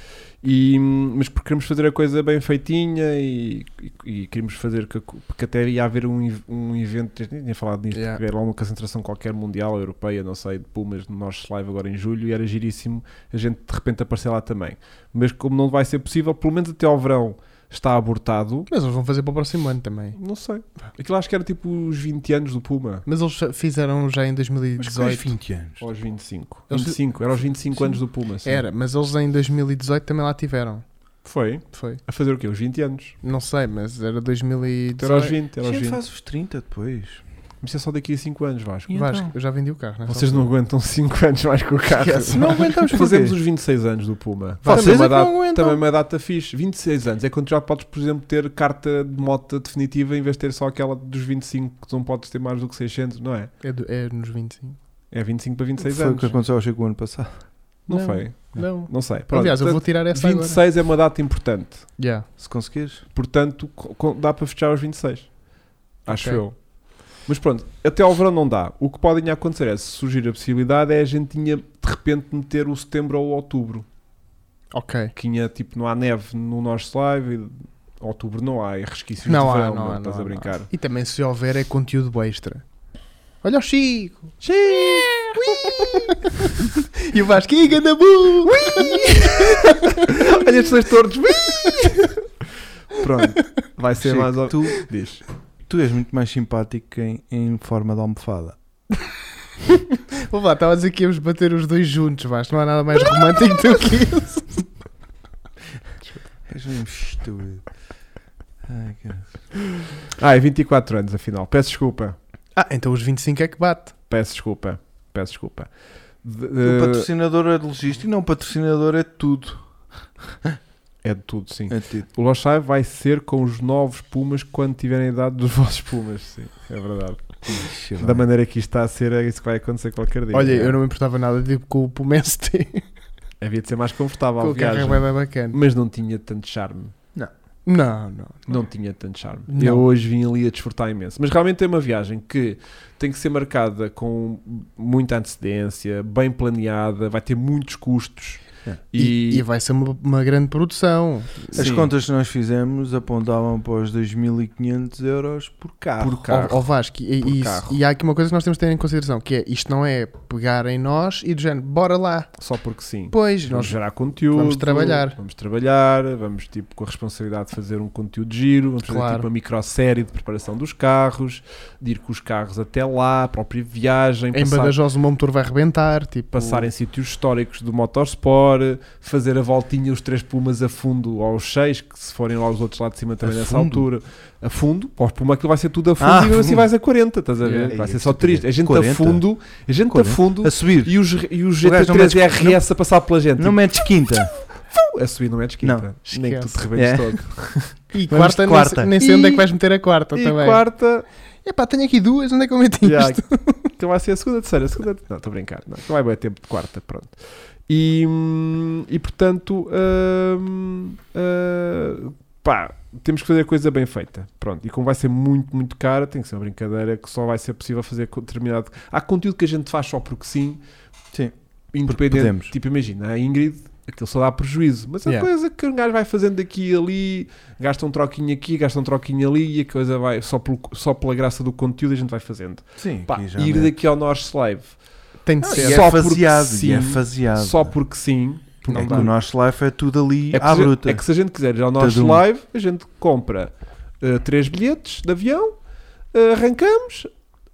Speaker 3: E, hum, mas porque queremos fazer a coisa bem feitinha e, e, e queremos fazer que, a co- porque até ia haver um, ev- um evento, nem tinha falado nisto,
Speaker 2: Yeah.
Speaker 3: que era lá uma concentração qualquer mundial, europeia, não sei, de Pumas no nosso live agora em julho e era giríssimo a gente de repente aparecer lá também. Mas como não vai ser possível, pelo menos até ao verão está abortado.
Speaker 2: Mas eles vão fazer para o próximo ano também.
Speaker 3: Não sei. Aquilo acho que era tipo os 20 anos do Puma.
Speaker 2: Mas eles fa- fizeram já em
Speaker 1: Mas com os
Speaker 2: 2018.
Speaker 1: 20 anos.
Speaker 3: Ou aos 25.
Speaker 2: Eles-
Speaker 3: 25, era aos 25
Speaker 2: Sim.
Speaker 3: anos do Puma. sim.
Speaker 2: Era, mas eles em 2018 também lá tiveram.
Speaker 3: Foi.
Speaker 2: Foi.
Speaker 3: A fazer o quê? Os 20 anos.
Speaker 2: Não sei, mas era
Speaker 3: Então era
Speaker 2: 2018.
Speaker 3: aos 20, era aos
Speaker 1: Gente,
Speaker 3: 20.
Speaker 1: faz os 30 depois.
Speaker 3: Mas isso é só daqui a 5 anos, Vasco.
Speaker 1: E
Speaker 2: Vasco,
Speaker 1: então?
Speaker 2: eu já vendi o carro, não é?
Speaker 3: Vocês não aguentam 5 anos mais com o carro.
Speaker 2: Esquece.
Speaker 1: Não aguentamos
Speaker 3: Fazemos
Speaker 1: porquê?
Speaker 3: os 26 anos do Puma.
Speaker 1: Vocês é
Speaker 3: Também uma
Speaker 1: que não
Speaker 3: data-
Speaker 1: aguentam.
Speaker 3: Também uma data fixe. 26 anos é quando já podes, por exemplo, ter carta de moto definitiva em vez de ter só aquela dos 25 que não podes ter mais do que 600, não é?
Speaker 2: É, do- é nos 25.
Speaker 3: É 25 para 26
Speaker 1: Foi o
Speaker 3: anos.
Speaker 1: que aconteceu ao Chico o ano passado.
Speaker 3: Não,
Speaker 2: Não.
Speaker 3: foi?
Speaker 2: Não.
Speaker 3: Não sei. Pronto,
Speaker 2: Aliás, eu vou
Speaker 3: portanto,
Speaker 2: tirar essa agora.
Speaker 3: 26 é uma data importante.
Speaker 2: Yeah.
Speaker 1: Se conseguires.
Speaker 3: Portanto, co- co- dá para fechar aos 26. Acho
Speaker 2: Ok.
Speaker 3: eu. Mas pronto, até ao verão não dá. O que pode acontecer é, se surgir a possibilidade, é a gente tinha de repente meter o setembro ou o outubro.
Speaker 2: Ok.
Speaker 3: Que tinha, tipo, não há neve no nosso live. e Outubro não há, é resquícios
Speaker 2: Não
Speaker 3: de
Speaker 2: há,
Speaker 3: verão,
Speaker 2: não há,
Speaker 3: estás
Speaker 2: não
Speaker 3: a
Speaker 2: há, não
Speaker 3: brincar.
Speaker 2: E também se houver é conteúdo extra. Olha o Chico! Chico! e o Vasco, "Ih, ganda burro!"
Speaker 3: Olha estes dois tortos. pronto, vai ser
Speaker 1: Chico,
Speaker 3: é mais... ou-
Speaker 1: tu,
Speaker 3: Diz.
Speaker 1: tu és muito mais simpático em, em forma de almofada.
Speaker 2: Vou lá, estavas aqui íamos bater os dois juntos, Vasco. Não há nada mais romântico do que isso.
Speaker 1: És um estúpido. Ai, cara.
Speaker 3: Ah, é 24 anos, afinal. Peço desculpa.
Speaker 2: Ah, então os 25 é que bate.
Speaker 3: Peço desculpa. Peço desculpa. De-
Speaker 1: O
Speaker 3: eh,
Speaker 1: patrocinador é de logística e não, o patrocinador é de tudo.
Speaker 3: é de tudo, sim.
Speaker 1: É de tudo.
Speaker 3: O Lost Live vai ser com os novos Pumas quando tiverem a idade dos vossos Pumas. Sim, é verdade.
Speaker 1: Ixi,
Speaker 3: Da
Speaker 1: vai.
Speaker 3: maneira que isto está a ser, é isso que vai acontecer qualquer dia.
Speaker 2: Olha, eu não me importava nada de ir com o Puma ST.
Speaker 3: Havia de ser mais confortável a
Speaker 2: Com o carro é
Speaker 3: viagem.
Speaker 2: bué da bacana.
Speaker 3: Mas não tinha tanto charme.
Speaker 2: Não, não.
Speaker 3: Não tinha tanto charme.
Speaker 2: Não.
Speaker 3: Eu hoje vim ali a desfrutar imenso. Mas realmente é uma viagem que tem que ser marcada com muita antecedência, bem planeada, vai ter muitos custos.
Speaker 1: É.
Speaker 2: E, e vai ser uma, uma grande produção.
Speaker 1: As
Speaker 3: sim,
Speaker 1: contas que nós fizemos apontavam para os 2.500 euros por carro.
Speaker 3: por carro.
Speaker 2: Ao, ao Vasco. E,
Speaker 3: Por
Speaker 2: e, isso-
Speaker 3: carro.
Speaker 2: e há aqui uma coisa que nós temos de ter em consideração, que é isto não é pegar em nós e do género, bora lá.
Speaker 3: Só porque sim.
Speaker 2: Pois,
Speaker 3: Vamos
Speaker 2: nós
Speaker 3: gerar conteúdo.
Speaker 2: vamos trabalhar.
Speaker 3: Vamos trabalhar, vamos tipo com a responsabilidade de fazer um conteúdo giro, vamos fazer
Speaker 2: Claro.
Speaker 3: tipo uma microsérie de preparação dos carros, de ir com os carros até lá, a própria viagem,
Speaker 2: em
Speaker 3: passar,
Speaker 2: Badajoz o meu motor vai arrebentar. Tipo,
Speaker 3: passar em sítios históricos do motorsport, fazer a voltinha os três pumas a fundo ou os seis, que se forem lá os outros lá de cima também
Speaker 1: A
Speaker 3: nessa
Speaker 1: fundo?
Speaker 3: altura, a fundo, pós puma aquilo vai ser tudo a fundo
Speaker 1: Ah,
Speaker 3: e mesmo assim
Speaker 1: fundo.
Speaker 3: vais a 40, estás a ver?
Speaker 2: Yeah.
Speaker 3: Vai
Speaker 1: Ei,
Speaker 3: ser só
Speaker 1: isso é
Speaker 3: triste. A gente
Speaker 1: 40?
Speaker 3: a fundo, a gente a
Speaker 1: 40?
Speaker 3: fundo
Speaker 1: A subir.
Speaker 3: e os, e os
Speaker 1: O gajo não
Speaker 3: GT3
Speaker 1: mexe-
Speaker 3: RS é a passar pela gente.
Speaker 1: Não metes quinta.
Speaker 3: A subir não é de esquerda.
Speaker 2: Não,
Speaker 3: Nem que tu te
Speaker 2: esquece.
Speaker 3: rebentes
Speaker 1: É.
Speaker 3: todo.
Speaker 2: E
Speaker 1: Vamos
Speaker 2: quarta,
Speaker 1: de
Speaker 2: nem-
Speaker 1: quarta.
Speaker 2: Nem, sei onde é
Speaker 3: E-
Speaker 2: que vais meter a
Speaker 1: Então
Speaker 2: quarta
Speaker 1: tá
Speaker 3: E
Speaker 2: também.
Speaker 3: quarta,
Speaker 2: Epá, tenho aqui duas, onde é que eu meti
Speaker 3: já,
Speaker 2: isto?
Speaker 3: então vai ser a segunda, a terceira, a segunda. Não, estou a brincar. Não, não vai bem tempo de quarta, pronto. E, hum, e portanto, hum, hum, pá, temos que fazer a coisa bem feita. Pronto, e como vai ser muito, muito cara, tem que ser uma brincadeira que só vai ser possível fazer com determinado. Há conteúdo que a gente faz só porque sim.
Speaker 1: Sim.
Speaker 3: Independente.
Speaker 1: podemos.
Speaker 3: Tipo, imagina, a Ingrid, aquilo só dá prejuízo. Mas é
Speaker 2: Yeah.
Speaker 3: coisa que o gajo vai fazendo daqui e ali, gasta um troquinho aqui, gasta um troquinho ali e a coisa vai. Só, pelo- só pela graça do conteúdo a gente vai fazendo.
Speaker 1: Sim,
Speaker 3: Pá,
Speaker 1: aqui já
Speaker 3: ir
Speaker 1: não é.
Speaker 3: daqui ao North Live
Speaker 2: Tem de
Speaker 1: Não,
Speaker 2: ser.
Speaker 1: e é
Speaker 3: só porque
Speaker 1: faseado, e é
Speaker 3: sim,
Speaker 1: faseado.
Speaker 3: só porque sim.
Speaker 1: é
Speaker 3: não
Speaker 1: que
Speaker 3: dá.
Speaker 1: o nosso life é tudo ali
Speaker 3: É que,
Speaker 1: à
Speaker 3: se-
Speaker 1: bruta.
Speaker 3: é que se a gente quiser ir ao nosso
Speaker 1: Tudo um.
Speaker 3: live, a gente compra eh, três bilhetes de avião, eh, arrancamos,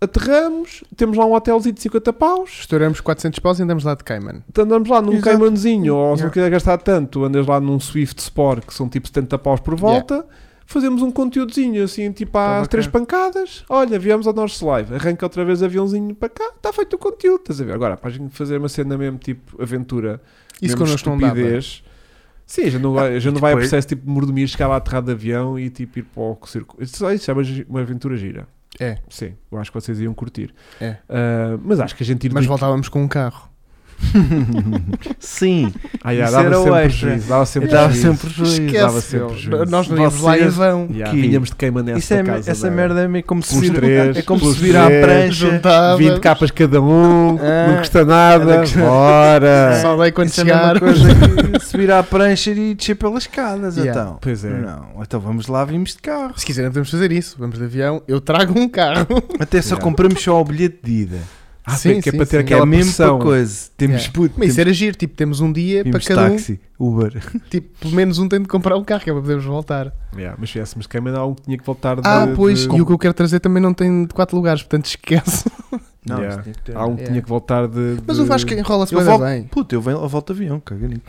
Speaker 3: aterramos, temos lá um hotelzinho de 50 paus,
Speaker 2: Estouramos 400 paus e andamos lá de Cayman.
Speaker 3: então andamos lá num
Speaker 1: Exato.
Speaker 3: caimanzinho, ou se não
Speaker 1: Yeah.
Speaker 3: quiser gastar tanto, andas lá num Swift Sport, que são tipo 70 paus por volta, fazemos um conteúdozinho assim, tipo
Speaker 1: Tá
Speaker 3: às
Speaker 1: bacana.
Speaker 3: três pancadas, olha, viemos ao nosso live, arranca outra vez aviãozinho para cá, está feito o conteúdo, estás a ver? Agora, para a gente fazer uma cena mesmo tipo aventura,
Speaker 2: Isso
Speaker 3: mesmo
Speaker 2: connosco não é? dava.
Speaker 3: estupidez. Sim, já não vai, já não vai a
Speaker 1: depois-
Speaker 3: processo tipo de mordomia, chegar lá aterrar de avião e tipo ir para o circo. Isso, só isso é uma, gi- uma aventura gira.
Speaker 2: É.
Speaker 3: Sim, eu acho que vocês iam curtir.
Speaker 2: É.
Speaker 3: Ah, mas acho que a gente ir
Speaker 2: Mas
Speaker 3: de...
Speaker 2: voltávamos com um carro.
Speaker 1: Sim, é
Speaker 3: Ah, yeah,
Speaker 1: isso
Speaker 3: dava
Speaker 1: era o
Speaker 3: sempre
Speaker 1: extra.
Speaker 3: prejuízo, dava sempre
Speaker 1: dava
Speaker 3: prejuízo.
Speaker 1: sempre prejuízo.
Speaker 3: dava
Speaker 2: Esquece.
Speaker 3: sempre
Speaker 2: meu.
Speaker 3: juízo.
Speaker 2: Nós não íamos lá em
Speaker 1: Vocês-
Speaker 2: vão.
Speaker 3: Yeah,
Speaker 1: Que-
Speaker 3: Vinhamos de queima nessa
Speaker 1: Isso é,
Speaker 3: casa.
Speaker 1: essa
Speaker 3: da-
Speaker 1: merda é meio como se
Speaker 3: Plus
Speaker 1: vir,
Speaker 3: três,
Speaker 1: é como se
Speaker 3: plus
Speaker 1: vir à
Speaker 3: três,
Speaker 1: prancha.
Speaker 2: Juntávamos.
Speaker 3: 20 capas cada um,
Speaker 1: Ah,
Speaker 3: não custa nada.
Speaker 1: custa-
Speaker 3: Bora!
Speaker 2: Só daí quando
Speaker 1: Isso é a mesma
Speaker 2: chegar.
Speaker 1: coisa que subir à prancha e descer pelas escadas,
Speaker 2: Yeah.
Speaker 1: então.
Speaker 3: Pois é.
Speaker 1: Não, então vamos lá, vimos de carro.
Speaker 2: Se quiserem podemos fazer isso. Vamos de avião. Eu trago um carro.
Speaker 1: Até só
Speaker 3: Yeah.
Speaker 1: compramos só o bilhete de ida.
Speaker 3: Ah,
Speaker 2: Sim,
Speaker 3: sim, que é
Speaker 2: sim,
Speaker 3: para ter
Speaker 2: sim.
Speaker 1: Que é
Speaker 3: aquela
Speaker 1: a mesma
Speaker 3: pressão.
Speaker 1: coisa. Temos
Speaker 2: Yeah.
Speaker 1: puto,
Speaker 2: Mas isso
Speaker 1: temos,
Speaker 2: era giro. Tipo, temos um dia
Speaker 1: vimos
Speaker 2: para cada
Speaker 1: táxi, Uber.
Speaker 2: um. Tipo, pelo menos um tem de comprar um carro que é para podermos voltar.
Speaker 3: Yeah, mas se viéssemos de queima, há um que tinha que voltar de.
Speaker 2: Ah, pois,
Speaker 3: de-
Speaker 2: e o que eu quero trazer também não tem de 4 lugares, portanto esquece.
Speaker 1: Não,
Speaker 3: Yeah.
Speaker 1: isso tinha que ter.
Speaker 3: Há um que
Speaker 2: Yeah.
Speaker 3: tinha que voltar de.
Speaker 2: Mas
Speaker 3: de-
Speaker 2: o Vasco enrola-se
Speaker 1: Eu
Speaker 2: bué da
Speaker 1: volto-
Speaker 2: bem.
Speaker 1: Puto, eu venho eu volto de avião, cagarito.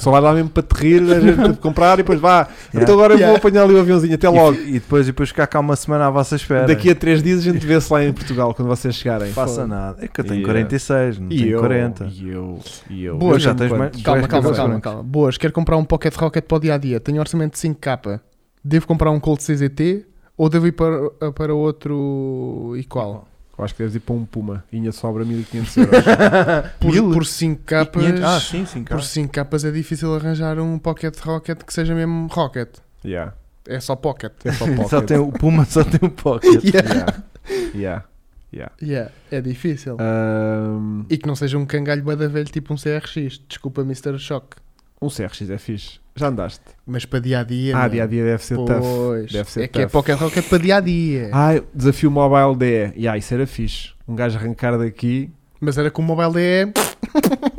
Speaker 3: Só vai lá mesmo para te rir, a gente te comprar e depois vá.
Speaker 1: Yeah.
Speaker 3: Então agora eu vou
Speaker 2: Yeah.
Speaker 3: apanhar ali o aviãozinho, até
Speaker 1: E,
Speaker 3: logo.
Speaker 1: fi- e depois, e depois ficar cá uma semana à vossa espera.
Speaker 3: Daqui a três dias a gente vê-se lá em Portugal quando vocês chegarem.
Speaker 1: não faça
Speaker 3: Foda.
Speaker 1: nada. É que eu tenho
Speaker 3: Yeah.
Speaker 1: 46, não
Speaker 3: E
Speaker 1: tenho
Speaker 3: eu,
Speaker 1: 40.
Speaker 3: E eu, e eu.
Speaker 2: Boa,
Speaker 3: Eu
Speaker 1: já
Speaker 3: tenho
Speaker 1: tens
Speaker 3: quantos?
Speaker 1: mais-
Speaker 2: Calma,
Speaker 1: Vai
Speaker 2: calma,
Speaker 1: ficar
Speaker 2: calma,
Speaker 1: bem.
Speaker 2: calma. Boas, quero comprar um Pocket Rocket para o dia a dia. Tenho orçamento de 5k. Devo comprar um Colt CZT ou devo ir para, para outro e qual?
Speaker 3: Eu acho que deves ir para um Puma. Inha sobra 1500 euros.
Speaker 2: Por,
Speaker 1: Mil?
Speaker 2: por
Speaker 1: E 500 Ah,
Speaker 2: 5k.
Speaker 1: sim, sim,
Speaker 2: Por
Speaker 1: claro.
Speaker 2: 5k é difícil arranjar um Pocket Rocket que seja mesmo Rocket.
Speaker 3: yeah.
Speaker 2: É só Pocket.
Speaker 3: É só pocket.
Speaker 1: Só tem um. o Puma, só tem o Pocket.
Speaker 2: Yeah.
Speaker 3: Yeah. Yeah. Yeah.
Speaker 2: Yeah, é difícil.
Speaker 3: Ahm,
Speaker 2: E que não seja um cangalho bué da velho tipo um CRX. Desculpa, Mr. Shock.
Speaker 3: um CRX é fixe. Já andaste.
Speaker 2: Mas para dia a dia. é?
Speaker 3: Ah, dia a dia deve ser tough.
Speaker 2: Pois.
Speaker 3: Deve ser
Speaker 2: é que é
Speaker 3: tough.
Speaker 2: Pocket Rocket para dia a dia.
Speaker 3: Ah, desafio mobile DE. Yeah, isso era fixe. Um gajo arrancar daqui.
Speaker 2: Mas era com o mobile DM.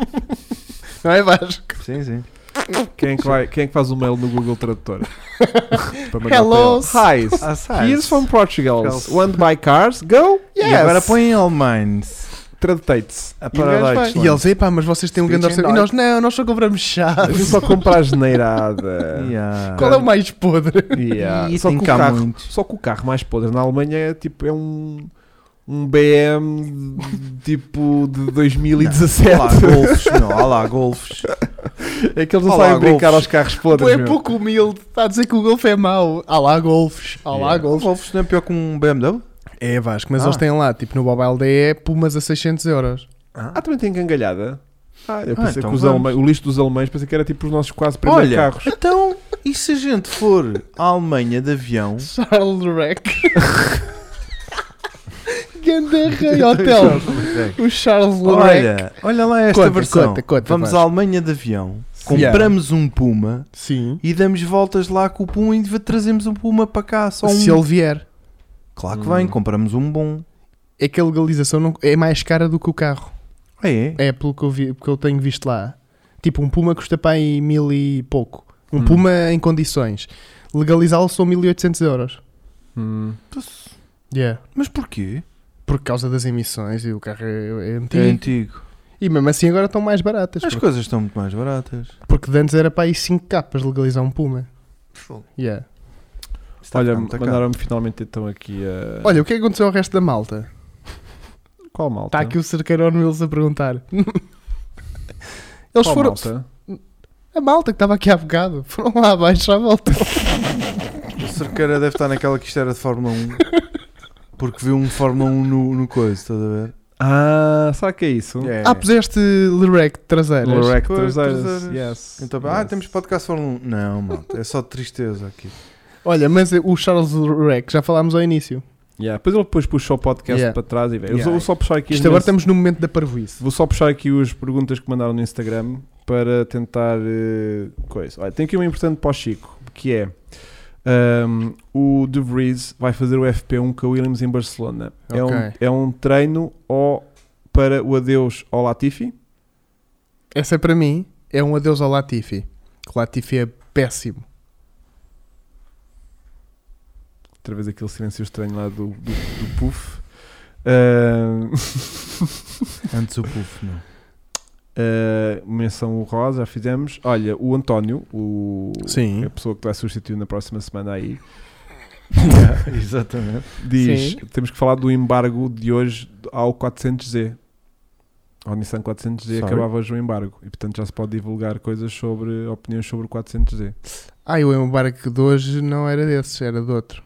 Speaker 2: não é Vasco?
Speaker 1: Sim, sim.
Speaker 3: Quem é que, vai- quem é que faz o mail no Google Tradutor? Para mandar
Speaker 2: Hello.
Speaker 3: para ele. Hi,
Speaker 1: Ah, sai.
Speaker 3: Here's from Portugal.
Speaker 1: Portugal.
Speaker 3: Want to buy cars? Go! Yes!
Speaker 1: E agora põe em alemães.
Speaker 3: Tradutei-te.
Speaker 1: A
Speaker 3: E o gajo vai.
Speaker 1: Paradise.
Speaker 2: E eles, epá, mas vocês têm um grande
Speaker 1: Speech
Speaker 3: é
Speaker 1: and
Speaker 2: orçamento. E nós, não, nós só compramos chá.
Speaker 3: A gente só compra a geneirada.
Speaker 1: Yeah.
Speaker 2: Qual é o mais podre?
Speaker 3: Yeah.
Speaker 1: E
Speaker 3: Só, que
Speaker 1: tem
Speaker 3: o
Speaker 1: cá
Speaker 3: carro,
Speaker 1: muitos.
Speaker 3: só que o carro mais podre na Alemanha é tipo é um, um BM tipo de 2017.
Speaker 1: Olá, golfos, meu. Olá, golfos.
Speaker 3: é que eles não
Speaker 1: Olá,
Speaker 3: sabem brincar
Speaker 1: Golfos.
Speaker 3: aos carros podres.
Speaker 2: Pô, é
Speaker 3: meu.
Speaker 2: pouco humilde. Está a dizer que o Golf é mau. Há lá golfes. Há lá
Speaker 3: Yeah.
Speaker 1: Golfos.
Speaker 2: golfes.
Speaker 1: golfos não é pior que um BMW?
Speaker 2: É Vasco, mas
Speaker 1: Ah.
Speaker 2: eles têm lá, tipo no mobile DE, pumas a 600 euros.
Speaker 3: Ah, também tem gangalhada. Ah, eu
Speaker 1: Ah,
Speaker 3: pensei
Speaker 1: então
Speaker 3: que os
Speaker 1: vamos.
Speaker 3: alemães, o lixo dos alemães pensei que era tipo os nossos quase primeiros
Speaker 1: Olha,
Speaker 3: carros.
Speaker 1: então, e se a gente for à Alemanha de avião?
Speaker 2: Charles Reck. Ganda Rei Hotel. O Charles Reck.
Speaker 1: Olha, olha lá esta
Speaker 2: Conta,
Speaker 1: versão.
Speaker 2: conta, conta,
Speaker 1: Vamos
Speaker 2: Vasco.
Speaker 1: à Alemanha de avião,
Speaker 3: Yeah.
Speaker 1: compramos um Puma
Speaker 2: Sim.
Speaker 1: e damos voltas lá com o Puma e trazemos um Puma para cá. Só um.
Speaker 2: Se ele vier.
Speaker 1: Claro que vem,
Speaker 3: Hum.
Speaker 1: compramos um bom.
Speaker 2: É que a legalização não- é mais cara do que o carro.
Speaker 1: É, é.
Speaker 2: É pelo que eu, vi, que eu tenho visto lá. Tipo, um Puma custa para aí mil e pouco. Um
Speaker 3: Hum.
Speaker 2: Puma em condições. Legalizá-lo são 1800 euros.
Speaker 3: Hum.
Speaker 2: Yeah.
Speaker 1: Mas porquê?
Speaker 2: Por causa das emissões e o carro é, é antigo.
Speaker 1: É antigo.
Speaker 2: E mesmo assim agora estão mais baratas.
Speaker 1: As
Speaker 2: porque-
Speaker 1: coisas estão muito mais baratas.
Speaker 2: Porque de antes era para aí 5 capas legalizar um Puma. Yeah.
Speaker 1: Está a
Speaker 3: Olha,
Speaker 1: ficar muito caro.
Speaker 3: mandaram-me finalmente então aqui a.
Speaker 2: Olha, o que é que aconteceu ao resto da malta?
Speaker 3: qual malta?
Speaker 1: tá
Speaker 2: Está Tá aqui o cerqueiro on Wheels a perguntar. Eles
Speaker 3: Qual
Speaker 2: foram.
Speaker 3: malta?
Speaker 2: A malta que estava aqui há bocado. Foram lá abaixo à volta.
Speaker 1: O Cerqueira um deve estar naquela que isto era de Fórmula 1. Porque viu um Fórmula 1 no, no coisa, estás a ver?
Speaker 3: Ah, sabe o que é isso?
Speaker 1: É.
Speaker 2: Ah, puseste Lirec traseiras.
Speaker 3: Lorec
Speaker 1: Pois,
Speaker 3: traseiras.
Speaker 1: traseiras.
Speaker 3: Yes.
Speaker 1: Então,
Speaker 3: yes.
Speaker 1: ah, temos podcast Fórmula 1. Não, malta, é só tristeza aqui.
Speaker 2: Olha, mas o Charles Lirec, já falámos ao início.
Speaker 3: Yeah, Depois ele depois puxa o podcast
Speaker 2: Yeah.
Speaker 3: para trás e vê. Eu
Speaker 1: Yeah.
Speaker 3: vou só puxar aqui as
Speaker 2: Isto agora
Speaker 3: mens-
Speaker 2: estamos no momento da parvoíce.
Speaker 3: Vou só puxar aqui as perguntas que mandaram no Instagram para tentar eh, coisa. Olha, tem aqui uma importante para o Chico, que é ahm, o De Vries vai fazer o FP1 com a Williams em Barcelona. É, um,
Speaker 2: Ok.
Speaker 3: é um treino ou para o adeus ao Latifi?
Speaker 2: Essa para mim é um adeus ao Latifi. Que o Latifi é péssimo.
Speaker 3: Outra vez aquele silêncio estranho lá do, do, do Puff. Ah, Ahm,
Speaker 1: Antes o puff, não.
Speaker 3: Uh, menção rosa, já fizemos. Olha, o António, o,
Speaker 2: Sim.
Speaker 3: a pessoa que vai substituir na próxima semana aí,
Speaker 1: Yeah, exatamente.
Speaker 3: diz:
Speaker 2: Sim.
Speaker 3: temos que falar do embargo de hoje ao 400Z. Ao Nissan 400Z
Speaker 1: Sorry.
Speaker 3: acabava hoje o embargo e, portanto, já se pode divulgar coisas sobre opiniões sobre o 400Z.
Speaker 2: Ah, e o embarque de hoje não era desses, era de outro.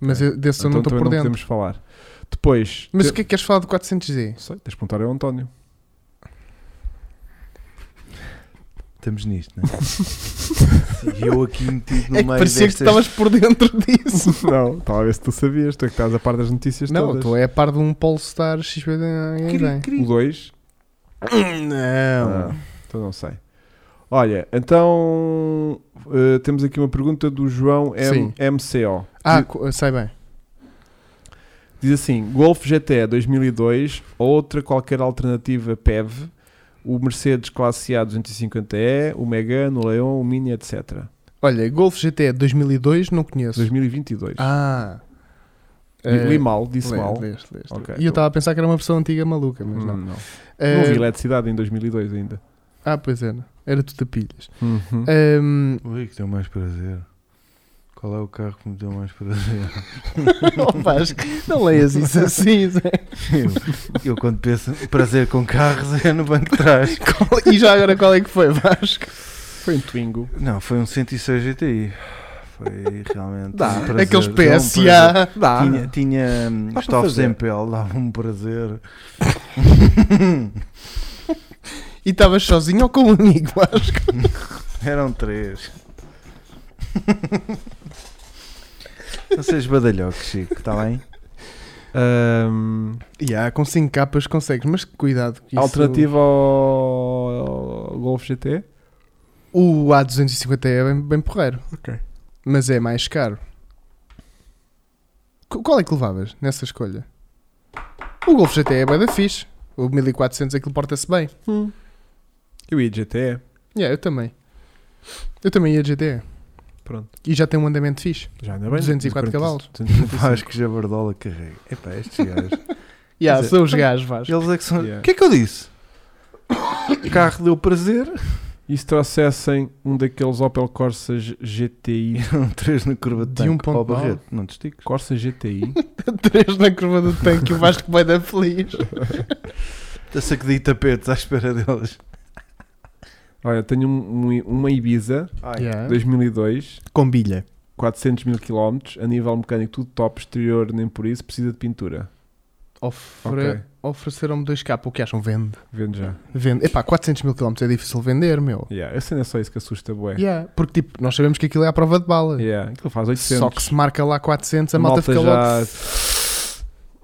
Speaker 2: Mas
Speaker 3: Ok.
Speaker 2: eu, desse eu
Speaker 3: então
Speaker 2: não estou
Speaker 3: também
Speaker 2: por
Speaker 3: não
Speaker 2: dentro.
Speaker 3: podemos falar. Depois,
Speaker 2: Mas
Speaker 3: te-
Speaker 2: o que é que queres falar do 400D?
Speaker 3: não sei, tens de perguntar ao António.
Speaker 1: Estamos nisto, né? E eu aqui metido no
Speaker 2: É que
Speaker 1: meio
Speaker 2: parecia que
Speaker 1: destas-
Speaker 2: estavas por dentro disso.
Speaker 3: não, talvez tu sabias, tu é que estás a par das notícias
Speaker 2: não,
Speaker 3: todas.
Speaker 2: tu é a par de um Polestar XP.
Speaker 1: Cri,
Speaker 2: Não.
Speaker 1: cri.
Speaker 3: O 2
Speaker 2: não.
Speaker 3: Ah, então não sei. Olha, então eh, temos aqui uma pergunta do João M-
Speaker 2: Sim.
Speaker 3: MCO.
Speaker 2: Ah,
Speaker 3: Di-
Speaker 2: co- sai bem.
Speaker 3: Diz assim: Golf GTE 2002 ou outra qualquer alternativa PEV, o Mercedes Classe A 250E, o Megane, o Leon, o Mini, etc.
Speaker 2: Olha, Golf é GT 2002 não conheço.
Speaker 3: 2022.
Speaker 2: Ah.
Speaker 3: Li-
Speaker 2: Eh,
Speaker 3: Li mal, disse
Speaker 2: leste,
Speaker 3: mal.
Speaker 2: leste, leste.
Speaker 3: Ok,
Speaker 2: e eu
Speaker 3: então-
Speaker 2: estava a pensar que era uma versão antiga maluca, mas
Speaker 3: Hum,
Speaker 2: não.
Speaker 3: não. Não
Speaker 2: Eh,
Speaker 3: vi eletricidade em 2002 ainda.
Speaker 2: ah, pois era. Era Ehm, tudo a pilhas.
Speaker 3: Uhum.
Speaker 2: Ahm,
Speaker 1: Ui, que deu mais prazer. Qual é o carro que me deu mais prazer?
Speaker 2: oh, Vasco, não leias isso assim, Zé.
Speaker 1: Eu, eu quando penso prazer com carros é no banco de trás.
Speaker 2: Qual- E já agora qual é que foi, Vasco?
Speaker 3: Foi um Twingo.
Speaker 1: Não, foi um 106 GTI. Foi realmente.
Speaker 3: Dá.
Speaker 1: um prazer.
Speaker 2: Aqueles
Speaker 1: Deu um prazer.
Speaker 2: PSA.
Speaker 3: Dá.
Speaker 1: Tinha, tinha hum,
Speaker 3: para
Speaker 1: estofos
Speaker 3: fazer.
Speaker 1: em pele, dava um prazer.
Speaker 2: E estavas sozinho ou com um amigo, Vasco?
Speaker 1: Eram três. Não sejas badalhoque, Chico, está bem?
Speaker 3: Eh, Ahm,
Speaker 2: E há com 5 capas consegues, mas cuidado. que isso-
Speaker 3: Alternativa ao, ao Golf GTE?
Speaker 2: O A250 é bem, bem porreiro.
Speaker 3: Ok.
Speaker 2: Mas é mais caro. Qu- Qual é que levavas nessa escolha? O Golf GT é bem da fixe. O 1400 aquilo porta-se bem.
Speaker 3: Eu ia de GTE.
Speaker 2: Yeah, eu também. Eu também ia de GT.
Speaker 3: Pronto.
Speaker 2: E já tem um andamento fixe.
Speaker 3: Já ainda bem.
Speaker 2: 204 cavalos.
Speaker 3: 245.
Speaker 1: Acho que Jabardola carrega. Epá, estes gajos.
Speaker 2: Yeah,
Speaker 1: Quer dizer-
Speaker 2: são os gajos, Vasco.
Speaker 1: Eles é que são. O
Speaker 3: Yeah.
Speaker 1: que é que eu disse? O carro deu prazer.
Speaker 3: E se trouxessem um daqueles Opel Corsa G- GTI?
Speaker 1: Eram três na curva de
Speaker 2: De
Speaker 1: tanque.
Speaker 2: um ponto
Speaker 1: Ó,
Speaker 2: de bala.
Speaker 1: Barreto, não te estiques.
Speaker 3: Corsa GTI?
Speaker 2: 3 na curva do tanque. O Vasco vai dar feliz.
Speaker 1: A sacudei tapetes à espera deles.
Speaker 3: Olha, tenho um- um- uma Ibiza
Speaker 2: Yeah.
Speaker 3: 2002,
Speaker 2: Com bilha.
Speaker 3: 400 mil km, a nível mecânico tudo top, exterior nem por isso, precisa de pintura.
Speaker 2: Ofre...
Speaker 3: Ok.
Speaker 2: Ofereceram-me 2k. O que acham? Vende.
Speaker 3: Vendo já.
Speaker 2: Vende. Epá, 400 mil km é difícil vender, meu.
Speaker 3: Yeah, essa não é só isso que assusta, bué.
Speaker 2: Yeah, Porque tipo, nós sabemos que aquilo é à prova de bala.
Speaker 3: Yeah, aquilo faz 800.
Speaker 2: Só que se marca lá 400, a, malta, fica
Speaker 3: já
Speaker 2: logo.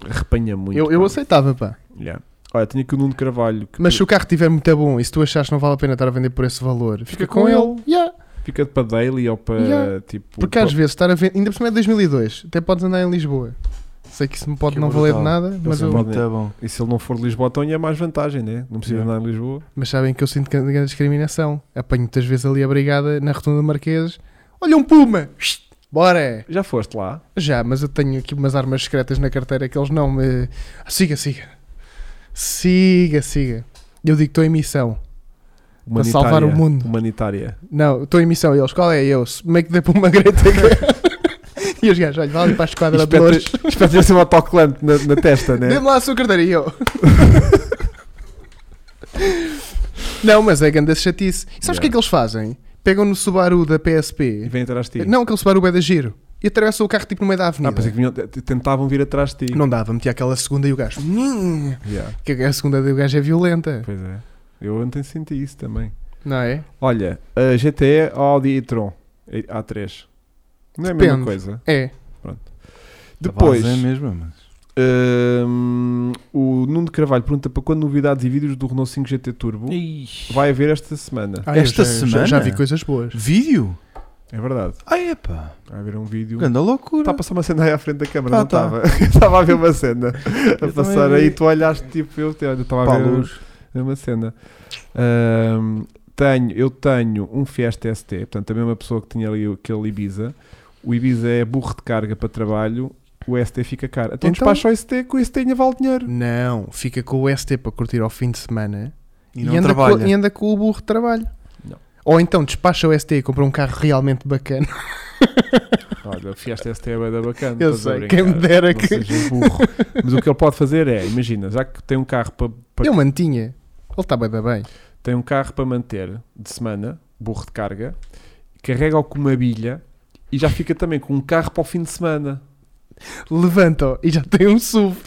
Speaker 3: repanha muito.
Speaker 2: Eu, eu
Speaker 3: pá.
Speaker 2: aceitava, pá.
Speaker 3: Yeah. Olha, tenho aqui o Nuno Carvalho. Que
Speaker 2: Mas se o carro estiver muito bom e se tu achares que não vale a pena estar a vender por esse valor, fica,
Speaker 3: Fica
Speaker 2: com,
Speaker 3: com
Speaker 2: ele. Yeah,
Speaker 3: Fica para daily ou para
Speaker 2: Yeah.
Speaker 3: é tipo.
Speaker 2: Porque às vezes estar a vender, ainda por cima é 2002, até podes andar em Lisboa. Sei que isso me pode
Speaker 1: Que
Speaker 2: não
Speaker 1: brutal.
Speaker 2: valer de nada, mas,
Speaker 3: sou
Speaker 2: eu-
Speaker 3: bom.
Speaker 1: Muito Tá bom.
Speaker 3: E se ele não for de Lisboa, então é mais vantagem, né? Não precisa
Speaker 1: Yeah.
Speaker 3: andar em Lisboa.
Speaker 2: mas sabem que eu sinto grande grande discriminação. Apanho muitas vezes ali a brigada na rotunda do Marquês. Olha um Puma! Bora!
Speaker 3: Já foste lá?
Speaker 2: Já, mas eu tenho aqui umas armas secretas na carteira que eles não me. Ah, Siga, siga. Siga, siga. Eu digo que estou em missão. Para salvar o mundo.
Speaker 3: Humanitária.
Speaker 2: Não, estou em missão. E eles, qual é? E Eu, make the Puma Great again. e os gajos, olha, vá ali para a esquadra de Lourdes.
Speaker 3: Espero ter assim um autocolante na, na testa, né?
Speaker 2: Dê-me lá a sua carteira. E eu. não, mas é grande chatice. E sabes o que é que eles fazem? Pegam no Subaru da
Speaker 3: E
Speaker 2: PSP.
Speaker 3: vem atrás de ti.
Speaker 2: Não, aquele Subaru é da Giro. e atravessou o carro tipo no meio da avenida.
Speaker 3: Ah, pensei que vinham- t- tentavam vir atrás de ti.
Speaker 2: Não dava, metia aquela segunda e o gajo. "Nhim",
Speaker 3: Yeah,
Speaker 2: Que a segunda do gajo é violenta,
Speaker 3: pois é. Eu ontem senti isso também.
Speaker 2: não é?
Speaker 3: Olha, a GTE Audi e Tron e- A3. Não é a mesma
Speaker 2: Depende.
Speaker 3: coisa.
Speaker 2: É.
Speaker 3: Depois,
Speaker 1: É mesmo, mas.
Speaker 3: hum, o Nuno Carvalho pergunta para quando novidades e vídeos do Renault 5 GT Turbo vai haver esta semana.
Speaker 2: Ah, eu
Speaker 1: Esta
Speaker 2: já- já-
Speaker 1: semana?
Speaker 2: Já, vi coisas boas.
Speaker 1: Vídeo?
Speaker 3: É verdade.
Speaker 1: Ah, epá.
Speaker 3: Vai haver um vídeo.
Speaker 1: Grande loucura.
Speaker 3: Está a passar uma cena aí à frente da câmara,
Speaker 1: Ah,
Speaker 3: não
Speaker 1: tá.
Speaker 3: estava? Estava a ver uma cena a
Speaker 1: Eu
Speaker 3: passar
Speaker 1: também vi.
Speaker 3: aí tu olhaste tipo eu te- olha, estava a
Speaker 1: Pá,
Speaker 3: ver
Speaker 1: luz.
Speaker 3: uma cena. Ahm, tenho, eu tenho um Fiesta ST, portanto a mesma pessoa que tinha ali o- aquele Ibiza. O Ibiza é burro de carga para trabalho, o ST fica caro. Então,
Speaker 2: Então-
Speaker 3: despacha o ST, que o ST ainda vale dinheiro.
Speaker 2: Não, fica com o ST para curtir ao fim de semana
Speaker 1: E não
Speaker 2: anda,
Speaker 1: trabalha.
Speaker 2: Com, e anda com o burro de trabalho.
Speaker 3: Não.
Speaker 2: Ou então despacha o ST e compra um carro realmente bacana.
Speaker 3: Olha, o Fiesta ST é bué da bacana.
Speaker 2: Eu
Speaker 3: estás a
Speaker 2: sei, quem me
Speaker 3: brincar.
Speaker 2: dera
Speaker 3: Não
Speaker 2: que-
Speaker 3: sejas burro. Mas o que ele pode fazer é, imagina, já que tem um carro para, para
Speaker 2: Eu mantinha. Ele está bem, bem.
Speaker 3: tem um carro para manter de semana, burro de carga, carrega-o com uma bilha e já fica também com um carro para o fim de semana.
Speaker 2: Levanta-o e já tem um SUV.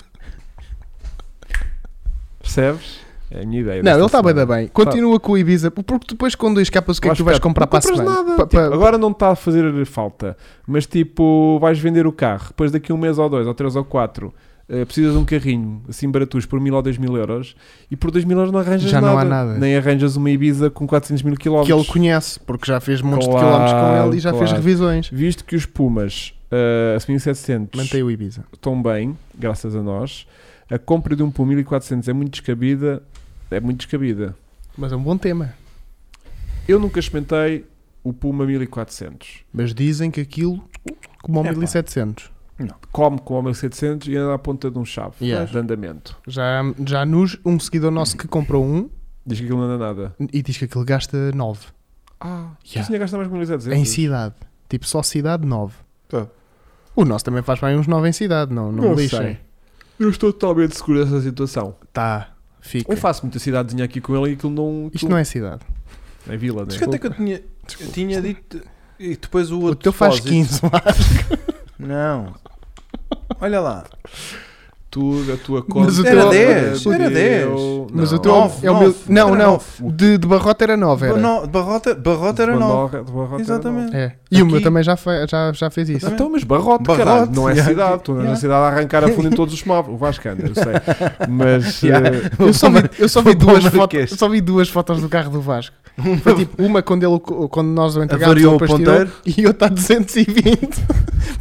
Speaker 3: Percebes? É a minha ideia.
Speaker 2: Não,
Speaker 3: desta
Speaker 2: ele está bem,
Speaker 3: semana.
Speaker 2: bem. Continua com o Ibiza, porque depois com dois capas o que é que
Speaker 3: Acho
Speaker 2: tu vais
Speaker 3: que
Speaker 2: comprar
Speaker 3: não
Speaker 2: para a
Speaker 3: compras
Speaker 2: semana?
Speaker 3: nada.
Speaker 2: Pa-
Speaker 3: Tipo,
Speaker 2: pa-
Speaker 3: agora não está a fazer falta, mas tipo, vais vender o carro, depois daqui a um mês ou dois, ou três ou quatro, eh, precisas de um carrinho, assim baratus, por mil ou dois mil euros, e por dois mil euros não arranjas
Speaker 2: Já
Speaker 3: nada.
Speaker 2: não há nada.
Speaker 3: Nem arranjas uma Ibiza com 400 mil quilómetros.
Speaker 2: que ele conhece, porque já fez montes
Speaker 3: Claro,
Speaker 2: de quilómetros com ele e já fez
Speaker 3: claro.
Speaker 2: revisões.
Speaker 3: Visto que os Pumas, eh, a 1700,
Speaker 2: Mantém o Ibiza.
Speaker 3: tão bem, graças a nós. A compra de um por 1400 é muito descabida. É muito descabida.
Speaker 2: Mas é um bom tema.
Speaker 3: Eu nunca experimentei o Puma 1400.
Speaker 2: Mas dizem que aquilo, como ao
Speaker 1: Epá.
Speaker 2: 1700,
Speaker 3: Come com o 1700 e anda à ponta de um chave
Speaker 2: Yeah.
Speaker 3: de andamento.
Speaker 2: já, já nos, um seguidor nosso que comprou um
Speaker 3: Diz que aquilo não anda nada.
Speaker 2: e diz que aquilo gasta 9
Speaker 3: Ah,
Speaker 2: Yeah.
Speaker 3: tinha gastado mais com 1700.
Speaker 2: em cidade. Tipo, só cidade 9.
Speaker 1: Uhum. Tá.
Speaker 2: O nosso também faz bem uns 9 em cidade, não, não,
Speaker 3: Não
Speaker 2: me lixem.
Speaker 3: sei. Eu estou totalmente seguro dessa situação.
Speaker 2: Tá, fica.
Speaker 3: Eu faço muita cidadezinha aqui com ele e aquilo não.
Speaker 2: Isto não é cidade.
Speaker 3: É vila, né?
Speaker 1: Mas quanto é que eu tinha, eu tinha dito? E depois o
Speaker 2: O
Speaker 1: outro.
Speaker 2: teu faz
Speaker 1: depósito.
Speaker 2: 15, vá.
Speaker 1: Não. Olha lá.
Speaker 3: Tu, a tua conta.
Speaker 2: o teu- Era
Speaker 1: 10, era 10.
Speaker 3: deu-
Speaker 2: Mas
Speaker 3: Não.
Speaker 2: o teu
Speaker 1: Nove,
Speaker 2: é o meu.
Speaker 1: nove.
Speaker 2: Não,
Speaker 1: Era
Speaker 2: não.
Speaker 1: nove.
Speaker 2: De, de Barrota era 9, era.
Speaker 1: Não, de Barrota, barrota era
Speaker 3: De
Speaker 1: 9.
Speaker 3: Barrota- de Barrota era nove.
Speaker 1: Exatamente.
Speaker 2: É. E o meu
Speaker 1: Aqui-
Speaker 2: também já, fe- já, já fez isso.
Speaker 3: Então, mas barrote,
Speaker 1: Barrote,
Speaker 3: caralho, não é
Speaker 1: yeah.
Speaker 3: cidade. Tu andas na
Speaker 1: Yeah.
Speaker 3: cidade a arrancar a fundo em todos os móveis. O Vasco anda, eu sei. Mas
Speaker 2: Yeah.
Speaker 3: eh,
Speaker 2: Eu só vi, eu só vi
Speaker 1: Vou para o
Speaker 2: duas
Speaker 1: Marquês.
Speaker 2: fotos, só vi duas fotos do carro do Vasco. Foi tipo uma quando, ele, quando nós o entregámos
Speaker 1: Avariou
Speaker 2: ele
Speaker 1: o
Speaker 2: depois tirou,
Speaker 1: ponteiro?
Speaker 2: e eu está a 220.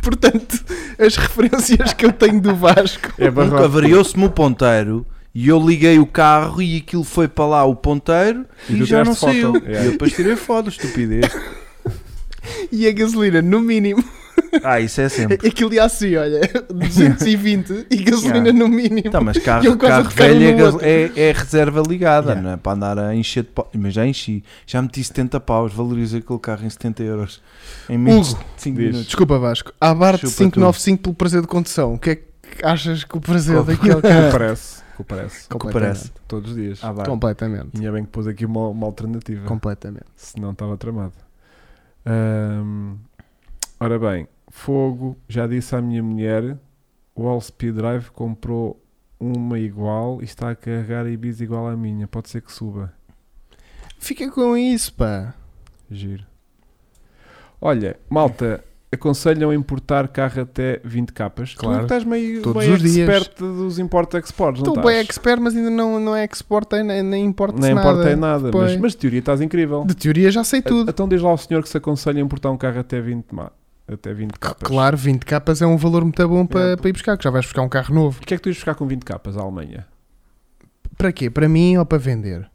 Speaker 2: Portanto, as referências que eu tenho do Vasco.
Speaker 3: é
Speaker 1: Nunca
Speaker 3: barrote.
Speaker 1: avariou-se-me o ponteiro e eu liguei o carro e aquilo foi para lá o ponteiro
Speaker 3: E
Speaker 1: e,
Speaker 3: tu
Speaker 1: já não
Speaker 3: tiraste
Speaker 1: saiu.
Speaker 3: foto. Yeah.
Speaker 1: E eu depois tirei foto, estupidez.
Speaker 2: E a gasolina, no mínimo,
Speaker 1: Ah, isso é sempre.
Speaker 2: aquilo ia assim, olha, 220 e gasolina
Speaker 1: Yeah.
Speaker 2: no mínimo.
Speaker 1: Tá, mas
Speaker 2: E eu
Speaker 1: carro,
Speaker 2: quase
Speaker 1: carro
Speaker 2: tocaram
Speaker 1: velho é,
Speaker 2: no
Speaker 1: gas-
Speaker 2: outro.
Speaker 1: é- é reserva ligada,
Speaker 2: Yeah.
Speaker 1: não é? Para andar a encher de pau. Mas já enchi, já meti 70 paus, valorizo aquele carro em 70 euros. Em menos
Speaker 2: Hugo,
Speaker 1: de 5
Speaker 3: diz.
Speaker 1: minutos.
Speaker 2: Desculpa Vasco, à barra de
Speaker 1: Chupa
Speaker 2: 595 pelo prazer de condução. O que é que achas que o prazer
Speaker 1: Como-
Speaker 2: daquele é?
Speaker 3: Que
Speaker 2: carro?
Speaker 3: parece, que parece.
Speaker 1: Que parece.
Speaker 3: Todos os dias.
Speaker 1: Ah, vai.
Speaker 2: Completamente.
Speaker 3: Tinha bem que pôs aqui uma, uma alternativa.
Speaker 2: Completamente.
Speaker 3: Senão estava tramado. Ahm, ora bem, fogo. Já disse à minha mulher: o All Speed Drive comprou uma igual e está a carregar a Ibiza igual à minha. Pode ser que suba.
Speaker 2: Fica com isso, pá.
Speaker 3: Giro. Olha, malta, aconselham a importar carro até 20 capas.
Speaker 2: Claro.
Speaker 3: Tu estás meio,
Speaker 2: Todos
Speaker 3: meio
Speaker 2: os dias.
Speaker 3: expert dos import-exports, não
Speaker 2: Estou bem
Speaker 3: estás?
Speaker 2: expert, mas ainda não, não é export, nem, nem importa
Speaker 3: Nem
Speaker 2: nada.
Speaker 3: importa é nada, mas,
Speaker 2: Pois.
Speaker 3: mas de teoria estás incrível.
Speaker 2: De teoria já sei tudo.
Speaker 3: A- Então diz lá ao senhor que se aconselha a importar um carro até 20, ma- até 20 capas.
Speaker 2: Claro, 20 capas é um valor muito bom para,
Speaker 3: É.
Speaker 2: para ir buscar, que já vais buscar um carro novo.
Speaker 3: E o que é que tu ias buscar com 20 capas à Alemanha?
Speaker 2: Para quê? Para mim ou para vender?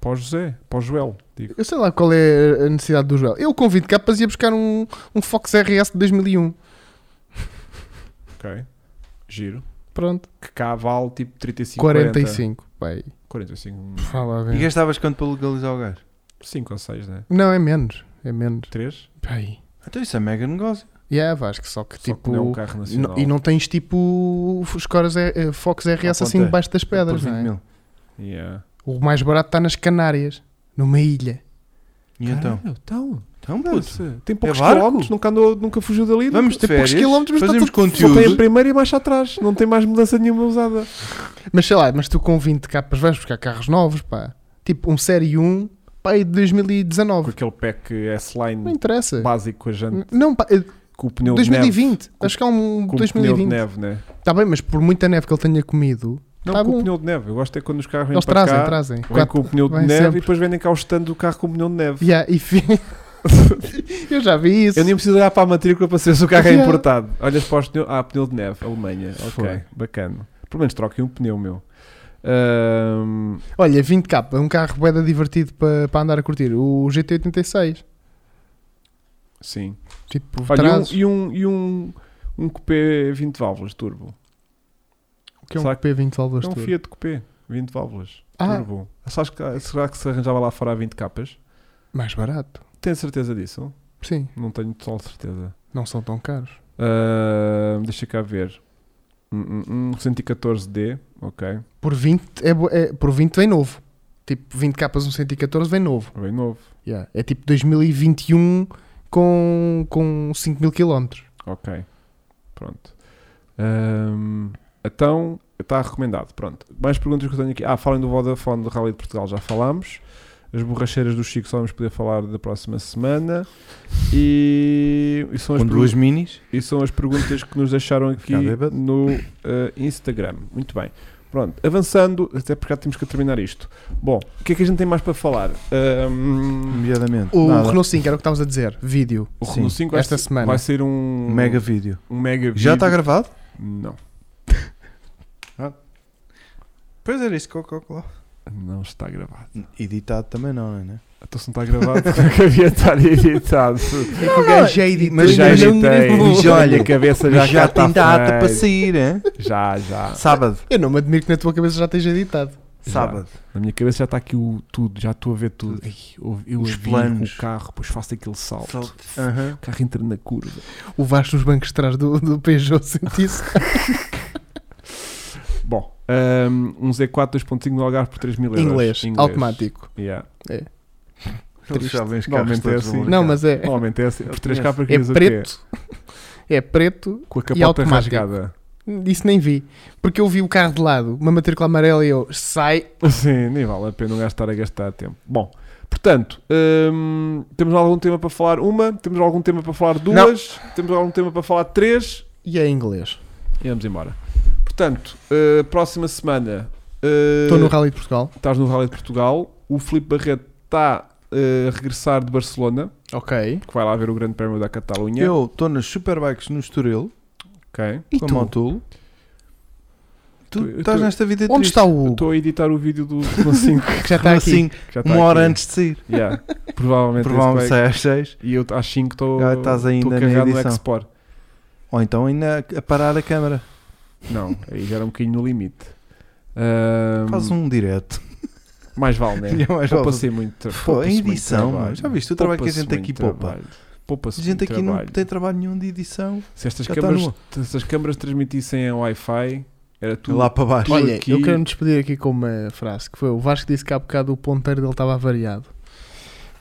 Speaker 3: Para o José, para o Joel, digo.
Speaker 2: Eu sei lá qual é a necessidade do Joel. Eu com 20 capas ia buscar um, um Fox RS de 2001.
Speaker 3: Ok. Giro.
Speaker 2: Pronto.
Speaker 3: Que cá vale tipo 35,
Speaker 2: 45. Vai.
Speaker 3: 45,
Speaker 2: Fala a
Speaker 1: E
Speaker 2: ver.
Speaker 1: gastavas quanto para legalizar o gás?
Speaker 3: 5 hum, ou 6, né?
Speaker 2: Não, é menos. É menos.
Speaker 3: 3?
Speaker 2: Vai.
Speaker 1: Então isso é mega negócio.
Speaker 2: E é, Vasco, só que
Speaker 3: Só
Speaker 2: tipo.
Speaker 3: que não é um carro nacional.
Speaker 2: não- e não tens tipo escoras eh, Fox RS
Speaker 1: Ao
Speaker 2: assim
Speaker 1: ponteiro.
Speaker 2: debaixo
Speaker 3: É
Speaker 2: das pedras,
Speaker 1: Por
Speaker 2: não é?
Speaker 1: mil.
Speaker 3: Yeah.
Speaker 2: O mais barato está nas Canárias, numa ilha.
Speaker 1: E então?
Speaker 3: Caralho, então, É
Speaker 1: Então, puto.
Speaker 3: foda-se. tem poucos
Speaker 1: barco?
Speaker 3: quilómetros, nunca, andou, nunca fugiu dali.
Speaker 1: Vamos
Speaker 3: nunca-
Speaker 1: de
Speaker 3: tem poucos
Speaker 1: férias,
Speaker 3: quilómetros, mas
Speaker 1: fazemos
Speaker 3: está tudo, só
Speaker 1: conteúdo.
Speaker 3: tem a primeira e baixa atrás. Não tem mais mudança nenhuma usada.
Speaker 2: Mas sei lá, mas tu com 20 capas vais buscar carros novos, pá. Tipo um Série 1, pá, aí de
Speaker 3: Com
Speaker 2: 2019.
Speaker 3: aquele pack
Speaker 2: Não
Speaker 3: S-Line
Speaker 2: interessa.
Speaker 3: básico com a jante,
Speaker 2: Não, pá, eh,
Speaker 3: com o pneu de neve.
Speaker 2: 2020.
Speaker 3: Com-
Speaker 2: Acho que é um
Speaker 3: Com o pneu de
Speaker 2: 2020.
Speaker 3: neve, né?
Speaker 2: Está Tá bem, mas por muita neve que ele tenha comido,
Speaker 3: Não,
Speaker 2: Tá
Speaker 3: com
Speaker 2: bom.
Speaker 3: o pneu de neve. Eu gosto é quando os carros vêm
Speaker 2: eles
Speaker 3: para
Speaker 2: trazem,
Speaker 3: cá,
Speaker 2: trazem.
Speaker 3: vêm
Speaker 2: Quatro-
Speaker 3: com o pneu de
Speaker 2: vêm
Speaker 3: neve
Speaker 2: sempre.
Speaker 3: e depois vendem cá o stand do carro com o pneu de neve.
Speaker 2: Yeah, e fi- Eu já vi isso.
Speaker 3: Eu nem preciso olhar para a matrícula para saber se o carro é
Speaker 2: Yeah.
Speaker 3: importado. Olhas para os pneus. Ah, pneu de neve, Alemanha. Ok,
Speaker 2: Foi.
Speaker 3: bacana. Pelo menos troquem um pneu meu. Ahm,
Speaker 2: Olha, 20 k é um carro boeda divertido para para andar a curtir. O GT86.
Speaker 3: sim.
Speaker 2: Tipo,
Speaker 3: Olha, e um-
Speaker 2: trazes.
Speaker 3: e um, e um, um Coupé 20 válvulas turbo.
Speaker 2: O que é um
Speaker 3: Saca.
Speaker 2: P20 válvulas
Speaker 3: É um
Speaker 2: turbo?
Speaker 3: Fiat Coupé 20 válvulas
Speaker 2: Ah.
Speaker 3: turbo. Sabes que, será que se arranjava lá fora a 20 capas?
Speaker 2: Mais barato.
Speaker 3: Tenho certeza disso?
Speaker 2: Sim,
Speaker 3: Não tenho total certeza.
Speaker 2: não são tão caros.
Speaker 3: Ahm, Ah, deixa cá ver. Hum, hum, hum, 114D, ok.
Speaker 2: Por 20, é, bo- é- por 20 vem novo. Tipo, 20 capas, um 114 vem novo.
Speaker 3: Bem novo.
Speaker 2: Yeah. É tipo 2021 com, com 5 mil quilómetros.
Speaker 3: Ok. Pronto. Ahm, então, está recomendado. Pronto. Mais perguntas que eu tenho aqui. Ah, falem do Vodafone do Rally de Portugal, já falámos. As borracheiras do Chico só vamos poder falar da próxima semana. E, e são, as
Speaker 1: Com duas
Speaker 3: pergun-
Speaker 1: minis.
Speaker 3: e são as perguntas que nos deixaram aqui
Speaker 1: Ficar bêbado.
Speaker 3: no eh, Instagram. Muito bem. Pronto, avançando, até porque já temos que terminar isto. Bom, o que é que a gente tem mais para falar? Ahm,
Speaker 1: Imediatamente.
Speaker 2: O
Speaker 1: Nada.
Speaker 2: Renault 5, era o que estavas a dizer. Vídeo.
Speaker 3: o
Speaker 1: Sim,
Speaker 3: Renault 5 vai
Speaker 2: esta
Speaker 3: ser-
Speaker 2: semana.
Speaker 3: vai ser um
Speaker 1: Um mega vídeo.
Speaker 3: um mega
Speaker 1: Já está
Speaker 3: vídeo.
Speaker 1: gravado?
Speaker 3: Não.
Speaker 1: Pois era isso que eu calculo.
Speaker 3: Não está gravado.
Speaker 1: Editado também não, é? né?
Speaker 3: Então se não está gravado, como é que havia de estar editado?
Speaker 2: É que o gajo é editor.
Speaker 1: mas já
Speaker 3: já
Speaker 2: ele é um
Speaker 3: editei.
Speaker 1: mas
Speaker 3: Já,
Speaker 1: olha,
Speaker 3: minha cabeça já,
Speaker 1: Mas já
Speaker 3: está
Speaker 1: tem data para
Speaker 3: feita.
Speaker 1: sair, hein?
Speaker 3: Já, já.
Speaker 1: Sábado.
Speaker 2: Eu não me admiro que na tua cabeça já esteja editado.
Speaker 3: Já.
Speaker 1: Sábado.
Speaker 3: Na minha cabeça já está aqui o tudo, já estou a ver tudo. Ai, eu eu
Speaker 1: Os
Speaker 3: aviso
Speaker 1: planos.
Speaker 3: com o carro, depois faço aquele salto.
Speaker 1: Aham.
Speaker 3: O carro entra na curva.
Speaker 2: O Vasco dos bancos de trás do, do Peugeot senti isso.
Speaker 3: Bom, um, um Z4 2.5 no Algarve por 3 mil euros.
Speaker 2: Inglês, automático.
Speaker 3: Yeah.
Speaker 1: Eles sabem os carros
Speaker 3: Normalmente é
Speaker 1: todos
Speaker 3: assim.
Speaker 1: vão
Speaker 2: Não,
Speaker 1: ligar.
Speaker 2: mas é,
Speaker 3: Normalmente é assim. Por 3 k para
Speaker 2: é
Speaker 3: o quê?
Speaker 2: preto. É preto.
Speaker 3: Com a
Speaker 2: e
Speaker 3: capota
Speaker 2: automático.
Speaker 3: rasgada.
Speaker 2: Isso nem vi. Porque eu vi o carro de lado, uma matrícula amarela e eu sai.
Speaker 3: Sim, nem vale a pena um gajo estar a gastar tempo. Bom, portanto, hum, temos algum tema para falar uma, temos algum tema para falar duas, temos algum tema para falar três
Speaker 2: E é inglês.
Speaker 3: e vamos embora. Portanto, uh, próxima semana uh,
Speaker 2: Estou no Rally de Portugal.
Speaker 3: estás no Rally de Portugal, o Filipe Barreto está uh, a regressar de Barcelona,
Speaker 2: Ok.
Speaker 3: que vai lá ver o Grande Prémio da Catalunha.
Speaker 1: Eu estou nas Superbikes no Estoril,
Speaker 3: Ok.
Speaker 2: E
Speaker 1: com
Speaker 2: tu?
Speaker 1: a Motul.
Speaker 3: Tu- eu
Speaker 1: Tu estás
Speaker 3: tô-
Speaker 1: nesta vida
Speaker 2: Onde
Speaker 1: triste.
Speaker 2: está o Hugo?
Speaker 3: Estou a editar o vídeo do Renault 5,
Speaker 2: Que já está aqui.
Speaker 1: Assim,
Speaker 3: que já está
Speaker 1: uma hora
Speaker 3: aqui.
Speaker 1: antes de sair.
Speaker 3: Yeah, provavelmente.
Speaker 1: Provavelvelmente
Speaker 3: esse vai-
Speaker 1: sai às seis.
Speaker 3: E eu às 5 estou
Speaker 1: Ah, estás ainda na
Speaker 3: carregado no
Speaker 1: edição.
Speaker 3: Export.
Speaker 1: Ou então ainda a parar a câmara.
Speaker 3: Não, aí já era um bocadinho no limite. Ahm,
Speaker 1: Faz um direto.
Speaker 3: Mais vale, né?
Speaker 1: É mais vale.
Speaker 3: poupa-se muito.
Speaker 1: Pô,
Speaker 3: poupa-se
Speaker 1: em
Speaker 3: muito
Speaker 1: edição,
Speaker 3: trabalho.
Speaker 1: mano. Já viste o trabalho que a
Speaker 3: Poupa-se
Speaker 1: gente aqui
Speaker 3: muito
Speaker 1: poupa?
Speaker 3: trabalho. Poupa-se
Speaker 1: A gente
Speaker 3: muito
Speaker 1: aqui não
Speaker 3: trabalho.
Speaker 1: tem trabalho nenhum de edição.
Speaker 3: Se estas
Speaker 1: Já tá
Speaker 3: câmaras,
Speaker 1: nua.
Speaker 3: se estas câmaras transmitissem em Wi-Fi, era tudo.
Speaker 1: Lá para baixo.
Speaker 2: Olha,
Speaker 3: aqui-
Speaker 2: eu quero me despedir aqui com uma frase que foi o Vasco disse que há bocado o ponteiro dele estava avariado.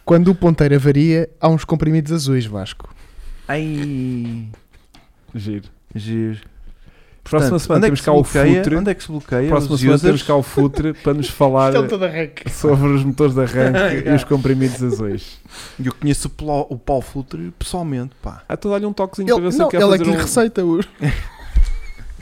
Speaker 2: Quando o ponteiro avaria, há uns comprimidos azuis, Vasco.
Speaker 1: Ai.
Speaker 3: Giro.
Speaker 1: Giro.
Speaker 3: Próxima
Speaker 1: Portanto,
Speaker 3: semana
Speaker 1: onde é que
Speaker 3: temos
Speaker 1: se
Speaker 3: cá o
Speaker 1: bloqueia-
Speaker 3: Futre.
Speaker 1: Onde é que se bloqueia?
Speaker 3: Próxima
Speaker 1: os
Speaker 3: semana
Speaker 1: users? é um
Speaker 3: temos cá o Futre para nos falar
Speaker 2: Estão toda rec.
Speaker 3: sobre os motores de arranque e os comprimidos azuis.
Speaker 1: Eu conheço o Plo- o Paulo Futre pessoalmente, pá.
Speaker 3: Ah, então dá-lhe um toquezinho para ver
Speaker 2: Ele,
Speaker 3: se
Speaker 2: não,
Speaker 3: quer
Speaker 2: ele é
Speaker 3: fazer
Speaker 2: que lhe
Speaker 3: um...
Speaker 2: receita hoje.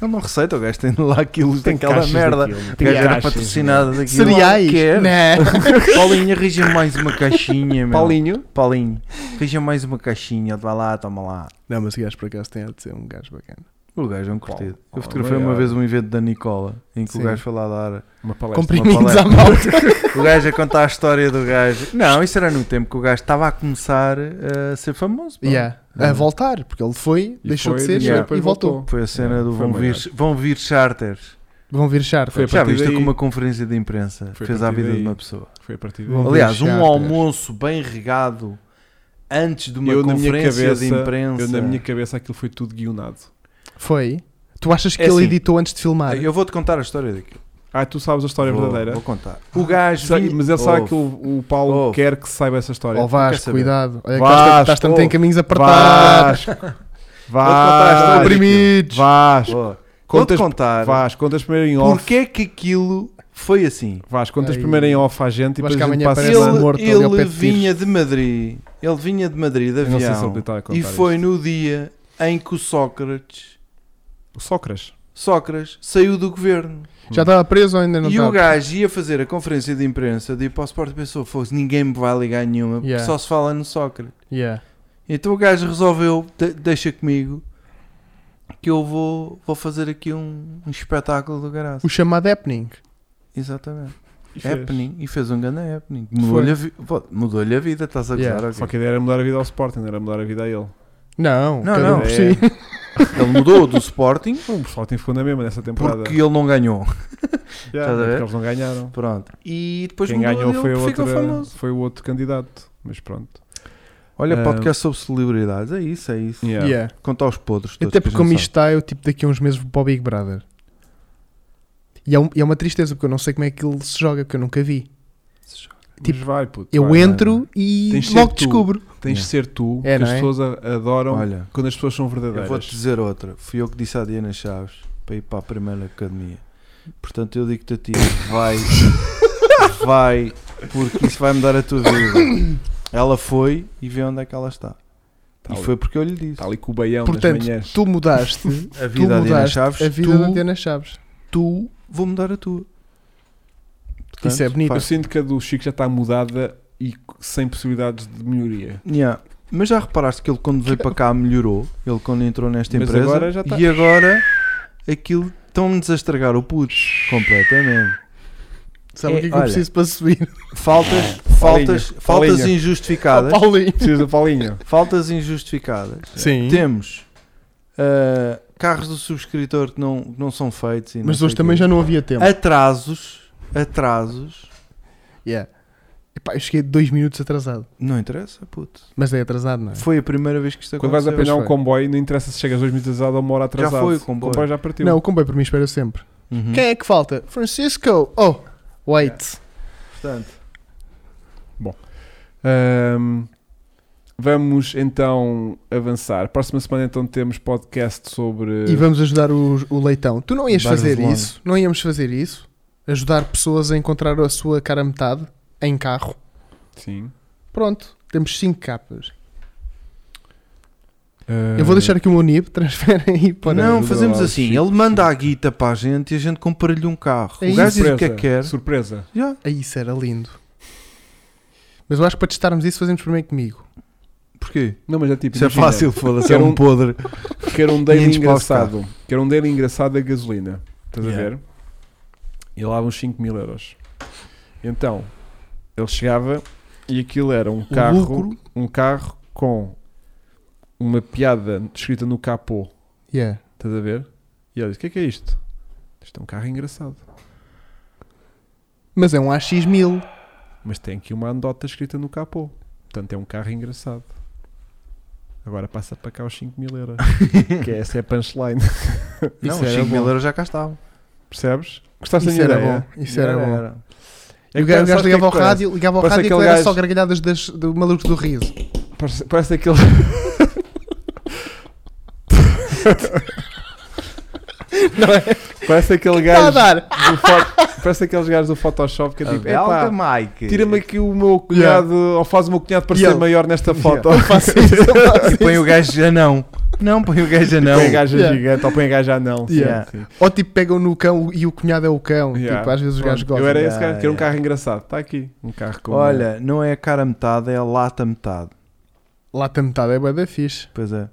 Speaker 1: Ele não receita, o gajo tem lá quilos daquela
Speaker 3: caixas
Speaker 1: merda.
Speaker 3: daquilo,
Speaker 1: O
Speaker 3: tem
Speaker 1: gajo era
Speaker 3: caixas,
Speaker 1: patrocinado daquilo.
Speaker 2: Cereais.
Speaker 1: Quer?
Speaker 2: Né?
Speaker 1: Paulinho, arranja mais uma caixinha,
Speaker 3: meu.
Speaker 1: meu.
Speaker 3: Paulinho,
Speaker 1: Paulinho, arranja mais uma caixinha. Vai lá, toma lá.
Speaker 2: Não, mas o gajo por acaso tem a de ser um gajo bacana.
Speaker 1: O gajo é um curtido.
Speaker 3: Paulo,
Speaker 1: Eu fotografei
Speaker 3: obrigado.
Speaker 1: uma vez um evento da Nicola, em que
Speaker 2: Sim.
Speaker 1: o gajo foi lá dar.
Speaker 3: uma palestra.
Speaker 2: Comprimidos
Speaker 1: palestra.
Speaker 2: à malta.
Speaker 1: O gajo a contar a história do gajo. Não, isso era no tempo que o gajo estava a começar a ser famoso. pá.
Speaker 2: Yeah. Uhum. A voltar, porque ele foi,
Speaker 3: E
Speaker 2: deixou
Speaker 3: foi,
Speaker 2: de ser
Speaker 1: yeah.
Speaker 2: e voltou.
Speaker 1: Foi a cena
Speaker 3: Yeah,
Speaker 1: do
Speaker 3: foi
Speaker 1: vão vir,
Speaker 3: maior.
Speaker 1: vão vir charters.
Speaker 2: Vão vir charter.
Speaker 3: Foi a
Speaker 1: Já
Speaker 3: partir
Speaker 1: viste
Speaker 3: daí-
Speaker 1: como uma conferência de imprensa
Speaker 3: Foi a
Speaker 1: fez a
Speaker 3: partir
Speaker 1: vida
Speaker 3: daí.
Speaker 1: de uma pessoa.
Speaker 3: Foi a partir
Speaker 2: Vão
Speaker 3: daí.
Speaker 2: ver
Speaker 1: Aliás,
Speaker 2: charters.
Speaker 1: um almoço bem regado antes de uma
Speaker 3: Eu, na minha
Speaker 1: conferência de
Speaker 3: cabeça,
Speaker 1: imprensa.
Speaker 3: Eu, na minha cabeça, aquilo foi tudo guionado.
Speaker 2: Foi. Tu achas que
Speaker 1: É
Speaker 2: ele
Speaker 1: assim.
Speaker 2: editou antes de filmar?
Speaker 1: Eu vou-te contar a história daquilo.
Speaker 3: Ah, tu sabes a história
Speaker 1: vou,
Speaker 3: verdadeira?
Speaker 1: Vou contar.
Speaker 3: O gajo.
Speaker 1: vinha-
Speaker 3: mas ele sabe
Speaker 1: Ouve.
Speaker 3: que o, o Paulo
Speaker 1: Ouve.
Speaker 3: quer que se saiba essa história.
Speaker 2: Ó
Speaker 1: quero
Speaker 2: Vasco,
Speaker 1: saber.
Speaker 2: cuidado. Olha que
Speaker 3: Vasco,
Speaker 2: estás- estás tanto em
Speaker 3: oh,
Speaker 2: caminhos apertados.
Speaker 3: Vasco.
Speaker 1: contar a história.
Speaker 3: Vasco.
Speaker 2: Oprimidos.
Speaker 3: Vasco.
Speaker 1: Vou
Speaker 3: Contas-
Speaker 1: te contar
Speaker 3: Vasco, contas primeiro em off.
Speaker 1: porque é que aquilo foi assim.
Speaker 3: Vasco, contas
Speaker 2: Ai.
Speaker 3: primeiro em off à gente e
Speaker 2: Vasco,
Speaker 3: depois a gente
Speaker 2: amanhã
Speaker 3: passa
Speaker 2: Parece um
Speaker 1: Ele,
Speaker 3: a-
Speaker 2: morto ali ao pé
Speaker 1: ele
Speaker 2: de tiros.
Speaker 1: vinha de Madrid. Ele vinha de Madrid de
Speaker 3: Eu Não sei se
Speaker 1: avião.
Speaker 3: ele está a contar
Speaker 1: E foi
Speaker 3: isto.
Speaker 1: no dia em que o Sócrates,
Speaker 3: O Sócrates.
Speaker 1: Sócrates saiu do governo.
Speaker 2: Já estava preso ou ainda não tá
Speaker 1: e
Speaker 2: estava?
Speaker 1: o gajo ia fazer a conferência de imprensa de ir para o Sport e pensou: fosse ninguém me vai ligar nenhuma,
Speaker 2: Yeah.
Speaker 1: porque só se fala no Sócrates.
Speaker 2: Yeah.
Speaker 1: Então o gajo resolveu: "De- deixa comigo, que eu vou, vou fazer aqui um, um espetáculo do garagem.
Speaker 2: O chamado happening.
Speaker 1: Exatamente.
Speaker 3: E fez.
Speaker 1: Happening. E fez um grande happening.
Speaker 2: Foi.
Speaker 1: Mudou-lhe a, vi- pô, mudou-lhe a vida, estás a gozar?
Speaker 2: Yeah.
Speaker 1: ok?
Speaker 3: Só que a ideia era mudar a vida ao Sporting, não era mudar a vida a ele.
Speaker 2: Não,
Speaker 1: Não,
Speaker 2: cada um
Speaker 1: Ah, não,
Speaker 2: por
Speaker 3: é-
Speaker 2: si.
Speaker 1: Ele mudou do Sporting
Speaker 3: O Sporting ficou na mesma nessa temporada.
Speaker 1: porque ele não ganhou. estás
Speaker 3: Yeah,
Speaker 1: a ver?
Speaker 3: porque eles não ganharam.
Speaker 1: Pronto. E depois
Speaker 3: Quem
Speaker 1: mudou
Speaker 3: ganhou
Speaker 1: ele
Speaker 3: foi, a
Speaker 1: que ficou
Speaker 3: outra,
Speaker 1: famoso.
Speaker 3: foi o outro candidato. Mas pronto.
Speaker 1: Olha,
Speaker 2: É.
Speaker 3: Ah.
Speaker 1: podcast sobre celebridades. É isso, é isso.
Speaker 3: Yeah.
Speaker 2: Yeah.
Speaker 1: Contar os podres. todos
Speaker 2: Até
Speaker 1: que a
Speaker 2: porque
Speaker 1: gente
Speaker 2: como
Speaker 1: sabe.
Speaker 2: isto está, eu tipo daqui a uns meses vou para o Big Brother. E é, um- e é uma tristeza porque eu não sei como é que ele se joga, porque eu nunca vi.
Speaker 3: Mas
Speaker 2: Tipo,
Speaker 3: vai, puto,
Speaker 2: Eu
Speaker 3: vai,
Speaker 2: entro
Speaker 3: vai,
Speaker 2: e
Speaker 3: Tens de ser
Speaker 2: logo
Speaker 3: tu.
Speaker 2: descubro.
Speaker 3: vai. Tens de ser tu,
Speaker 2: É,
Speaker 3: que
Speaker 2: não
Speaker 3: as
Speaker 2: é?
Speaker 3: pessoas a- adoram
Speaker 1: Olha,
Speaker 3: quando as pessoas são verdadeiras.
Speaker 1: eu vou-te dizer outra. Fui eu que disse à Diana Chaves para ir para a primeira academia. Portanto, eu digo-te a ti: vai, vai, porque isso vai mudar a tua vida. Ela foi e vê onde é que ela está. e
Speaker 3: Tá ali-
Speaker 1: foi porque eu lhe disse.
Speaker 3: Está Tá ali com o baião
Speaker 2: Portanto,
Speaker 3: nas manhãs.
Speaker 2: tu mudaste,
Speaker 1: A vida da
Speaker 2: tu
Speaker 1: Diana
Speaker 2: mudaste
Speaker 1: Chaves,
Speaker 2: a vida
Speaker 1: tu,
Speaker 2: da Diana Chaves.
Speaker 1: tu, vou mudar a tua.
Speaker 2: Isso é bonito.
Speaker 3: Eu
Speaker 1: faz-
Speaker 3: sinto que a do Chico já está mudada e sem possibilidades de melhoria.
Speaker 1: Yeah. Mas já reparaste que ele quando veio para cá melhorou? Ele quando entrou nesta
Speaker 3: Mas
Speaker 1: empresa
Speaker 3: agora já tá-
Speaker 1: e agora aquilo estão-nos a estragar o puto completamente.
Speaker 2: Sabe
Speaker 1: É,
Speaker 2: o que é que eu
Speaker 1: olha.
Speaker 2: preciso para subir? É,
Speaker 1: Faltas, faltas, faltas
Speaker 3: Paulinho.
Speaker 1: injustificadas.
Speaker 2: Ao Paulinho.
Speaker 3: Precisa, Paulinho.
Speaker 1: Faltas injustificadas.
Speaker 2: Sim.
Speaker 1: Temos ah, carros do subscritor que não, que não são feitos. E não
Speaker 2: Mas
Speaker 1: sei
Speaker 2: hoje
Speaker 1: o
Speaker 2: também
Speaker 1: quê.
Speaker 2: já não havia
Speaker 1: Ah.
Speaker 2: tempo.
Speaker 1: atrasos, atrasos.
Speaker 2: Yeah. Epá, eu cheguei dois minutos atrasado.
Speaker 1: Não interessa, puto.
Speaker 2: Mas é atrasado, não é?
Speaker 1: Foi a primeira vez que isto
Speaker 3: Quando vais
Speaker 1: aconteceu.
Speaker 3: apanhar um
Speaker 2: foi.
Speaker 3: comboio, não interessa se chegas dois minutos atrasado ou uma hora atrasado.
Speaker 1: foi o comboio.
Speaker 3: já partiu.
Speaker 2: Não, o comboio para mim espera sempre.
Speaker 1: Uhum.
Speaker 2: Quem é que falta? Francisco! Oh, wait.
Speaker 1: Portanto,
Speaker 3: Ahm, vamos então avançar. Próxima semana então temos podcast sobre.
Speaker 2: E vamos ajudar o, o leitão. Tu não ias
Speaker 1: Barba
Speaker 2: fazer
Speaker 1: de lona.
Speaker 2: isso? Não íamos fazer isso? Ajudar pessoas a encontrar a sua cara metade em carro?
Speaker 3: Sim.
Speaker 2: Pronto, temos 5 capas. Eu
Speaker 3: Eh,
Speaker 2: vou deixar aqui o meu NIB, transferem aí para.
Speaker 1: não,
Speaker 3: do
Speaker 1: fazemos
Speaker 3: Drauzio,
Speaker 1: assim.
Speaker 3: Chico,
Speaker 1: Ele manda a guita para a gente e a gente compra-lhe um carro.
Speaker 2: É
Speaker 1: o
Speaker 2: isso.
Speaker 1: gajo diz o que é que quer.
Speaker 3: Surpresa.
Speaker 1: Já.
Speaker 2: Ah, Isso era lindo. Mas eu acho que para testarmos isso fazemos primeiro comigo.
Speaker 1: Porquê?
Speaker 3: Não, mas é tipo.
Speaker 1: Isso é
Speaker 3: imagina,
Speaker 1: fácil, foda-se. É
Speaker 3: Quero
Speaker 1: um
Speaker 3: um-
Speaker 1: podre.
Speaker 3: Quero um daily
Speaker 1: 500 paus de
Speaker 3: engraçado. Quero um daily engraçado da gasolina. Estás a
Speaker 1: Yeah.
Speaker 3: ver? E lá uns 5 mil euros. Então, ele chegava e aquilo era um
Speaker 2: O
Speaker 3: carro.
Speaker 2: lucro.
Speaker 3: um carro com uma piada escrita no capô.
Speaker 2: Yeah.
Speaker 3: Estás a ver? E ele diz: O que é que é isto? Isto é um carro engraçado.
Speaker 2: Mas é um AX1000.
Speaker 3: Mas tem aqui uma anedota escrita no capô. Portanto, é um carro engraçado. Agora passa para cá os 5 mil euros. que essa é a punchline.
Speaker 1: Não,
Speaker 2: Isso
Speaker 1: os
Speaker 2: era
Speaker 1: 5 mil
Speaker 2: bom.
Speaker 1: euros já cá estavam.
Speaker 3: Percebes? Gostaste da
Speaker 2: Isso
Speaker 3: minha
Speaker 2: era
Speaker 3: ideia?
Speaker 2: bom. Isso era bom.
Speaker 3: É
Speaker 2: E o
Speaker 3: que
Speaker 2: gajo, o
Speaker 3: parece-
Speaker 2: gajo
Speaker 3: sabes o que é
Speaker 2: ligava ao
Speaker 3: que parece?
Speaker 2: rádio, ligava ao
Speaker 3: Parece
Speaker 2: rádio e aquilo
Speaker 3: aquele
Speaker 2: era só
Speaker 3: gajo-
Speaker 2: gargalhadas das, do maluco do riso.
Speaker 3: Parece, parece aquele.
Speaker 2: é?
Speaker 3: Parece aquele
Speaker 2: Está Tá a
Speaker 3: gajo.
Speaker 2: dar!
Speaker 3: do fo- Parece aqueles gajos do Photoshop que é
Speaker 1: Ah,
Speaker 3: tipo, "Epá,
Speaker 1: Mike.
Speaker 2: É
Speaker 3: tira-me aqui o meu cunhado, ou faz o meu cunhado parecer
Speaker 2: Yeah.
Speaker 3: maior nesta foto.
Speaker 2: Eu faço isso, é eu faço
Speaker 1: E põe o gajo já não. Não, põe o gajo já não.
Speaker 3: Põe a gaja
Speaker 2: Yeah.
Speaker 3: gigante, ou põe a gaja anão. Sim,
Speaker 1: Yeah.
Speaker 3: sim.
Speaker 2: isso. Ou tipo, pegam no cão e o cunhado é o cão.
Speaker 3: Yeah.
Speaker 2: Tipo, às vezes os
Speaker 3: Pronto,
Speaker 2: gajos gostam.
Speaker 3: Eu era esse
Speaker 1: Yeah,
Speaker 3: gajo, quero um
Speaker 1: yeah.
Speaker 3: carro engraçado. Está aqui, um carro com.
Speaker 1: Olha, não é a cara metade, é a lata metade.
Speaker 2: Lá está metade, é bué da fixe.
Speaker 1: Pois é.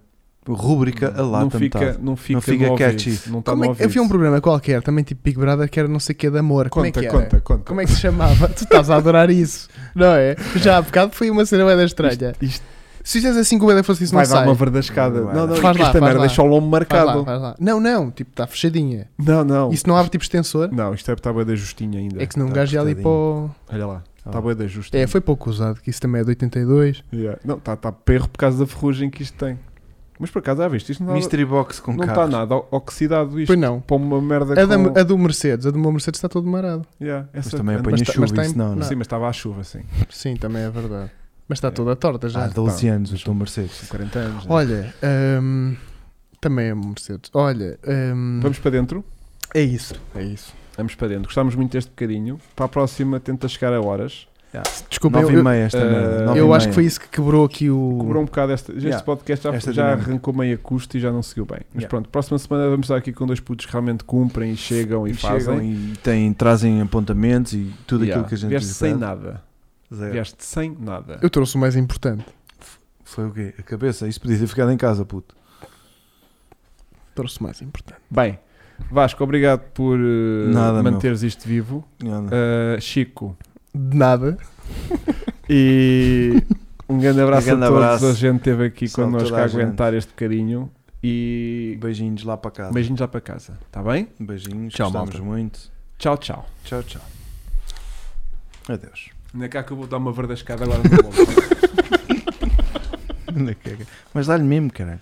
Speaker 1: Rúbrica a
Speaker 3: não
Speaker 1: lata
Speaker 3: fica,
Speaker 1: metade.
Speaker 3: não fica,
Speaker 1: Não fica
Speaker 3: no ouvido,
Speaker 1: catchy.
Speaker 3: Não tá está
Speaker 2: Como
Speaker 3: no
Speaker 2: é que, eu vi um
Speaker 3: ouvido.
Speaker 2: programa qualquer, também tipo Big Brother, que era não sei o que de amor. Como é que
Speaker 3: Conta,
Speaker 2: era?
Speaker 3: conta, conta.
Speaker 2: Como é que se chamava? tu estás a adorar isso, não é? Já há bocado foi uma cena bué da estranha.
Speaker 3: Isto- isto
Speaker 2: Se fizeres assim que o bué da fosse isso, não
Speaker 3: vai dar
Speaker 2: sai.
Speaker 3: uma verdascada.
Speaker 1: Vai,
Speaker 3: Não, não,
Speaker 2: vai. Faz lá,
Speaker 3: esta
Speaker 2: faz
Speaker 3: merda
Speaker 2: lá.
Speaker 3: deixa o lombo
Speaker 2: Faz
Speaker 3: marcado.
Speaker 2: lá, faz lá. Não, não, tipo, está fechadinha.
Speaker 3: Não, não.
Speaker 2: Isso não abre tipo extensor.
Speaker 3: Não, isto é está bem da justinha ainda.
Speaker 2: É que senão um
Speaker 1: tá
Speaker 2: gajo ia ali para o...
Speaker 3: Olha lá, está
Speaker 1: Ah.
Speaker 3: tá bem da justinha.
Speaker 2: É, foi pouco usado, que isso também é de 82.
Speaker 3: tá Yeah. Não, está tá perro por causa da ferrugem que isto tem. Mas por acaso, já viste, isto não está
Speaker 1: Mystery Box com
Speaker 3: não está
Speaker 1: carros.
Speaker 3: nada o- oxidado isto.
Speaker 2: Pois não.
Speaker 3: Para uma merda
Speaker 2: A, da-
Speaker 3: é
Speaker 2: é-
Speaker 3: com...
Speaker 2: a do Mercedes, a do meu Mercedes está todo marado.
Speaker 3: Yeah, essa-
Speaker 1: Mas também
Speaker 3: anda-
Speaker 1: apanha
Speaker 2: mas tá-
Speaker 1: chuva,
Speaker 2: mas tá em-
Speaker 1: isso não, é? não.
Speaker 2: não.
Speaker 3: Sim, mas estava à chuva, sim.
Speaker 2: Sim, também é verdade. Mas está
Speaker 3: É.
Speaker 2: toda torta já. tá.
Speaker 1: Há 12 anos, o Tom Mercedes.
Speaker 3: São 40 anos. né?
Speaker 2: Olha, hum, também é Mercedes. Olha, hum,
Speaker 3: Vamos para dentro?
Speaker 2: é isso.
Speaker 3: É isso. Vamos para dentro. Gostámos muito deste bocadinho. Para a próxima, tenta chegar a horas.
Speaker 2: Desculpa, eu,
Speaker 1: 9 e
Speaker 2: eu-
Speaker 1: meia esta
Speaker 3: eh,
Speaker 1: merda. nove e
Speaker 2: eu acho
Speaker 1: meia.
Speaker 2: que foi isso que quebrou aqui o.
Speaker 3: Cobrou um bocado esta, este
Speaker 1: Yeah.
Speaker 3: podcast, já,
Speaker 1: Esta
Speaker 3: já
Speaker 1: dinâmica.
Speaker 3: arrancou meio a custo e já não seguiu bem. Mas
Speaker 1: Yeah.
Speaker 3: pronto, próxima semana vamos estar aqui com dois putos que realmente cumprem e chegam e,
Speaker 1: E
Speaker 3: fazem.
Speaker 1: chegam e têm, trazem apontamentos e tudo
Speaker 3: Yeah.
Speaker 1: aquilo que a gente É.
Speaker 3: Vieste
Speaker 1: lhe
Speaker 3: sem
Speaker 1: pede.
Speaker 3: nada.
Speaker 1: Zero.
Speaker 3: Vieste sem
Speaker 1: um-
Speaker 3: nada.
Speaker 2: Eu trouxe o mais importante.
Speaker 1: Foi o quê? A cabeça? Isso podia ter ficado em casa, puto.
Speaker 2: Trouxe o mais importante.
Speaker 3: Bem, Vasco, obrigado por eh,
Speaker 1: Nada, meu. Ah.
Speaker 3: manteres isto vivo.
Speaker 1: Nada.
Speaker 3: Eh, Chico,
Speaker 2: De nada.
Speaker 3: e um grande abraço
Speaker 1: Um grande
Speaker 3: a todos.
Speaker 1: abraço.
Speaker 3: A gente esteve aqui
Speaker 1: São
Speaker 3: connosco
Speaker 1: toda
Speaker 3: a
Speaker 1: a gente.
Speaker 3: aguentar este bocadinho. E
Speaker 1: Beijinhos lá para casa.
Speaker 3: beijinhos já para casa, está bem?
Speaker 1: Beijinhos,
Speaker 2: Tchau,
Speaker 1: gostamos
Speaker 2: malta.
Speaker 1: muito.
Speaker 3: Tchau, tchau.
Speaker 1: Tchau, tchau. Adeus.
Speaker 3: Na cá que eu vou dar uma verdascada agora no bolso.
Speaker 1: Mas dá-lhe mesmo, caralho.